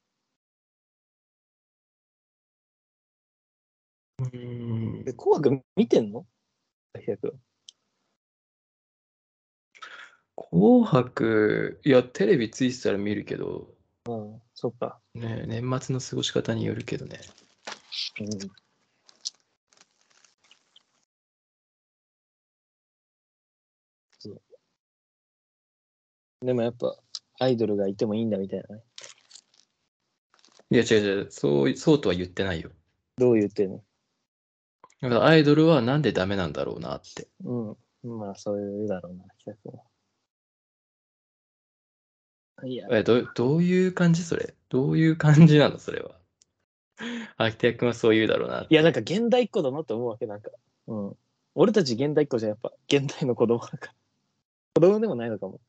[SPEAKER 2] ーうーん
[SPEAKER 3] うえ、紅白見てんの秋田君
[SPEAKER 2] 紅白、いや、テレビついてたら見るけど、
[SPEAKER 3] そっか。
[SPEAKER 2] ね、年末の過ごし方によるけどね。
[SPEAKER 3] うん。そうでもやっぱ、アイドルがいてもいいんだみたいなね。
[SPEAKER 2] いや、違う違う、そう、そうとは言ってないよ。
[SPEAKER 3] どう言ってんの
[SPEAKER 2] だからアイドルはなんでダメなんだろうなって。
[SPEAKER 3] うん。まあ、そういうだろうな、秋田君は。いや、
[SPEAKER 2] え、どう、どういう感じそれ。どういう感じなのそれは。 秋田君はそう言うだろうな。
[SPEAKER 3] いや、なんか現代っ子だなって思うわけ、なんか。うん。俺たち現代っ子じゃんやっぱ、現代の子供だから。子供でもないのかも。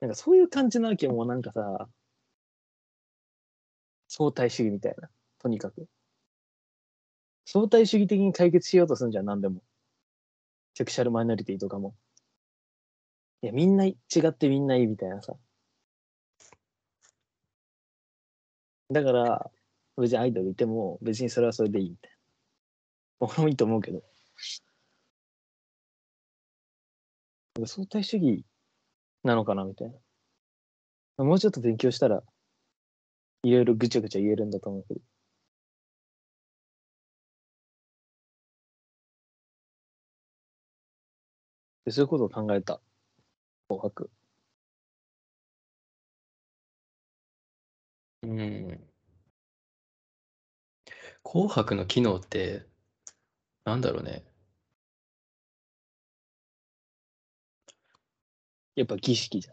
[SPEAKER 3] なんかそういう感じなわけよもうなんかさ、相対主義みたいな、とにかく。相対主義的に解決しようとするんじゃん、何でも。セクシャルマイノリティとかも。いや、みんな違ってみんないいみたいなさ。だから、別にアイドルいても別にそれはそれでいいみたいな。俺もいいと思うけど。なんか相対主義なのかなみたいな。もうちょっと勉強したらいろいろぐちゃぐちゃ言えるんだと思うけど。でそういうことを考えた。紅白。
[SPEAKER 2] うん。紅白の機能って、なんだろうね。
[SPEAKER 3] やっぱ儀式じゃ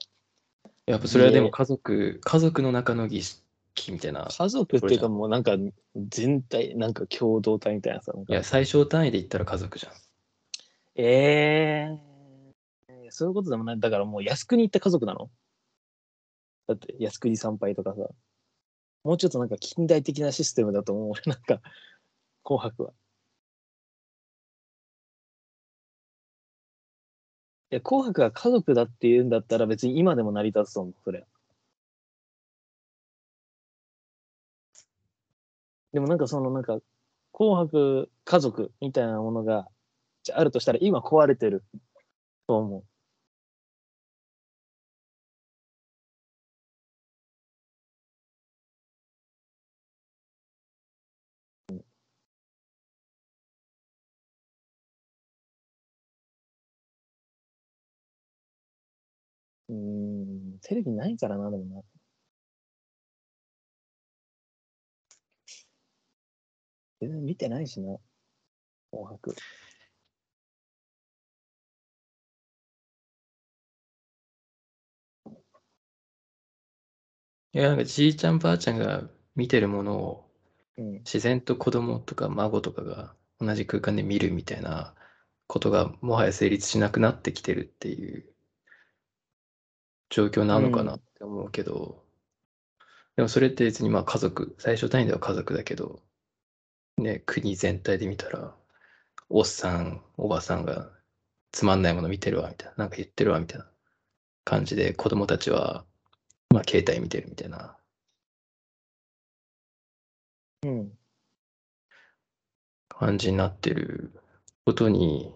[SPEAKER 3] ん。
[SPEAKER 2] やっぱそれはでも
[SPEAKER 3] ね
[SPEAKER 2] 家族、家族の中の儀式みたいな。
[SPEAKER 3] 家族っていうかもうなんか全体、なんか共同体みたいなさ。なん
[SPEAKER 2] い
[SPEAKER 3] か
[SPEAKER 2] や、最小単位で言ったら家族じゃん。
[SPEAKER 3] ええそういうことでもない。だからもう靖国行った家族なのだって靖国参拝とかさ。もうちょっとなんか近代的なシステムだと思う。俺なんか、紅白は。いや、紅白が家族だって言うんだったら別に今でも成り立つと思う、それ。でもなんかそのなんか、紅白家族みたいなものが、じゃああるとしたら今壊れてると思う。うーんテレビないからな、でもな。全然見てないしな、紅白。
[SPEAKER 2] いや、なんかじいちゃんばあちゃんが見てるものを
[SPEAKER 3] うん、
[SPEAKER 2] 自然と子供とか孫とかが同じ空間で見るみたいなことがもはや成立しなくなってきてるっていう状況なのかなって思うけど、でもそれって別にまあ家族、最小単位では家族だけど、ね、国全体で見たら、おっさん、おばさんがつまんないもの見てるわみたいな、なんか言ってるわみたいな感じで子供たちは、まあ携帯見てるみたいな。
[SPEAKER 3] うん、
[SPEAKER 2] 感じになってることに、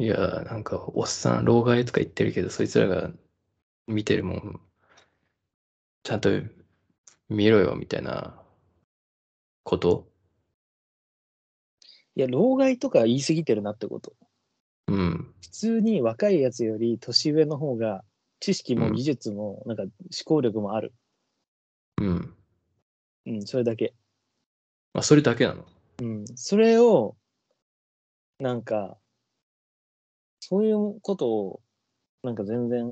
[SPEAKER 2] いや、なんか、おっさん、老害とか言ってるけど、そいつらが見てるもん、ちゃんと見ろよ、みたいなこと
[SPEAKER 3] いや、老害とか言い過ぎてるなってこと。
[SPEAKER 2] うん。
[SPEAKER 3] 普通に若いやつより年上の方が知識も技術もなんか思考力もある。
[SPEAKER 2] うん。
[SPEAKER 3] うん、それだけ。
[SPEAKER 2] あ、それだけなの
[SPEAKER 3] うん、それを、なんか、そういうことを、なんか全然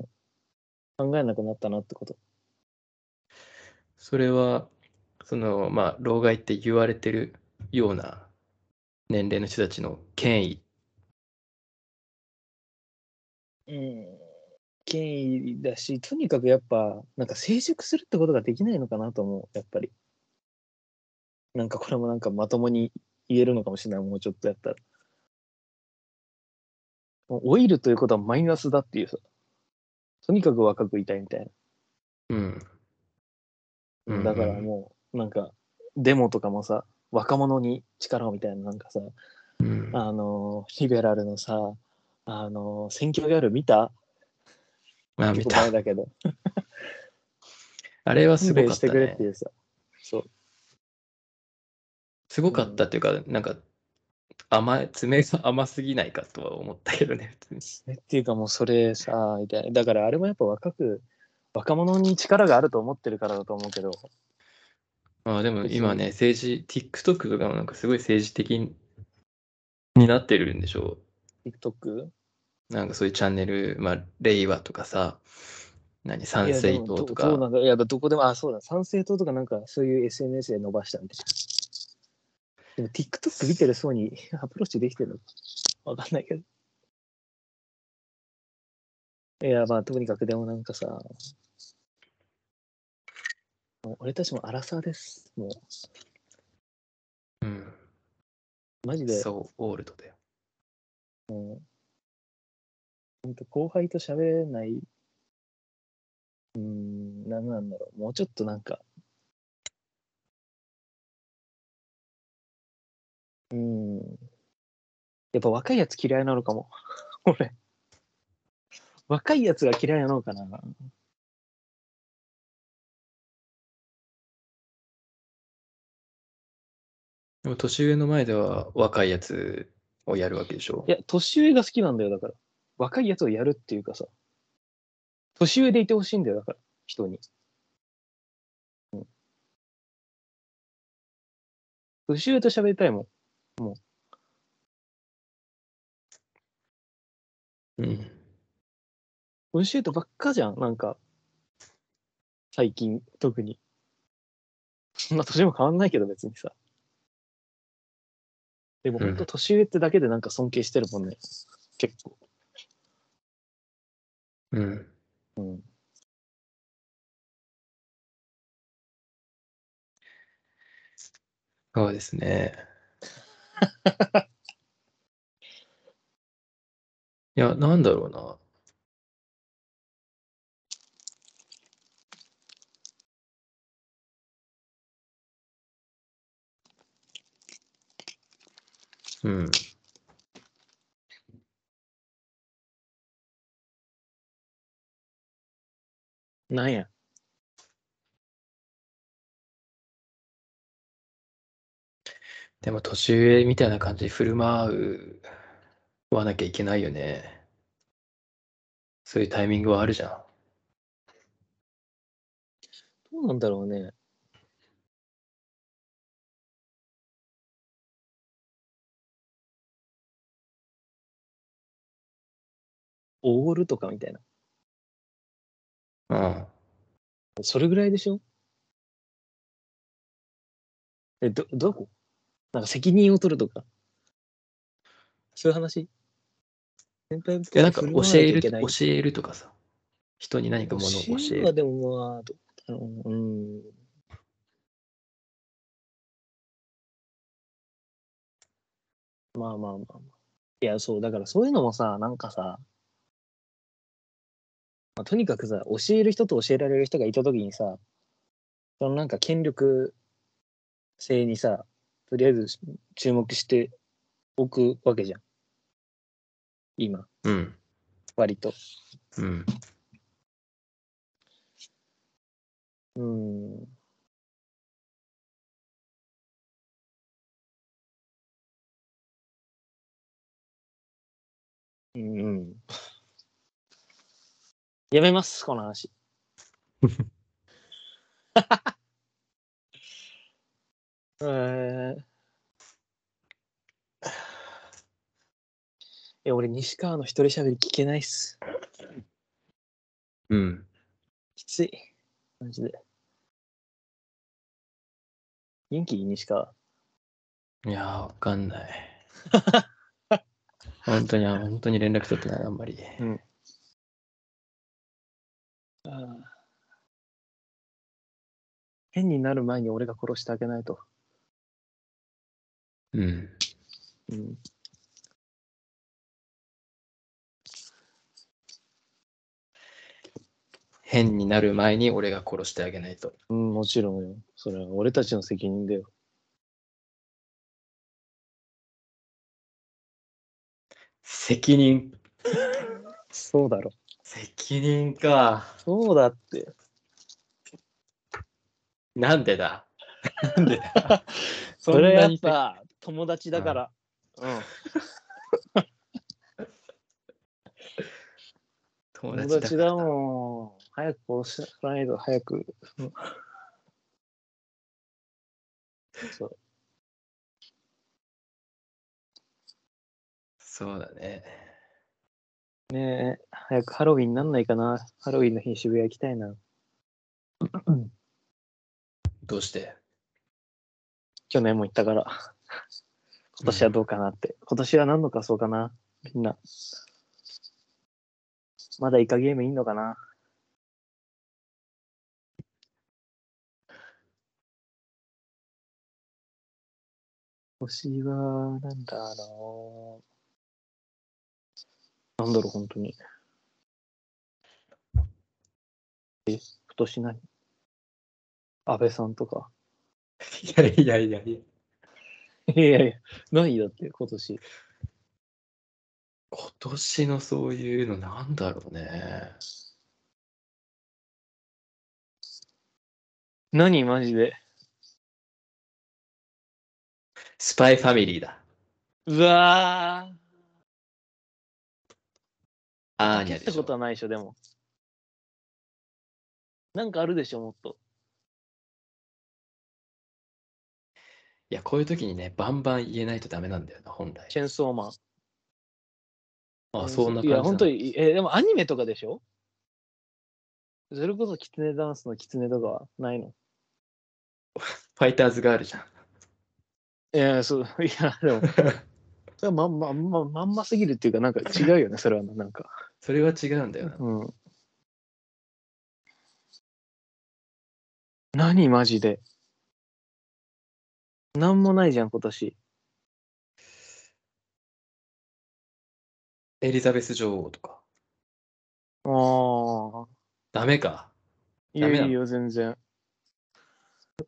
[SPEAKER 3] 考えなくなったなってこと。
[SPEAKER 2] それは、その、まあ、老害って言われてるような年齢の人たちの権威。
[SPEAKER 3] うん。権威だし、とにかくやっぱ、なんか成熟するってことができないのかなと思う、やっぱり。なんかこれもなんかまともに言えるのかもしれない、もうちょっとやったら。もう老いるということはマイナスだっていうさ。とにかく若くいたいみたいな。
[SPEAKER 2] うん。うんうん
[SPEAKER 3] だからもう、なんか、デモとかもさ、若者に力をみたいな、なんかさ、
[SPEAKER 2] うん。
[SPEAKER 3] あのーリベラルのさ、あのー選挙ギャル見た
[SPEAKER 2] まあ、見
[SPEAKER 3] 結構
[SPEAKER 2] た
[SPEAKER 3] 前。だけど、
[SPEAKER 2] あれはす
[SPEAKER 3] す
[SPEAKER 2] ご
[SPEAKER 3] ご
[SPEAKER 2] かっ
[SPEAKER 3] して
[SPEAKER 2] た
[SPEAKER 3] くれっ
[SPEAKER 2] ね
[SPEAKER 3] て。いうさ、そう、
[SPEAKER 2] すごかったっていうか、なんか、甘い、爪が甘すぎないかとは思ったけどね、 普通
[SPEAKER 3] えっていうかもうそれさ、みたいな。だからあれもやっぱ若く、若者に力があると思ってるからだと思うけど、
[SPEAKER 2] に。まあでも
[SPEAKER 3] 別に
[SPEAKER 2] 今ね、政治、TikTok とかもなんかすごい政治的になってるんでしょ
[SPEAKER 3] TikTok?
[SPEAKER 2] う。なんかそういうチャンネル、まあ、令和とかさ、何、参
[SPEAKER 3] いやで
[SPEAKER 2] 政
[SPEAKER 3] も
[SPEAKER 2] 党と
[SPEAKER 3] どうどうな
[SPEAKER 2] か、
[SPEAKER 3] んだいや、どこでも、あ、そうだ、参政党とかなんかそういう SNS で伸ばしたみたいな。でも TikTok 見てる層にアプローチできてるのかわかんないけど。いや、まあ、とにかくでもなんかさ、もう俺たちも荒ーです。も
[SPEAKER 2] うん、
[SPEAKER 3] う、マジで、
[SPEAKER 2] そう、オールドだよ。
[SPEAKER 3] ほんと後輩と喋れない、うーん、なんなんだろう。もうちょっとなんか、うーん。やっぱ若いやつ嫌いなのかも。 俺。若いやつが嫌いなのかな。
[SPEAKER 2] でも年上の前では若いやつをやるわけでしょ
[SPEAKER 3] い。や、年上が好きなんだよ、だから。若いやつをやるっていうかさ。年上でいてほしいんだよ、だから、人に。うん年上と喋りたいもん。
[SPEAKER 2] うん。
[SPEAKER 3] 年上とばっかじゃん、なんか。最近、特に。 そんな年も変わんないけど、別にさ。でも、
[SPEAKER 2] うん
[SPEAKER 3] ほんと年上ってだけでなんか尊敬してるもんね。結構。
[SPEAKER 2] うん。
[SPEAKER 3] うん。
[SPEAKER 2] そうですね。 いや、なんだろうな。うん。
[SPEAKER 3] なんや。
[SPEAKER 2] でも年上みたいな感じで振る舞うはなきゃいけないよね。そういうタイミングはあるじゃん。
[SPEAKER 3] どうなんだろうね。おごるとかみたいな。
[SPEAKER 2] うん。
[SPEAKER 3] それぐらいでしょえ、ど、どこなんか責任を取るとか。そういう話先輩
[SPEAKER 2] いや、なんか
[SPEAKER 3] 振る
[SPEAKER 2] 教
[SPEAKER 3] 舞わ
[SPEAKER 2] え
[SPEAKER 3] なきゃ
[SPEAKER 2] る、
[SPEAKER 3] いけ
[SPEAKER 2] 教
[SPEAKER 3] ない
[SPEAKER 2] えるとかさ。人に何かものを教え
[SPEAKER 3] 教え
[SPEAKER 2] る
[SPEAKER 3] は。でもまあ、どうだろう。うん。まあまあまあまあ。いや、そう、だからそういうのもさ、なんかさ、まあ、とにかくさ、教える人と教えられる人がいたときにさ、そのなんか権力性にさ、とりあえず注目しておくわけじゃん。今、
[SPEAKER 2] うん。
[SPEAKER 3] 割と。
[SPEAKER 2] うん。
[SPEAKER 3] うん。やめます、この話。 えー、え、俺、西川の一人喋り聞けないっす。
[SPEAKER 2] うん。
[SPEAKER 3] きつい。マジで。元気西川。
[SPEAKER 2] いやー、わかんない。 本当に、あ本当に連絡取ってない、あんまり。
[SPEAKER 3] 変になる前に俺が殺してあげないと。
[SPEAKER 2] うん。
[SPEAKER 3] うん。
[SPEAKER 2] 変になる前に俺が殺してあげないと。
[SPEAKER 3] うん、もちろんよ。それは俺たちの責任だよ。
[SPEAKER 2] 責任。
[SPEAKER 3] そうだろ。
[SPEAKER 2] 責任か。
[SPEAKER 3] そうだって。
[SPEAKER 2] なんでだなんでだ
[SPEAKER 3] それはやっ
[SPEAKER 2] ぱ
[SPEAKER 3] ぱ友達だから。うん。
[SPEAKER 2] 友
[SPEAKER 3] 友
[SPEAKER 2] 達だ
[SPEAKER 3] 達だもん。早く殺しないと、早く。そう。
[SPEAKER 2] そうだね。
[SPEAKER 3] ねえ、早くハロウィンなんないかな。ハロウィンの日に渋谷行きたいな。
[SPEAKER 2] どうして
[SPEAKER 3] 去年も行ったから。今年はどうかなって。今年は何の仮装かなみんな。まだイカゲームいんのかな星はなんだろう。なんだろう、本当に。え、今年何安倍さんとか。
[SPEAKER 2] いやいやいやいや。
[SPEAKER 3] いやいや、ないだって、今年。
[SPEAKER 2] 今年のそういうのなんだろうね。
[SPEAKER 3] 何マジで。
[SPEAKER 2] スパイファミリーだ。
[SPEAKER 3] うわー。
[SPEAKER 2] アーニ
[SPEAKER 3] 蹴
[SPEAKER 2] ャ
[SPEAKER 3] っ
[SPEAKER 2] で
[SPEAKER 3] た
[SPEAKER 2] し
[SPEAKER 3] こと
[SPEAKER 2] ょ。
[SPEAKER 3] はないでしょ、でも。なんかあるでしょ、もっと。
[SPEAKER 2] いや、こういう時にね、バンバン言えないとダメなんだよな、本来。
[SPEAKER 3] チェーンソーマン。
[SPEAKER 2] あ、そんな感じ
[SPEAKER 3] い
[SPEAKER 2] だ
[SPEAKER 3] や、本当に、え、でもアニメとかでしょそれこそ、キツネダンスのキツネとかはないの
[SPEAKER 2] ファイターズガールじゃん。
[SPEAKER 3] いや、そう、いや、 でも、それはまんま、まんま、まんますぎるっていうか、なんか違うよね、それはな、なんか。
[SPEAKER 2] それは違うんだよな。
[SPEAKER 3] うん。何、マジで。なんもないじゃん、今年。
[SPEAKER 2] エリザベス女王とか。
[SPEAKER 3] ああ。
[SPEAKER 2] ダメか。
[SPEAKER 3] いや
[SPEAKER 2] ダメなの
[SPEAKER 3] いいよ、全然。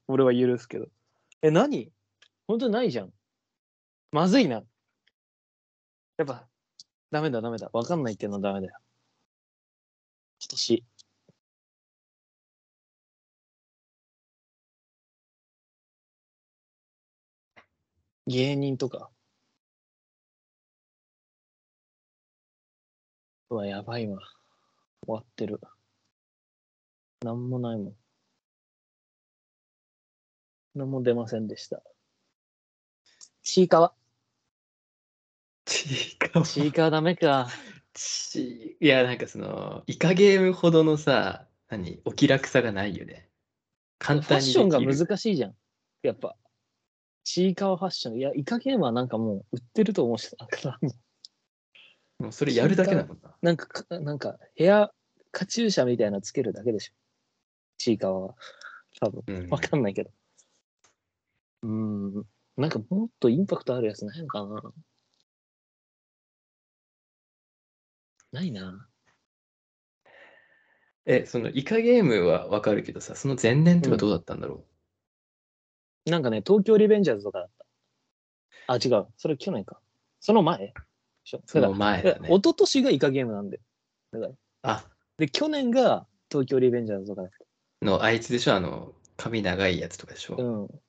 [SPEAKER 3] 俺は許すけど。え、何本当にないじゃん。まずいな。やっぱ、ダメだ、ダメだ。わかんないっていうのはダメだよ。今年。芸人とか。うわ、やばいわ。終わってる。なんもないもん。何も出ませんでした。ちいかわ。
[SPEAKER 2] ちいかわ
[SPEAKER 3] ちいかわダメか。
[SPEAKER 2] ちいや、なんかその、イカゲームほどのさ、何、お気楽さがないよね。簡
[SPEAKER 3] ファッ
[SPEAKER 2] 単にで
[SPEAKER 3] シ
[SPEAKER 2] き
[SPEAKER 3] ョ
[SPEAKER 2] る。
[SPEAKER 3] ンが難しいじゃん。やっぱ。ちいかわファッション。いや、イカゲームはなんかもう売ってると思うし、 なんかさ
[SPEAKER 2] もうそれやるだけだもんな。
[SPEAKER 3] なんかか、なんか、ヘア、カチューシャみたいなのつけるだけでしょ。ちいかわは。多分。
[SPEAKER 2] うん
[SPEAKER 3] わかんないけど。うん。なんかもっとインパクトあるやつないのかなないな。
[SPEAKER 2] え、そのイカゲームはわかるけどさ、その前年とかどうだったんだろ
[SPEAKER 3] なんかね、東京リベンジャーズとかだった。あ、違う。それ去年か。その前でしょ
[SPEAKER 2] う。そ
[SPEAKER 3] だか
[SPEAKER 2] の
[SPEAKER 3] ら、
[SPEAKER 2] 前
[SPEAKER 3] だ
[SPEAKER 2] だ
[SPEAKER 3] から
[SPEAKER 2] ね
[SPEAKER 3] 一。昨年がイカゲームなんで。
[SPEAKER 2] あ、
[SPEAKER 3] で、去年が東京リベンジャーズとかだっ
[SPEAKER 2] の、あいつでしょ、あの、髪長いやつとかでしょ。
[SPEAKER 3] た。うん。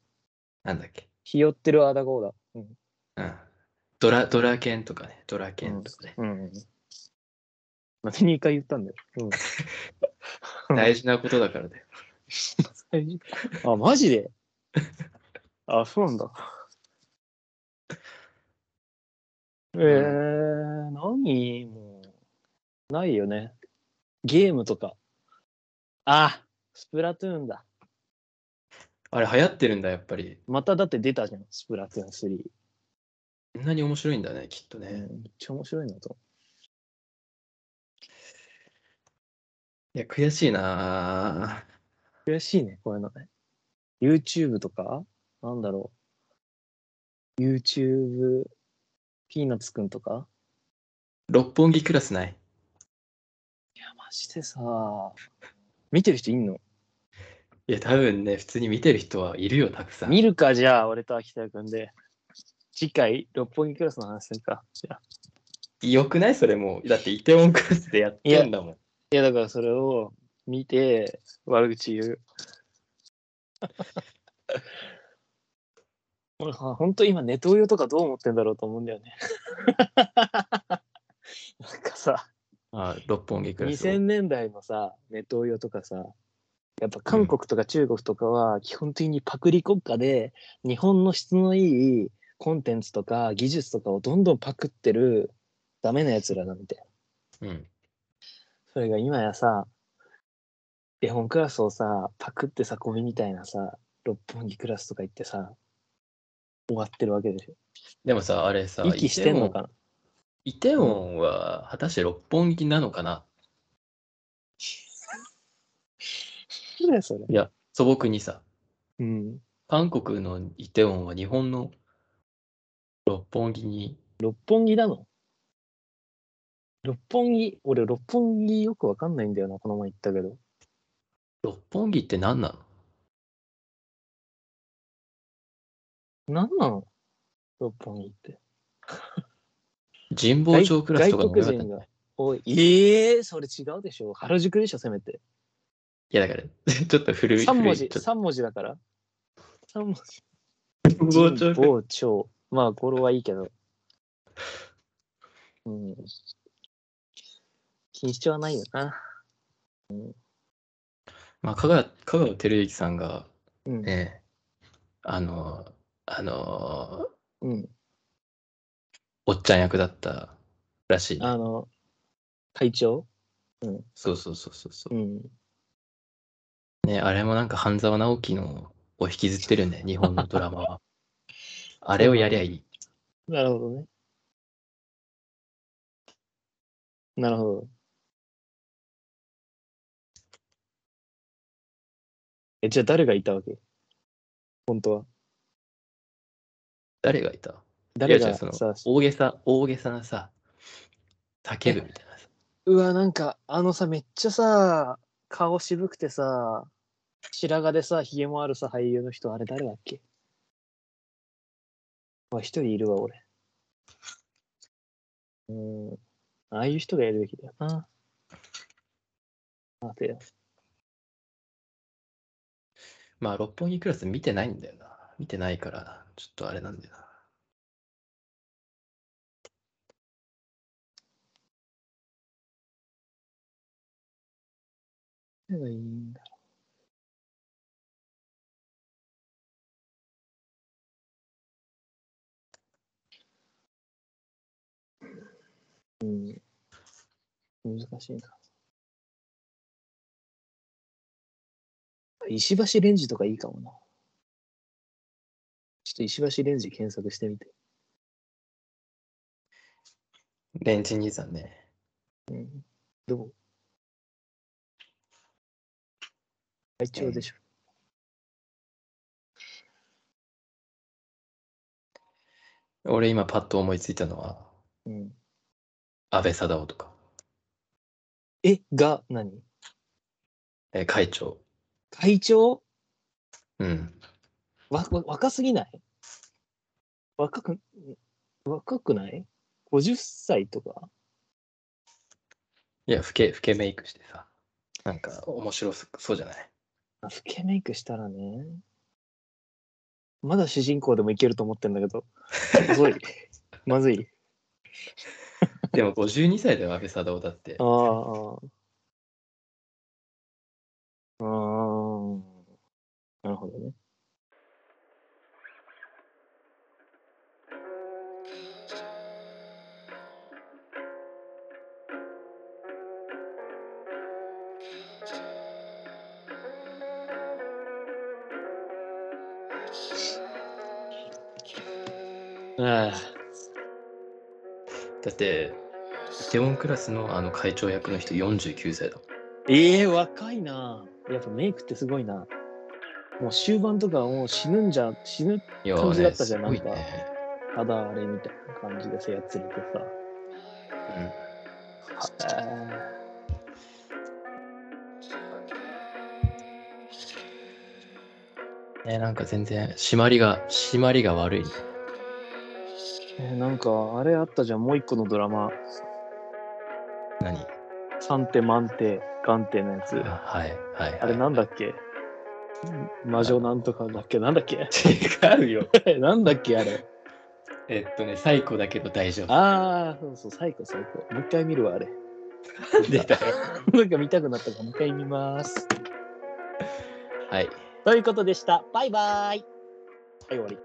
[SPEAKER 2] なんだっけ。
[SPEAKER 3] ひよってるアダゴーだ。うん。
[SPEAKER 2] うん。ドラ、ドラケンとかね、ドラケンとかね。
[SPEAKER 3] うん。何2回言ったんだよ。うん
[SPEAKER 2] 大事なことだからだよ。
[SPEAKER 3] あ、マジで あ、そうなんだ。えー、何もう、ないよね。ゲームとか。あ、スプラトゥーンだ。
[SPEAKER 2] あれ流行ってるんだ、やっぱり。
[SPEAKER 3] まただって出たじゃん、スプラトゥーン3。
[SPEAKER 2] こんなに面白いんだね、きっと
[SPEAKER 3] うんめ
[SPEAKER 2] ね。
[SPEAKER 3] っちゃ面白いなと。
[SPEAKER 2] いや、悔しいなぁ
[SPEAKER 3] 悔しいね、こういうのね。YouTube とか、なんだろう。YouTube、ピーナッツくんとか。
[SPEAKER 2] 六本木クラスない。
[SPEAKER 3] いや、マジでさ、見てる人いんの
[SPEAKER 2] いや、多分ね、普通に見てる人はいるよ、たくさん。
[SPEAKER 3] 見るか、じゃあ、俺と秋田くんで。次回、六本木クラスの話するか。じゃあ
[SPEAKER 2] よくないそれもう。だって、イテウォンクラスでやってんだもん。
[SPEAKER 3] いや、だからそれを見て、悪口言う。 俺は、本当今、ネトウヨとかどう思ってんだろうと思うんだよね。 なんかさ、
[SPEAKER 2] あ六本木クラスを。
[SPEAKER 3] 2000年代のさ、ネトウヨとかさ、やっぱ韓国とか中国とかは基本的にパクリ国家で、日本の質のいいコンテンツとか技術とかをどんどんパクってるダメなやつらなんて。
[SPEAKER 2] うん。
[SPEAKER 3] それが今やさ、絵本クラスをさ、パクってさ、ゴミみたいなさ、六本木クラスとか行ってさ、終わってるわけでしょ。
[SPEAKER 2] でもさ、あれさ、
[SPEAKER 3] 息してんのかな
[SPEAKER 2] イテウォンイテウォンは果たして六本木なのかな
[SPEAKER 3] そうだよ、それ。
[SPEAKER 2] いや、素朴にさ、
[SPEAKER 3] うん。
[SPEAKER 2] 韓国のイテウォンは日本の六本木に、
[SPEAKER 3] 六本木だの六本木、俺六本木よくわかんないんだよな、この前行ったけど。
[SPEAKER 2] 六本木って何なの
[SPEAKER 3] なんなの六本木って。
[SPEAKER 2] 神保町クラスとか
[SPEAKER 3] 外
[SPEAKER 2] の
[SPEAKER 3] 国
[SPEAKER 2] かった
[SPEAKER 3] 人が多い。ええそれ違うでしょ。原宿でしょ、せめて。
[SPEAKER 2] いやだから、 ちょっと古い。
[SPEAKER 3] 3文
[SPEAKER 2] 古
[SPEAKER 3] 字
[SPEAKER 2] い、ちょっと
[SPEAKER 3] 三文字だから。三文字。
[SPEAKER 2] 神保
[SPEAKER 3] 神
[SPEAKER 2] 町クラ
[SPEAKER 3] 保町。まあ、語呂はいいけど。うん。錦糸町はないよな。
[SPEAKER 2] スまあ、香川、香川照之さんが、
[SPEAKER 3] うん。
[SPEAKER 2] ね、あの、あの、
[SPEAKER 3] うん。
[SPEAKER 2] おっちゃん役だったらしいね。
[SPEAKER 3] あの、会長
[SPEAKER 2] そうそうそうそうそうう、
[SPEAKER 3] ん。
[SPEAKER 2] ね、あれもなんか半沢直樹のを引きずってるね、日本のドラマ は。あれをやりゃいい。
[SPEAKER 3] なるほどね。なるほど。え、じゃあ誰がいたわけ本当は。
[SPEAKER 2] 誰がいた
[SPEAKER 3] 誰
[SPEAKER 2] いや
[SPEAKER 3] が
[SPEAKER 2] じゃあそ
[SPEAKER 3] さ、
[SPEAKER 2] 大げさ、大げさなさ、叫ぶみたいなさ。
[SPEAKER 3] うわ、なんか、あのさ、めっちゃさ、顔渋くてさ、白髪でさ、ひげもあるさ、俳優の人、あれ誰だっけあ、一人いるわ、俺。うーん、ああいう人がやるべきだよな。待てよ。
[SPEAKER 2] まあ、六本木クラス見てないんだよな。見てないから、ちょっとあれなんだよな。
[SPEAKER 3] 誰がいいんだろう。うん。難しいな。石橋レンジとかいいかもな。ちょっと石橋レンジ検索してみて。
[SPEAKER 2] レンジ兄さんね。
[SPEAKER 3] どう会長でしょ。
[SPEAKER 2] 俺今パッと思いついたのは、
[SPEAKER 3] うん。
[SPEAKER 2] 安倍貞夫とか、
[SPEAKER 3] え、が何
[SPEAKER 2] えー会長。
[SPEAKER 3] 会長
[SPEAKER 2] うん。
[SPEAKER 3] わわ若すぎない若くん、若くない ?50 歳とか
[SPEAKER 2] いや、老け、老けメイクしてさ、なんか面白そそうじゃない
[SPEAKER 3] あ老けメイクしたらね。まだ 主人公でもいけると思ってんだけど。遅い。まずい。
[SPEAKER 2] でも52歳だよ、安倍貞夫だって
[SPEAKER 3] あ。あ。ああ。なるほどね。あ
[SPEAKER 2] だって、イテウォンクラスのあの会長役の人49歳だもん。
[SPEAKER 3] ええ若いな。やっぱメイクってすごいな。もう終盤とかはもう死ぬんじゃ、死ぬ
[SPEAKER 2] いや
[SPEAKER 3] 感じだ
[SPEAKER 2] ー
[SPEAKER 3] っ
[SPEAKER 2] ね、
[SPEAKER 3] たじ
[SPEAKER 2] す
[SPEAKER 3] ゃん
[SPEAKER 2] ごい
[SPEAKER 3] なんか
[SPEAKER 2] ね。
[SPEAKER 3] ただあれみたいな感じでさ、やつれてさ。
[SPEAKER 2] うんね、なんか全然締まりが締まりが悪いね
[SPEAKER 3] えーなんかあれあったじゃんもう一個のドラマ
[SPEAKER 2] 何
[SPEAKER 3] 「三手満点眼点」のやつ
[SPEAKER 2] あはいはい、はい、
[SPEAKER 3] あれなんだっけ魔女なんとかだっけなんだっけ
[SPEAKER 2] 違うよ
[SPEAKER 3] なんだっけあれ
[SPEAKER 2] えっとね最高だけど大丈夫
[SPEAKER 3] ああそうそう最高最高もう一回見るわあれ
[SPEAKER 2] なんでだよ
[SPEAKER 3] なんか見たくなったからもう一回見ます
[SPEAKER 2] はい
[SPEAKER 3] ということでしたバイバーイはい終わり